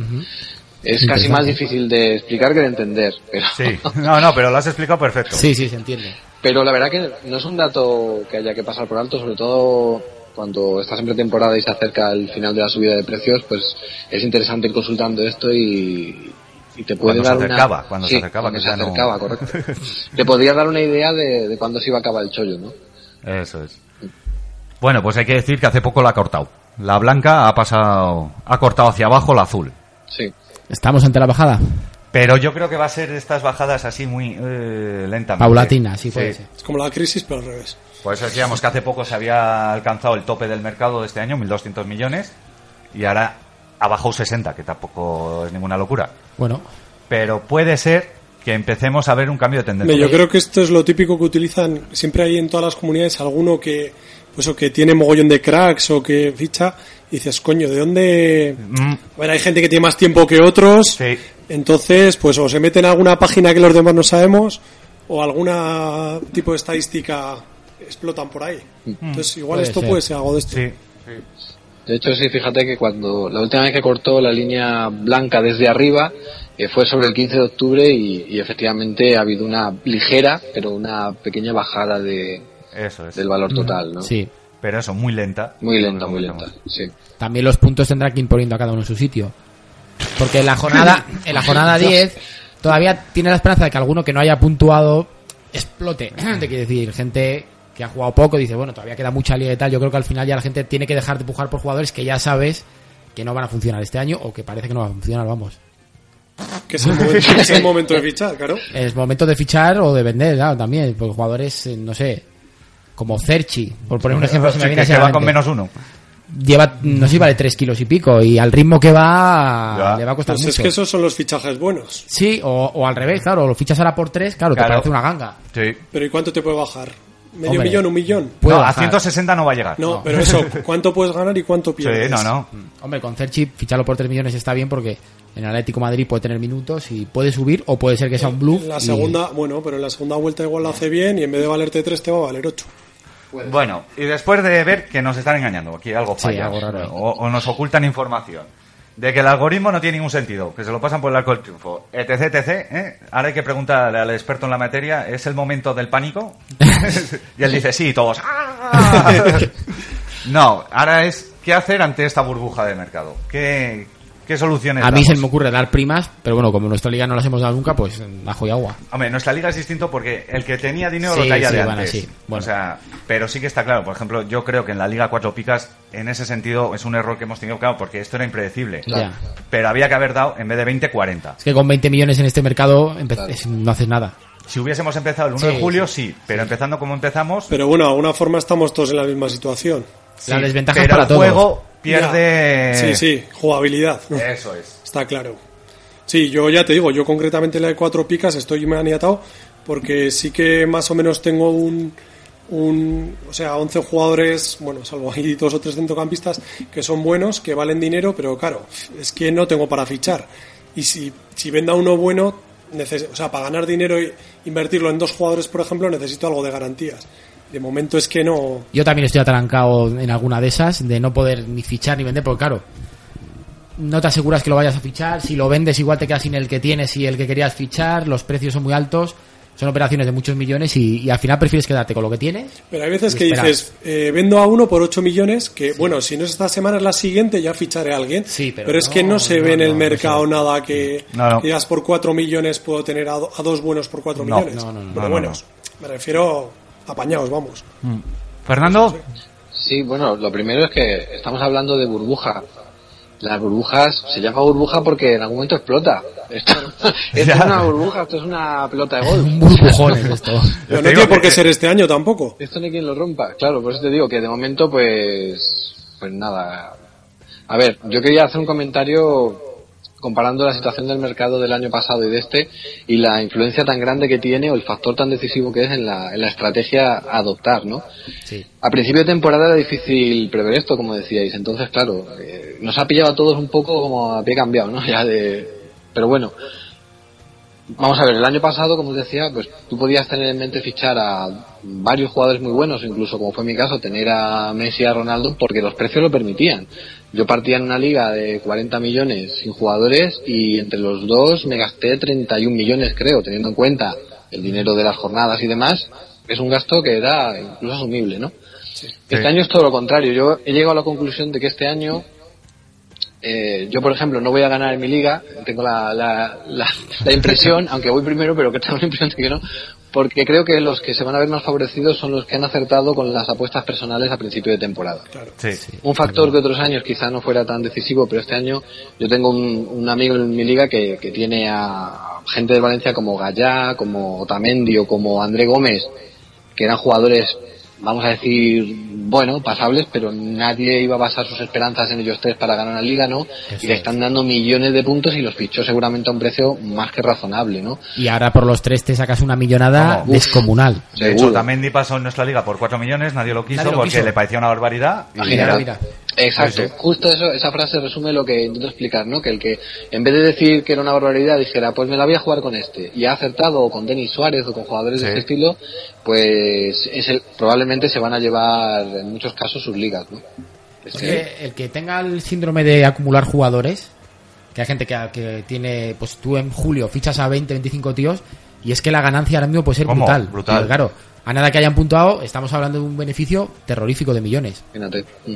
I: Es casi más difícil de explicar que de entender, pero,
C: Sí. No, no, pero lo has explicado perfecto.
E: Sí, sí, se entiende.
I: pero la verdad que no es un dato que haya que pasar por alto, sobre todo cuando estás en pretemporada y se acerca el final de la subida de precios, pues es interesante ir consultando esto y, y te puede
C: Cuando se
I: dar
C: acercaba,
I: una...
C: cuando
I: Sí,
C: se acercaba,
I: cuando
C: que
I: se
C: ya no-
I: acercaba, correcto. te podría dar una idea de, de cuándo se iba a acabar el chollo, ¿no?
C: Eso es. Bueno, pues hay que decir que hace poco la ha cortado. La blanca ha pasado, ha cortado hacia abajo la azul.
I: Sí.
E: Estamos ante la bajada.
C: Pero yo creo que va a ser estas bajadas así muy eh, lentamente.
E: Paulatina, sí, puede ser.
D: Es como la crisis, pero al revés.
C: Por eso decíamos que hace poco se había alcanzado el tope del mercado de este año, 1.200 millones, y ahora ha bajado 60, que tampoco es ninguna locura.
E: Bueno,
C: Pero puede ser que empecemos a ver un cambio de tendencia.
D: Hombre, Yo creo que esto es lo típico que utilizan siempre hay en todas las comunidades alguno que pues o que tiene mogollón de cracks o que ficha y dices, coño, ¿de dónde?
C: Mm,
D: A ver, hay gente que tiene más tiempo que otros.
C: sí.
D: Entonces, pues o se meten a alguna página que los demás no sabemos o alguna tipo de estadística explotan por ahí. Entonces, igual
E: Mm. Puede
D: esto
E: ser.
D: puede ser algo de esto.
C: Sí.
I: De hecho, sí, fíjate que cuando la última vez que cortó la línea blanca desde arriba eh, fue sobre el 15 de octubre y, y efectivamente ha habido una ligera, pero una pequeña bajada de,
C: Eso es.
I: del valor total, ¿no?
E: sí.
C: Pero eso, muy lenta.
I: Muy lenta, muy lenta,
E: Pues
I: sí.
E: también los puntos tendrá que ir poniendo a cada uno en su sitio. Porque en la jornada, en la jornada 10 todavía tiene la esperanza de que alguno que no haya puntuado explote. Te quiere decir, gente que ha jugado poco dice, bueno, todavía queda mucha liga y tal. Yo creo que al final ya la gente tiene que dejar de pujar por jugadores que ya sabes que no van a funcionar este año o que parece que no van a funcionar, vamos.
D: Que es el momento, es el momento de fichar, claro.
E: Es momento de fichar o de vender, claro, también. Porque jugadores, eh, no sé, como Cerchi, por poner un ejemplo, se me
C: Sí,
E: viene
C: que,
E: así a
C: que
E: la
C: va con
E: mente.
C: menos uno.
E: lleva, no sé si vale 3 kilos y pico, y al ritmo que va,
C: Ya.
E: le va a costar
D: Pues
E: mucho.
D: es que esos son los fichajes buenos.
E: Sí, o, o al revés, claro, lo fichas ahora por 3, claro, te
C: Claro.
E: parece una ganga.
C: Sí.
D: Pero ¿y cuánto te puede bajar? ¿Medio
E: Hombre.
D: millón, un millón?
E: Puede
C: No, a
E: bajar.
C: 160 no va a llegar.
D: No, pero eso, ¿cuánto puedes ganar y cuánto
C: Sí,
D: pierdes?
C: no, no.
E: Hombre, con Cerchi ficharlo por 3 millones está bien porque en Atlético de Madrid puede tener minutos y puede subir o puede ser que sea un bluff.
D: En La
E: y-
D: segunda, bueno, pero en la segunda vuelta igual la hace bien y en vez de valerte 3 te va a valer 8.
C: Bueno, y después de ver que nos están engañando, aquí algo
E: Sí,
C: falla,
E: algo raro.
C: O, o nos ocultan información, de que el algoritmo no tiene ningún sentido, que se lo pasan por el arco del triunfo, etc, etc, ¿eh? Ahora hay que preguntarle al experto en la materia, ¿es el momento del pánico? y él dice, sí, y todos, "¡Ah!". No, ahora es, ¿qué hacer ante esta burbuja de mercado? ¿Qué, qué soluciones
E: A mí
C: damos?
E: se me ocurre dar primas, pero bueno, como en nuestra liga no las hemos dado nunca, pues bajo y agua.
C: Hombre, nuestra liga es distinto porque el que tenía dinero
E: Sí,
C: lo traía
E: sí,
C: de
E: bueno,
C: antes.
E: sí, bueno.
C: O sea, pero sí que está claro. Por ejemplo, yo creo que en la Liga Cuatro Picas, en ese sentido, es un error que hemos tenido, claro, porque esto era impredecible.
E: Ya.
C: Pero había que haber dado, en vez de 20, 40.
E: Es que con 20 millones en este mercado empe- es- no haces nada.
C: Si hubiésemos empezado el 1
E: Sí,
C: de julio, sí. pero empezando como empezamos,
D: Pero bueno, de alguna forma estamos todos en la misma situación.
C: sí,
E: la desventaja es
C: pero
E: para
C: el
E: todos.
C: juego pierde...
D: Sí, sí, jugabilidad.
C: Eso es.
D: Está claro. Sí, yo ya te digo, yo concretamente en la de cuatro picas estoy maniatado porque sí que más o menos tengo un, un o sea, 11 jugadores, bueno, salvo ahí dos o tres centrocampistas que son buenos, que valen dinero, pero claro, es que no tengo para fichar. Y si, si venda uno bueno, neces- o sea, para ganar dinero e invertirlo en dos jugadores, por ejemplo, necesito algo de garantías. De momento es que no.
E: Yo también estoy atrancado en alguna de esas, de no poder ni fichar ni vender, porque claro, no te aseguras que lo vayas a fichar, si lo vendes igual te quedas sin el que tienes y el que querías fichar, los precios son muy altos, son operaciones de muchos millones y, y al final prefieres quedarte con lo que tienes.
D: Pero hay veces que
E: Espera.
D: dices, eh, vendo a uno por 8 millones, que bueno, si no es esta semana, es la siguiente, ya ficharé a alguien.
E: Sí, pero
D: es que
E: no,
D: no se
E: no,
D: ve en
E: no,
D: el
E: no
D: mercado nada que
C: No, no.
D: digas por 4 millones puedo tener a, do- a dos buenos por 4
C: No,
D: millones.
E: no, no, no,
D: pero
C: no,
D: buenos. Me refiero apañados, vamos.
C: Fernando,
I: Sí, bueno, lo primero es que estamos hablando de burbuja. Las burbujas, se llama burbuja porque en algún momento explota. Esto, esto es una burbuja, esto es una pelota de golf.
E: Un burbujón es esto.
D: Pero
C: te
D: no
C: digo
D: tiene por
C: que-
D: qué ser este año tampoco.
I: Esto no hay quien lo rompa. Claro, por eso te digo que de momento, pues. Pues nada. A ver, yo quería hacer un comentario comparando la situación del mercado del año pasado y de este y la influencia tan grande que tiene o el factor tan decisivo que es en la, en la estrategia a adoptar, ¿no?
E: Sí.
I: A principio de temporada era difícil prever esto, como decíais. Entonces, claro, eh, nos ha pillado a todos un poco como a pie cambiado, ¿no? Ya de... Pero bueno, vamos a ver, el año pasado, como os decía, pues tú podías tener en mente fichar a varios jugadores muy buenos, incluso como fue mi caso, tener a Messi y a Ronaldo, porque los precios lo permitían. Yo partía en una liga de 40 millones sin jugadores y entre los dos me gasté 31 millones, creo, teniendo en cuenta el dinero de las jornadas y demás. Es un gasto que era incluso asumible, ¿no? Este año es todo lo contrario. Yo he llegado a la conclusión de que este año eh, yo, por ejemplo, no voy a ganar en mi liga. Tengo la, la, la, la impresión, aunque voy primero, pero que tengo la impresión de que no. Porque creo que los que se van a ver más favorecidos son los que han acertado con las apuestas personales a principio de temporada.
C: sí.
I: Un factor que otros años quizá no fuera tan decisivo, pero este año yo tengo un, un amigo en mi liga que, que tiene a gente de Valencia como Gallá, como Otamendi o como André Gómez, que eran jugadores, vamos a decir, bueno, pasables, pero nadie iba a basar sus esperanzas en ellos tres para ganar la liga, ¿no?
E: Eso
I: y le
E: es.
I: están dando millones de puntos y los fichó seguramente a un precio más que razonable, ¿no?
E: Y ahora por los tres te sacas una millonada
C: Vamos.
E: descomunal.
C: De hecho,
I: Seguro.
C: Tamendi pasó en nuestra liga por 4 millones, nadie lo quiso
E: Nadie lo
C: porque
E: quiso.
C: le parecía una barbaridad. y
I: Imagina,
C: mira,
E: mira.
I: Exacto,
C: Eso.
I: justo eso, esa frase resume lo que intento explicar, ¿no? Que el que en vez de decir que era una barbaridad dijera, pues me la voy a jugar con este, y ha acertado o con Denis Suárez o con jugadores
C: Sí.
I: de este estilo, pues es el- probablemente se van a llevar en muchos casos sus ligas, ¿no?
E: Es que Eh, el que tenga el síndrome de acumular jugadores, que hay gente que, que tiene, pues tú en julio fichas a 20, 25 tíos, y es que la ganancia ahora mismo puede ser
C: ¿Cómo?
E: brutal.
C: Brutal.
E: Porque, claro, a nada que hayan puntuado, estamos hablando de un beneficio terrorífico de millones.
I: Imagínate. Mm.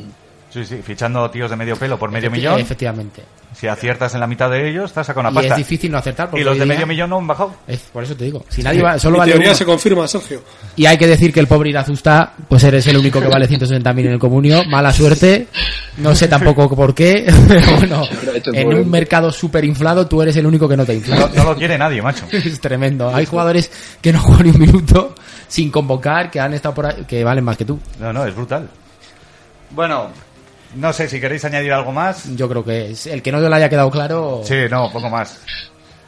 C: sí, sí, fichando tíos de medio pelo por medio millón.
E: Efectivamente.
C: Si aciertas en la mitad de ellos, te saca una
E: y
C: pasta.
E: es difícil no acertar.
C: Y
E: porque
C: los de
E: hoy
C: medio
E: día-
C: millón no han bajado.
E: es- por eso te digo. Si nadie va, solo
D: Mi
E: vale
D: teoría
E: uno.
D: se confirma, Sergio.
E: Y hay que decir que el pobre Irazusta, pues eres el único que vale 160.000 en el comunio. Mala suerte. No sé tampoco por qué. Pero bueno,
I: Este
E: en
I: pobre.
E: un mercado súper inflado, tú eres el único que no te infla.
C: No, no lo quiere nadie, macho.
E: Es tremendo. Hay jugadores que no juegan ni un minuto sin convocar, que han estado por ahí, que valen más que tú.
C: No, no, es brutal. Bueno, No sé si queréis añadir algo más.
E: Yo creo que es el que no le haya quedado claro.
C: Sí, no, poco más.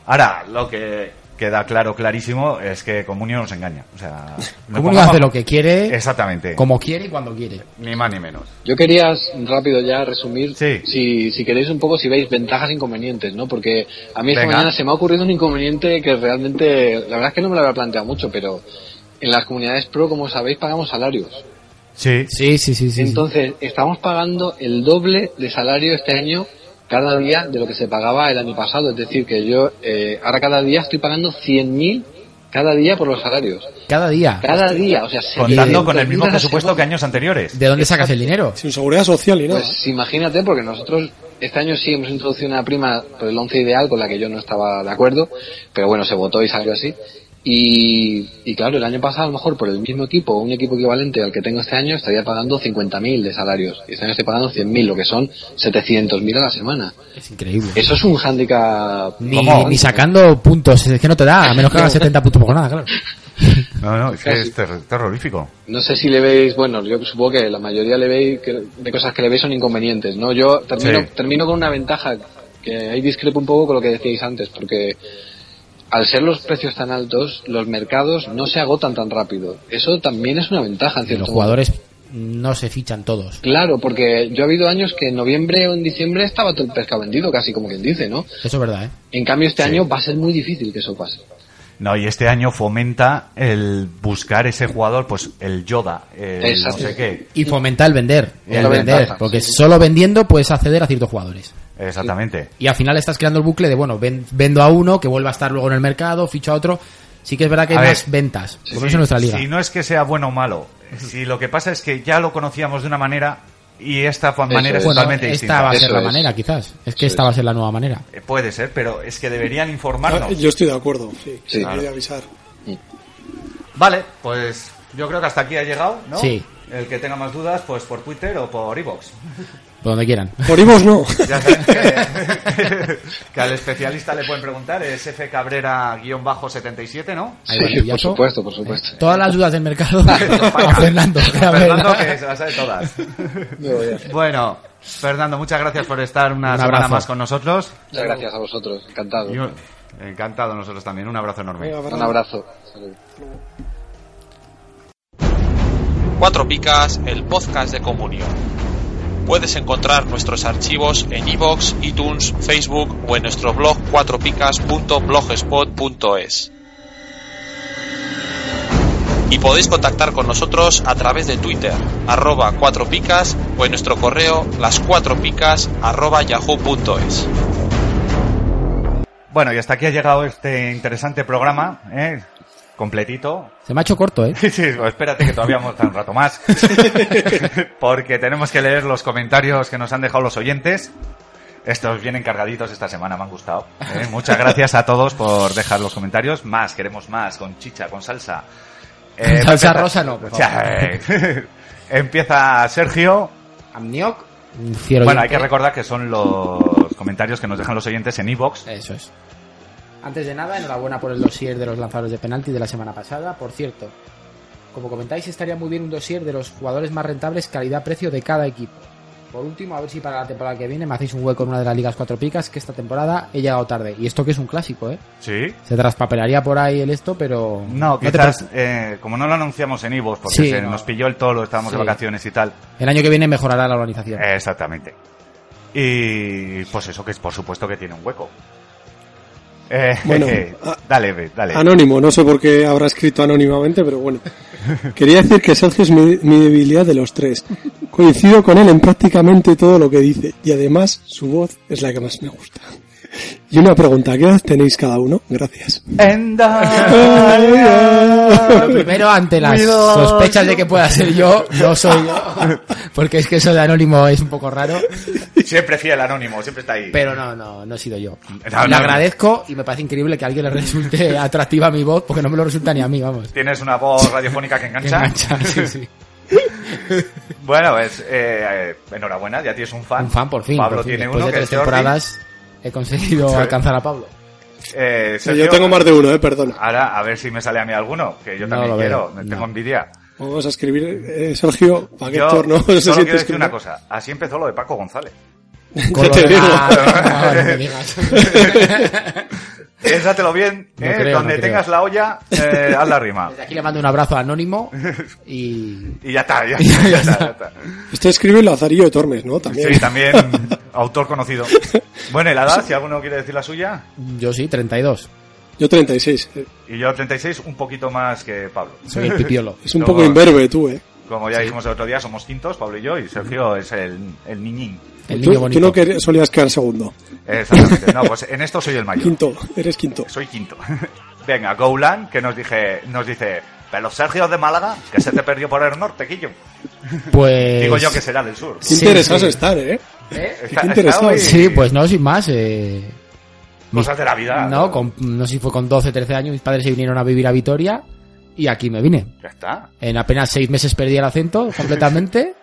C: Ahora, lo que queda claro, clarísimo, es que Comunio nos engaña. O sea, no
E: Comunio
C: pongamos-
E: hace lo que quiere,
C: Exactamente.
E: como quiere y cuando quiere.
C: Ni más ni menos.
I: Yo quería rápido ya resumir,
C: Sí.
I: si, si queréis un poco, si veis ventajas e inconvenientes, ¿no? Porque a mí esta
C: Venga.
I: mañana se me ha ocurrido un inconveniente que realmente, la verdad es que no me lo había planteado mucho, pero en las comunidades pro, como sabéis, pagamos salarios.
C: Sí.
E: Sí, sí, sí, sí.
I: Entonces, estamos pagando el doble de salario este año cada día de lo que se pagaba el año pasado. Es decir, que yo eh, ahora cada día estoy pagando 100.000 cada día por los salarios.
E: sí. Cada día.
I: Cada día, o sea, se-
C: Contando
I: eh,
C: con el mismo
I: terminas la
C: presupuesto que años anteriores.
E: ¿De dónde sacas el dinero?
D: Sin seguridad social y nada.
E: ¿eh?
I: Pues imagínate, porque nosotros este año sí hemos introducido una prima por el 11 ideal con la que yo no estaba de acuerdo, pero bueno, se votó y salió así. Y, y claro, el año pasado a lo mejor por el mismo equipo, un equipo equivalente al que tengo este año, estaría pagando 50.000 de salarios. Y este año estoy pagando 100.000, lo que son 700.000 a la semana.
E: Es increíble.
I: Eso es un hándicap.
E: Ni,
C: ¿Cómo?
E: ni sacando puntos, es que no te da, a menos que hagas 70 puntos por nada, claro.
C: No, no, es que
I: Casi.
C: es ter- terrorífico.
I: No sé si le veis, bueno, yo supongo que la mayoría le veis que- de cosas que le veis son inconvenientes, ¿no? Yo termino,
C: Sí.
I: termino con una ventaja que ahí discrepo un poco con lo que decíais antes, porque al ser los precios tan altos, los mercados no se agotan tan rápido. Eso también es una ventaja, en
E: Y
I: cierto
E: los
I: modo.
E: jugadores no se fichan todos.
I: Claro, porque yo ha habido años que en noviembre o en diciembre estaba todo el pescado vendido, casi como quien dice, ¿no?
E: Eso es verdad, ¿eh?
I: En cambio, este año va a ser muy difícil que eso pase.
C: No, y este año fomenta el buscar ese jugador, pues el Yoda, el no
I: Exacto.
C: sé qué.
E: Y fomenta el vender.
I: Es
E: El
I: la
E: vender.
I: ventaja,
E: Porque solo vendiendo puedes acceder a ciertos jugadores.
C: Exactamente.
E: Y al final estás creando el bucle de, bueno, ven- vendo a uno, que vuelva a estar luego en el mercado, ficho a otro. Sí que es verdad que hay
C: A ver.
E: más ventas. Por lo menos
C: Sí,
E: en nuestra liga.
C: Si no es que sea bueno o malo, si lo que pasa es que ya lo conocíamos de una manera y esta fa-
I: Eso
C: manera es
I: es.
E: bueno,
C: totalmente
E: esta
C: distinta.
E: va a ser
I: Eso
E: la
I: es.
E: manera, quizás. Es que
I: Eso
E: esta
I: es.
E: va a ser la nueva manera.
C: Eh, Puede ser, pero es que deberían
D: Ah,
C: informarnos.
D: Yo estoy de acuerdo, sí.
I: Sí.
D: Quería avisar.
C: Vale, pues yo creo que hasta aquí ha llegado, ¿no?
E: Sí.
C: El que tenga más dudas, pues por Twitter o por Evox.
E: Por donde quieran.
D: Morimos no.
C: Ya saben que, que al especialista le pueden preguntar, es F Cabrera-77, ¿no?
E: Ahí va el
I: Sí, por
E: pillazo.
I: supuesto, por supuesto.
E: Todas las dudas del mercado a Fernando. que a ver,
C: Fernando,
E: ¿no?
C: que se las sabe todas. Bueno, Fernando, muchas gracias por estar una
E: Un
C: semana
E: abrazo.
C: más con nosotros.
I: Muchas gracias a vosotros, encantado.
C: Y un- encantado nosotros también. Un abrazo enorme.
D: Venga,
I: Un
D: Fernando.
I: abrazo.
F: Cuatro Picas, el podcast de Comunio. Puedes encontrar nuestros archivos en iVoox, iTunes, Facebook o en nuestro blog cuatropicas.blogspot.es. Y podéis contactar con nosotros a través de Twitter, arroba cuatro picas o en nuestro correo las cuatro picas arroba yahoo.es.
C: Bueno, y hasta aquí ha llegado este interesante programa, ¿eh? completito.
E: Se me ha hecho corto, ¿eh?
C: Sí, sí, espérate que todavía vamos a estar un rato más. Porque tenemos que leer los comentarios que nos han dejado los oyentes. Estos vienen cargaditos esta semana, me han gustado. ¿eh? Muchas gracias a todos por dejar los comentarios. Más, queremos más, con chicha, con salsa. Eh,
E: Salsa
C: empieza-
E: rosa no, por
C: Sí.
E: favor.
C: eh, Empieza Sergio.
E: Amnioc. Fiero
C: Bueno, hay
E: oyente.
C: que recordar que son los comentarios que nos dejan los oyentes en iBox.
E: Eso es. Antes de nada, enhorabuena por el dossier de los lanzadores de penalti de la semana pasada. Por cierto, como comentáis, estaría muy bien un dossier de los jugadores más rentables calidad-precio de cada equipo. Por último, a ver si para la temporada que viene me hacéis un hueco en una de las ligas cuatro picas, que esta temporada he llegado tarde. Y esto que es un clásico, ¿eh?
C: Sí.
E: Se traspapelaría por ahí el esto, pero...
C: No,
E: te
C: quizás,
E: preocupes.
C: eh, como no lo anunciamos en Ivos, porque
E: Sí,
C: se
E: no.
C: nos pilló el tolo, estábamos
E: Sí.
C: de vacaciones y tal.
E: El año que viene mejorará la organización.
C: Eh, Exactamente. Y pues eso, que es por supuesto que tiene un hueco. Eh,
D: Bueno,
C: jeje,
D: a-
C: dale, ve, dale.
D: Anónimo, no sé por qué habrá escrito anónimamente, pero bueno. Quería decir que Sergio es mi, mi debilidad de los tres. Coincido con él en prácticamente todo lo que dice y además su voz es la que más me gusta. Y una pregunta, ¿qué edad tenéis cada uno? Gracias.
E: Primero, ante las sospechas de que pueda ser yo, no soy yo. Porque es que eso de anónimo es un poco raro.
C: Siempre fiel anónimo, siempre está ahí.
E: Pero no, no, no he sido yo.
C: No,
E: le
C: no.
E: agradezco y me parece increíble que a alguien le resulte atractiva mi voz, porque no me lo resulta ni a mí, vamos.
C: Tienes una voz radiofónica que
E: Qué
C: engancha.
E: mancha, sí, sí.
C: Bueno, es eh, eh, enhorabuena, ya tienes un fan.
E: Un fan, por fin.
C: Pablo
E: por fin.
C: tiene
E: Después
C: uno
E: de
C: que
E: tres
C: es Jordi.
E: temporadas he conseguido alcanzar a Pablo.
C: Eh,
D: Yo
C: Sergio,
D: tengo más de uno, eh, perdona.
C: Ahora, a ver si me sale a mí alguno, que yo
E: No
C: también
E: lo
C: quiero,
E: veo,
C: me
E: no.
C: tengo envidia.
D: Vamos a escribir, eh, Sergio, para que
C: Yo
D: Thor no
C: solo
D: se siente
C: quiero decir una
D: discriminado.
C: cosa. Así empezó lo de Paco González.
E: Con
D: Ya te
E: lo de
D: digo.
E: la- no, no me digas.
C: Piénsatelo bien,
E: No
C: ¿eh?
E: creo,
C: donde
E: no creo.
C: tengas la olla, eh, haz la rima.
E: Desde aquí le mando un abrazo a Anónimo y...
C: Y ya está, ya está, ya está. ya está.
D: Este escribe Lazarillo de Tormes, ¿no? También.
C: Sí, también autor conocido. Bueno, y la edad, si alguno quiere decir la suya.
E: Yo sí, 32.
D: Yo 36. eh,
C: Y yo 36, un poquito más que Pablo.
E: Soy el pipiolo.
D: Es un
C: No.
D: poco imberbe tú, ¿eh?
C: Como ya dijimos el otro día, somos quintos, Pablo y yo, y Sergio es el, el niñín.
E: El
D: Tú-
E: niño
D: tú,
E: bonito.
D: no querías- solías quedar segundo.
C: Exactamente. No, pues en esto soy el mayor.
D: Quinto, eres quinto.
C: Soy quinto. Venga, Goulan, que nos, dije, nos dice, pero Sergio es de Málaga, que se te perdió por el norte, Quillo.
E: Pues...
C: Digo yo que será del sur.
D: Qué
E: Sí,
D: interesados
E: sí.
D: están, ¿eh?
E: ¿Eh?
D: Qué interesado.
C: hoy-
E: Sí, pues no, sin más. eh,
C: Cosas de la vida.
E: No, con- no sé si fue con 12, 13 años, mis padres se vinieron a vivir a Vitoria y aquí me vine.
C: Ya está.
E: En apenas seis meses perdí el acento completamente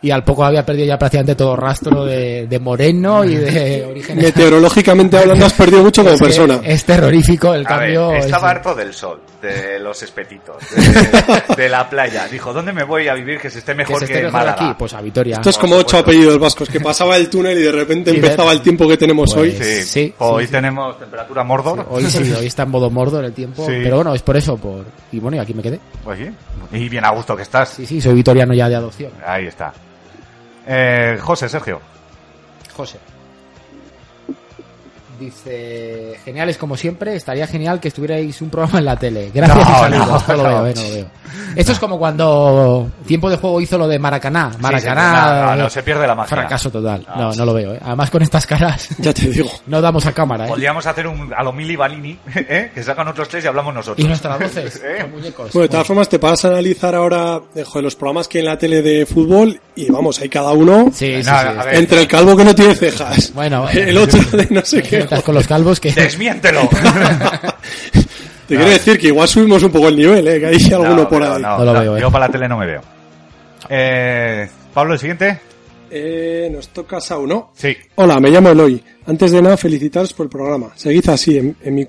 E: y al poco había perdido ya prácticamente todo rastro de, de moreno y de origen.
D: Meteorológicamente hablando, has perdido mucho como
E: Es que
D: persona.
E: Es terrorífico el
C: A ver,
E: cambio. es-
C: estaba harto del sol, de los espetitos, de, de la playa. Dijo, ¿dónde me voy a vivir que se esté
E: que
C: mejor
E: se
C: que,
E: esté mejor
C: Málaga?
E: aquí, pues a Vitoria.
D: Esto es
C: por
D: como ocho
C: supuesto.
D: apellidos vascos, que pasaba el túnel y de repente
E: Sí,
D: empezaba
E: ¿verdad?
D: el tiempo que tenemos
E: Pues-
D: hoy.
C: Sí,
E: Sí,
C: hoy
E: sí, sí.
C: tenemos temperatura Mordor.
E: Hoy sí, hoy está en modo mordor el tiempo.
C: Sí.
E: Pero bueno, es por eso. Por... Y bueno, y aquí me quedé.
C: Pues sí. Y bien a gusto que estás.
E: Sí, sí, soy vitoriano ya de adopción.
C: Ahí está. Eh, José, Sergio.
E: José. Dice, geniales como siempre, estaría genial que estuvierais un programa en la tele. Gracias
C: No,
E: y saludos.
C: no,
E: Esto lo
C: no.
E: veo, eh, no lo veo. Esto es como cuando Tiempo de Juego hizo lo de Maracaná. Maracaná.
C: Sí, sí, no, no,
E: eh,
C: se pierde la magia.
E: fracaso total.
C: Ah,
E: no,
C: sí.
E: no lo veo. eh. Además con estas caras
D: Ya te digo.
E: no damos a cámara. eh.
C: Podríamos hacer un a lo Mili Balini, ¿eh? que sacan otros tres y hablamos nosotros.
E: Y nuestras voces,
C: Eh.
E: son muñecos.
D: Bueno, de todas formas, te vas a analizar ahora eh, joder, los programas que hay en la tele de fútbol y vamos, hay cada uno
E: Sí, sí, sí.
C: Nada, a ver.
D: entre el calvo que no tiene cejas,
E: Bueno,
D: el otro de no sé qué.
E: Estás con los calvos que...
C: ¡Desmiéntelo!
D: Te quiero decir que igual subimos un poco el nivel, ¿eh? que hay alguno
C: No,
D: por
C: pero
D: ahí.
C: no,
E: No lo
C: no,
E: veo, eh.
C: Yo para la tele no me veo. Eh, Pablo, ¿el siguiente?
D: Eh, nos toca Sau, ¿no?
C: Sí.
D: Hola, me llamo Eloy. Antes de nada, felicitaros por el programa. Seguid así, en, en mi,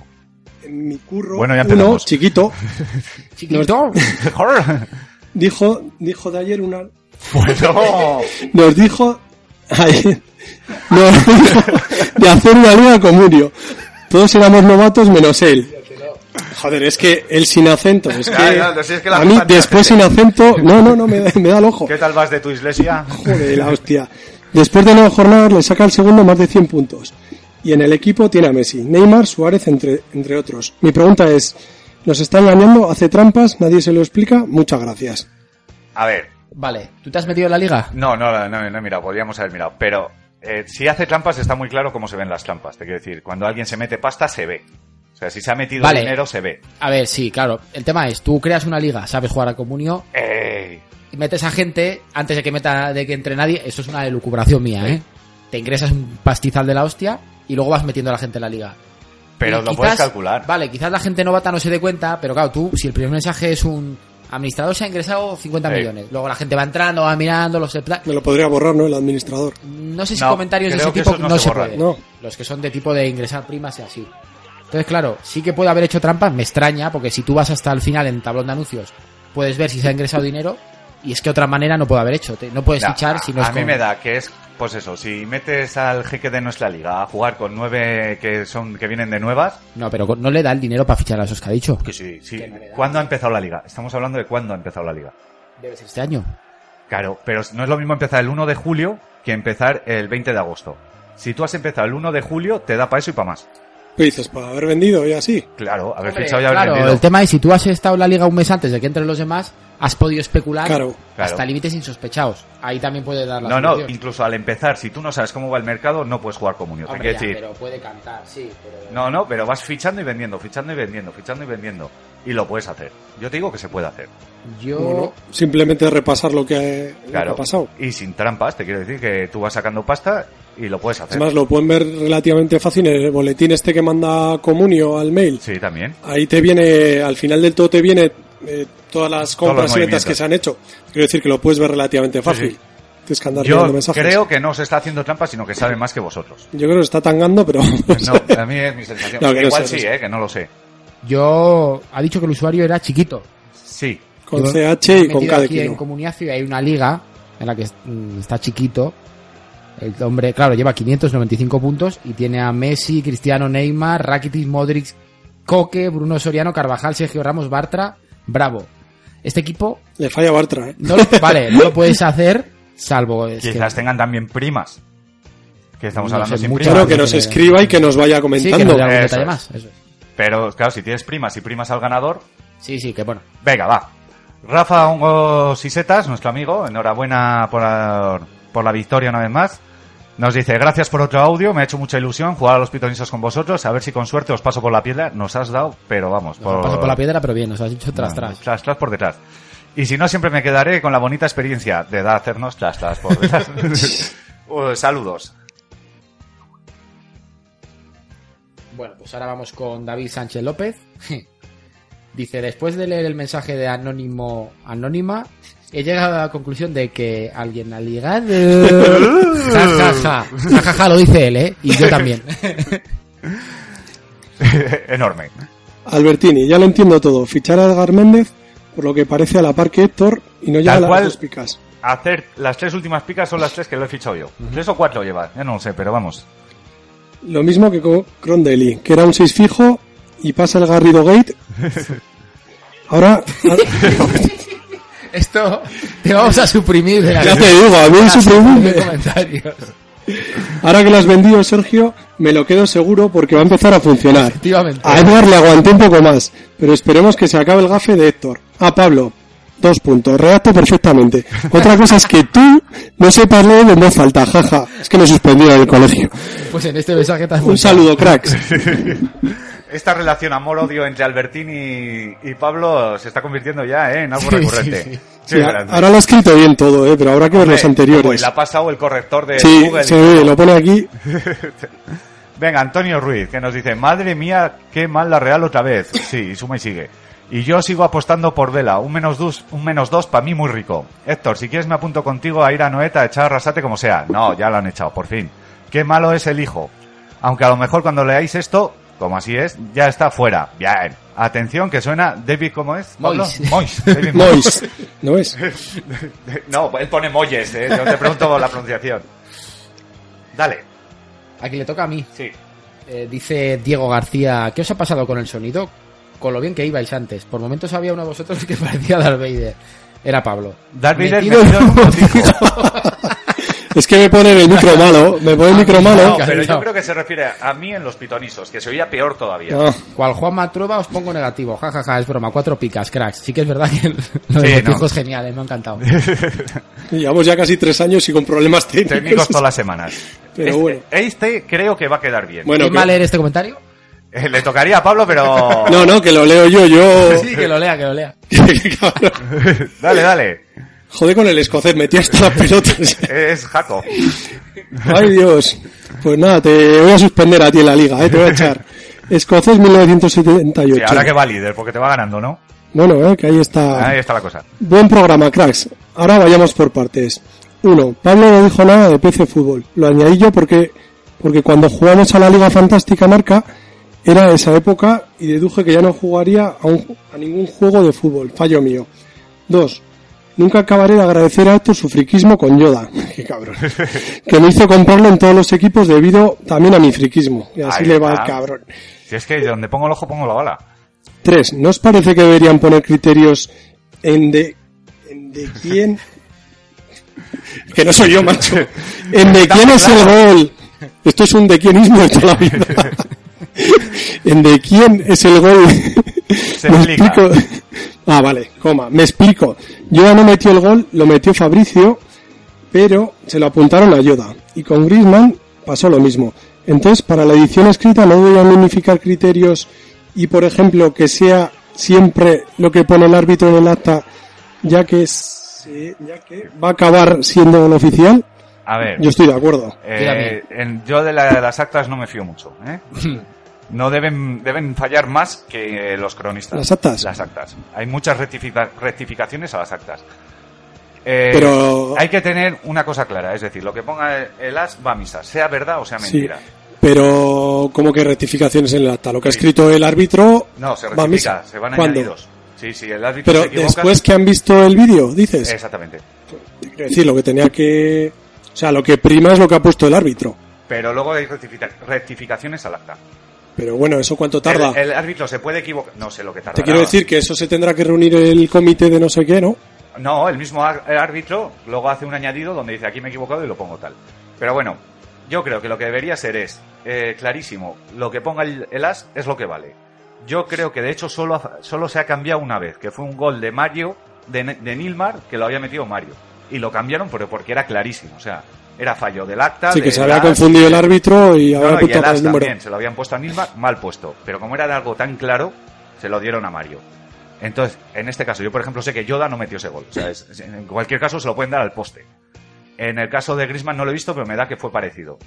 D: en mi curro
C: Bueno, ya empezamos.
D: uno, chiquito,
E: Chiquito.
D: dijo, dijo de ayer una...
C: bueno,
D: Nos dijo... ayer- nos dijo de hacer una liga con Murio. Todos éramos novatos menos él. Joder, es que él sin acento. Es que,
C: Ya, ya, si es que la
D: a mí
C: culpa es de la
D: después sin acento... No, no, no, me, da- me da el ojo.
C: ¿qué tal vas de tu iglesia?
D: Joder, la hostia. Después de nueve jornadas le saca el segundo más de 100 puntos. Y en el equipo tiene a Messi, Neymar, Suárez, entre, entre otros. Mi pregunta es, ¿nos está engañando? ¿Hace trampas? ¿Nadie se lo explica? Muchas gracias.
C: A ver,
E: Vale, ¿tú te has metido en la liga?
C: No, no, no, no he mirado, podríamos haber mirado. Pero eh, si hace trampas está muy claro cómo se ven las trampas. Te quiero decir, cuando alguien se mete pasta se ve. O sea, si se ha metido
E: Vale.
C: dinero se ve.
E: A ver, sí, claro. El tema es, tú creas una liga, sabes jugar a comunio,
C: ¡Ey!
E: y metes a gente antes de que meta, de que entre nadie, eso es una elucubración mía, ¿eh? Te ingresas un pastizal de la hostia y luego vas metiendo a la gente en la liga.
C: Pero
E: Y
C: lo
E: quizás-
C: puedes calcular.
E: Vale, quizás la gente novata no se dé cuenta, pero claro, tú, si el primer mensaje es un administrador se ha ingresado 50
C: Sí.
E: millones, luego la gente va entrando, va mirando, los
D: Me lo podría borrar, ¿no? El administrador.
E: no sé si
C: No,
E: comentarios de
C: creo
E: ese
C: que
E: tipo
C: esos no
E: no,
C: se
E: se,
C: borran.
E: pueden.
D: No.
E: Los que son de tipo de ingresar primas y así. Entonces, claro, sí que puede haber hecho trampa, me extraña, porque si tú vas hasta el final en tablón de anuncios, puedes ver si se ha ingresado dinero, y es que otra manera no puede haber hecho. Te- No puedes
C: No,
E: fichar si no
C: a
E: es
C: mí
E: con-
C: me da que es, pues eso, si metes al jeque de nuestra liga a jugar con nueve que son que vienen de nuevas,
E: No, pero con- no le da el dinero para fichar a esos que ha dicho.
C: que sí, sí.
E: Que no le da.
C: ¿Cuándo ha empezado la liga? Estamos hablando de cuándo ha empezado la liga.
E: Debe ser este año.
C: Claro, pero no es lo mismo empezar el 1 de julio que empezar el 20 de agosto. Si tú has empezado el 1 de julio, te da para eso y para más.
D: ¿Qué dices? ¿Para haber vendido y así?
C: Claro, haber
E: Hombre,
C: fichado y haber
E: claro,
C: vendido.
E: el tema es si tú has estado en la liga un mes antes de que entren los demás, has podido especular
D: Claro.
E: hasta
C: Claro.
E: límites insospechados. Ahí también puede dar la
C: No, no,
E: solución.
C: incluso al empezar, si tú no sabes cómo va el mercado, no puedes jugar comunio. Te
E: Hombre,
C: quiero
E: ya,
C: decir,
E: pero puede cantar, sí, pero-
C: no, no, pero vas fichando y vendiendo, fichando y vendiendo, fichando y vendiendo. Y lo puedes hacer. Yo te digo que se puede hacer.
E: Yo
D: Bueno, simplemente repasar lo que, lo que
C: Claro.
D: ha pasado.
C: Y sin trampas, te quiero decir que tú vas sacando pasta y lo puedes hacer.
D: Además, lo pueden ver relativamente fácil en el boletín este que manda Comunio al mail.
C: Sí, también.
D: Ahí te viene, al final del todo te viene eh, todas las compras y ventas
C: movimientos.
D: que se han hecho. Quiero decir que lo puedes ver relativamente fácil.
C: sí.
D: Tienes que andar
C: Yo
D: viendo mensajes.
C: creo que no se está haciendo trampas, sino que sabe más que vosotros.
D: Yo creo que está tangando, pero
C: No, a mí es mi sensación.
D: No, que no
C: Igual
D: sé,
C: sí,
D: no sé.
C: eh, que no lo sé.
E: Yo ha dicho que el usuario era chiquito.
C: Sí.
D: Con
E: Yo
D: CH
E: me he
D: y con
E: metido
D: K de
E: aquí en
D: Kino.
E: Comunidad y hay una liga en la que mm, está chiquito. El hombre, claro, lleva 595 puntos y tiene a Messi, Cristiano Neymar, Rakitic, Modric, Coque, Bruno Soriano, Carvajal, Sergio Ramos, Bartra, Bravo. Este equipo
D: Le falla Bartra, ¿eh?
E: no lo, vale, no lo puedes hacer salvo es que-
C: Quizás tengan también primas. Que estamos
E: No
C: hablando
E: sé,
C: sin
E: mucho
C: primas.
D: Claro, que nos escriba y que nos vaya
E: sí, que no
D: comentando.
E: hay algún
C: Eso
E: detalle
C: es.
E: más. eso es.
C: Pero claro, si tienes primas y primas al ganador,
E: Sí, sí, que bueno.
C: venga, va. Rafa Hongos y Setas, nuestro amigo, enhorabuena por, por la victoria una vez más. Nos dice, gracias por otro audio, me ha hecho mucha ilusión jugar a los pitonisos con vosotros, a ver si con suerte os paso por la piedra. Nos has dado, pero vamos,
E: Nos paso por la piedra, pero bien, nos has dicho tras,
C: Bueno,
E: tras.
C: Tras, tras por detrás. Y si no, siempre me quedaré con la bonita experiencia de da- hacernos tras, tras por detrás. Uh, saludos.
E: Bueno, pues ahora vamos con David Sánchez López. Dice, después de leer el mensaje de Anónimo Anónima, he llegado a la conclusión de que alguien ha ligado. Ja, ja, ja. Ja, ja, ja, lo dice él, ¿eh? Y yo también.
C: Enorme.
D: Albertini, ya lo entiendo todo. Fichar a Edgar Méndez, por lo que parece a la par que Héctor, y no llega
C: Tal
D: a las
C: cual.
D: dos picas.
C: Hacer las tres últimas picas son las tres que lo he fichado yo. Tres o cuatro lleva, ya no lo sé, pero vamos.
D: Lo mismo que con Crondelli, que era un 6 fijo y pasa el Garrido Gate. Ahora, ya
E: Esto te vamos a suprimir de la
D: te digo, a mí eso
E: de
D: pregunta.
E: comentarios.
D: Ahora que lo has vendido, Sergio, me lo quedo seguro porque va a empezar a funcionar.
E: Efectivamente.
D: A Edgar le aguanté un poco más, pero esperemos que se acabe el gafe de Héctor. Ah, Pablo, dos puntos, redacto perfectamente. Otra cosa es que tú no sepas leer en voz alta, jaja. Es que me suspendieron en el colegio.
E: Pues en este mensaje te has
D: Un saludo, cracks.
C: Esta relación amor-odio entre Albertini y, y Pablo se está convirtiendo ya ¿eh? en algo
E: Sí,
C: recurrente.
E: sí, sí.
D: Sí, a-
C: grande.
D: ahora lo ha escrito bien todo, eh, pero habrá que ver los
C: Hombre,
D: anteriores.
C: uy, la ha pasado el corrector de
D: Sí,
C: Google.
D: se ve, lo pone aquí.
C: Venga, Antonio Ruiz, que nos dice, madre mía, qué mal la Real otra vez. Sí, y suma y sigue. Y yo sigo apostando por Vela, un menos dos, un menos dos para mí muy rico. Héctor, si quieres me apunto contigo a ir a Noeta a echar a Rasate como sea. No, ya lo han echado, por fin. Qué malo es el hijo. Aunque a lo mejor cuando leáis esto, como así es, ya está fuera. Bien. Atención, que suena David, ¿cómo es? Pablo?
E: Moyes.
C: Moyes. David Moyes.
D: Mois, ¿no es?
C: No, él pone Moyes, ¿eh? yo te pregunto la pronunciación. Dale.
E: A quien le toca a mí.
C: Sí.
E: Eh, dice Diego García, ¿qué os ha pasado con el sonido? Con lo bien que ibais antes. Por momentos había uno de vosotros que parecía Darth Vader. Era Pablo.
C: Darth Vader
E: Metido en
C: metido en un botijo.
D: Es que me ponen el micro malo, me ponen el micro malo.
C: No, pero yo
E: Encantado.
C: creo que se refiere a mí en los pitonisos, que se oía peor todavía.
D: Ah,
E: Cual Juan Matrueva os pongo negativo. Ja, ja, ja, es broma. Cuatro picas, cracks. Sí que es verdad que el- lo de
C: Sí,
E: los
C: no.
E: pijos genial, eh, me ha encantado.
D: llevamos ya casi tres años y con problemas técnicos.
C: Técnicos todas las semanas.
D: Pero
C: este,
D: bueno.
C: este creo que va a quedar bien.
D: Bueno,
E: ¿Es mal
D: que-
E: leer este comentario?
C: Eh, Le tocaría a Pablo, pero...
D: no, no, que lo leo yo, yo.
E: Sí, que lo lea, que lo lea.
D: Cabrón.
C: Dale, dale.
D: Joder con el escocés, metí hasta las pelotas.
C: Es Jaco.
D: Ay Dios. Pues nada, te voy a suspender a ti en la liga, eh, te voy a echar. Escocés 1978.
C: Sí, ahora que va líder, porque te va ganando, ¿no?
D: Bueno, eh, que ahí está.
C: Ahí está la cosa.
D: Buen programa, cracks. Ahora vayamos por partes. Uno, Pablo no dijo nada de PC Fútbol. Lo añadí yo porque, porque cuando jugamos a la Liga Fantástica Marca, era esa época y deduje que ya no jugaría a, un- a ningún juego de fútbol. Fallo mío. Dos, nunca acabaré de agradecer a Héctor su friquismo con Yoda. Qué cabrón. Que me hizo comprarlo en todos los equipos debido también a mi friquismo. Y así
C: Ahí
D: le va
C: está.
D: al cabrón.
C: Si es que donde pongo el ojo, pongo la bala.
D: Tres, ¿no os parece que deberían poner criterios en de, en de quién? que no soy yo, macho. En de quién es el gol. Esto es un de quiénismo de toda la vida. en de quién es el gol.
C: Se
D: Me
C: explica.
D: explico. Ah, vale, coma. Me explico. Yoda no metió el gol, lo metió Fabricio, pero se lo apuntaron a Yoda. Y con Griezmann pasó lo mismo. Entonces, para la edición escrita no deberían unificar criterios y, por ejemplo, que sea siempre lo que pone el árbitro en el acta, ya que, se- ya que va a acabar siendo el oficial.
C: A ver.
D: Yo estoy de acuerdo.
C: eh, en- yo de, la- de las actas no me fío mucho, ¿eh? No deben, deben fallar más que eh, los cronistas.
D: Las actas.
C: Las actas. Hay muchas rectifica- rectificaciones a las actas. Eh,
D: Pero-
C: hay que tener una cosa clara, es decir, lo que ponga el, el as va a misa, sea verdad o sea
D: Sí.
C: mentira.
D: Pero, como que rectificaciones en el acta? Lo que ha escrito el árbitro.
C: No, se
D: va a misa.
C: rectifica, se van
D: ¿Cuándo?
C: añadidos. Sí, sí, el árbitro
D: Pero
C: se equivoca.
D: después que han visto el vídeo, dices.
C: Exactamente.
D: Quiero decir, lo que tenía que. O sea, lo que prima es lo que ha puesto el árbitro.
C: Pero luego hay rectifica- rectificaciones al acta.
D: Pero bueno, ¿eso cuánto tarda?
C: El, el árbitro se puede equivocar. No sé lo que tarda.
D: Te quiero decir que eso se tendrá que reunir el comité de no sé qué, ¿no?
C: No, el mismo ar- el árbitro luego hace un añadido donde dice aquí me he equivocado y lo pongo tal. Pero bueno, yo creo que lo que debería ser es eh, clarísimo. Lo que ponga el, el as es lo que vale. Yo creo que de hecho solo, ha- solo se ha cambiado una vez, que fue un gol de Mario, de, Ne- de Nilmar, que lo había metido Mario. Y lo cambiaron pero porque era clarísimo. O sea, era fallo del acta.
D: Sí, que
C: del
D: se había
C: as,
D: confundido el árbitro y
C: no,
D: había
C: no, y
D: apuntado
C: el
D: para
C: as
D: el número.
C: también, se lo habían puesto a Nilmar, mal puesto. Pero como era algo tan claro, se lo dieron a Mario. Entonces, en este caso, yo por ejemplo sé que Yoda no metió ese gol. O sea, es- es- en cualquier caso se lo pueden dar al poste. En el caso de Grisman no lo he visto, pero me da que fue parecido.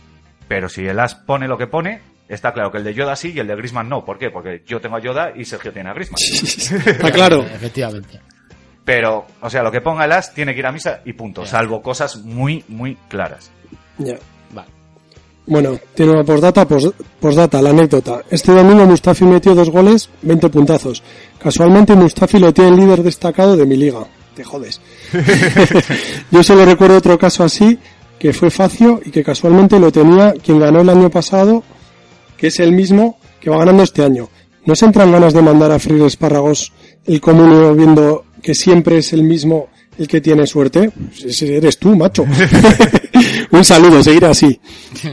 C: Pero si el as pone lo que pone, está claro que el de Yoda sí y el de Grisman no. ¿Por qué? Porque yo tengo a Yoda y Sergio tiene a Grisman. Ah,
D: Está claro.
E: Eh, Efectivamente.
C: Pero, o sea, lo que ponga el as tiene que ir a misa y punto.
E: Ya.
C: Salvo cosas muy, muy claras.
D: Ya.
E: Vale.
D: Bueno, tiene una postdata, pos- postdata, la anécdota. Este domingo Mustafi metió dos goles, 20 puntazos. Casualmente Mustafi lo tiene el líder destacado de mi liga. Te jodes. Yo solo recuerdo otro caso así, que fue Facio y que casualmente lo tenía quien ganó el año pasado, que es el mismo que va ganando este año. ¿No se entran ganas de mandar a freír espárragos el comunio viendo que siempre es el mismo el que tiene suerte? Pues Ese eres tú, macho. Un saludo, seguir así.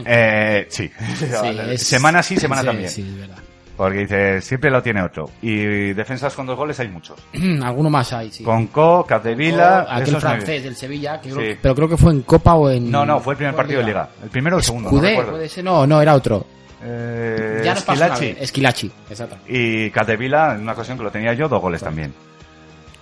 C: Eh, sí.
E: es-
C: Semana sí, semana
E: sí,
C: también.
E: Sí, es verdad.
C: Porque dice, siempre lo tiene otro. Y defensas con dos goles hay muchos.
E: Alguno más hay, sí.
C: Con Co, Capdevila,
E: O aquel
C: esos
E: francés del Sevilla, que creo-
C: Sí.
E: pero creo que fue en Copa o en...
C: No, no, fue el primer
E: ¿Fue en
C: partido de liga. El primero o el segundo,
E: Cudé,
C: no recuerdo.
E: puede ser, no, no, era otro.
C: Eh,
E: ya nos pasó una
C: Esquilachi.
E: vez. Esquilachi, exacto.
C: Y Capdevila, en una ocasión que lo tenía yo, dos goles también.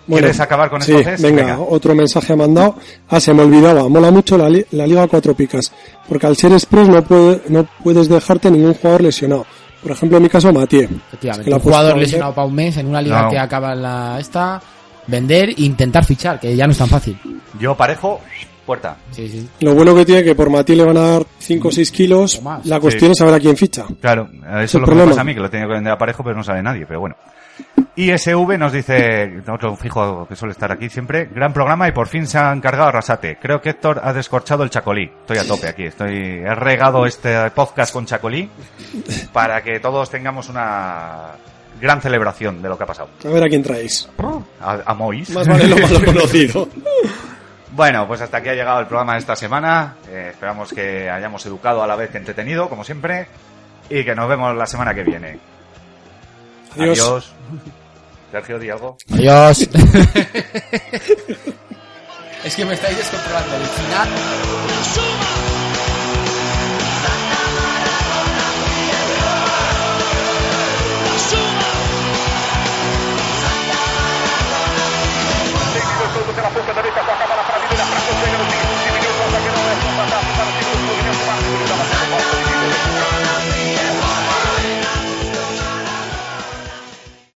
D: Bueno,
C: ¿Quieres acabar con
D: sí,
C: entonces?
D: Venga,
C: Venga.
D: otro mensaje ha mandado. Ah, se me olvidaba. Mola mucho la, li- la Liga Cuatro Picas. Porque al ser express no, puede- no puedes dejarte ningún jugador lesionado. Por ejemplo, en mi caso, Matías.
E: Efectivamente.
D: Es que la
E: un jugador
D: puesto- ¿eh?
E: lesionado para un mes en una liga
C: No.
E: que acaba en la esta, vender e intentar fichar, que ya no es tan fácil.
C: Yo parejo, puerta.
E: Sí, sí.
D: Lo bueno que tiene es que por Matías le van a dar 5 o 6 kilos.
E: O más.
D: La cuestión
C: Sí.
D: es saber a quién ficha.
C: Claro, eso es
D: el
C: lo que me
D: problema.
C: pasa a mí, que lo tenía que vender a parejo, pero no sale nadie, pero bueno. ISV nos dice, otro fijo que suele estar aquí siempre, gran programa y por fin se ha encargado Arrasate. Creo que Héctor ha descorchado el chacolí. Estoy a tope aquí, estoy, he regado este podcast con chacolí para que todos tengamos una gran celebración de lo que ha pasado.
D: A ver a quién traéis.
C: A, a Mois.
D: Más vale lo malo conocido.
C: Bueno, pues hasta aquí ha llegado el programa de esta semana. Eh, esperamos que hayamos educado a la vez que entretenido, como siempre, y que nos vemos la semana que viene.
D: Adiós.
C: Sergio, di algo.
E: Adiós. es que me estáis descontrolando. El final...
A: Técnico, soltos a la punta, también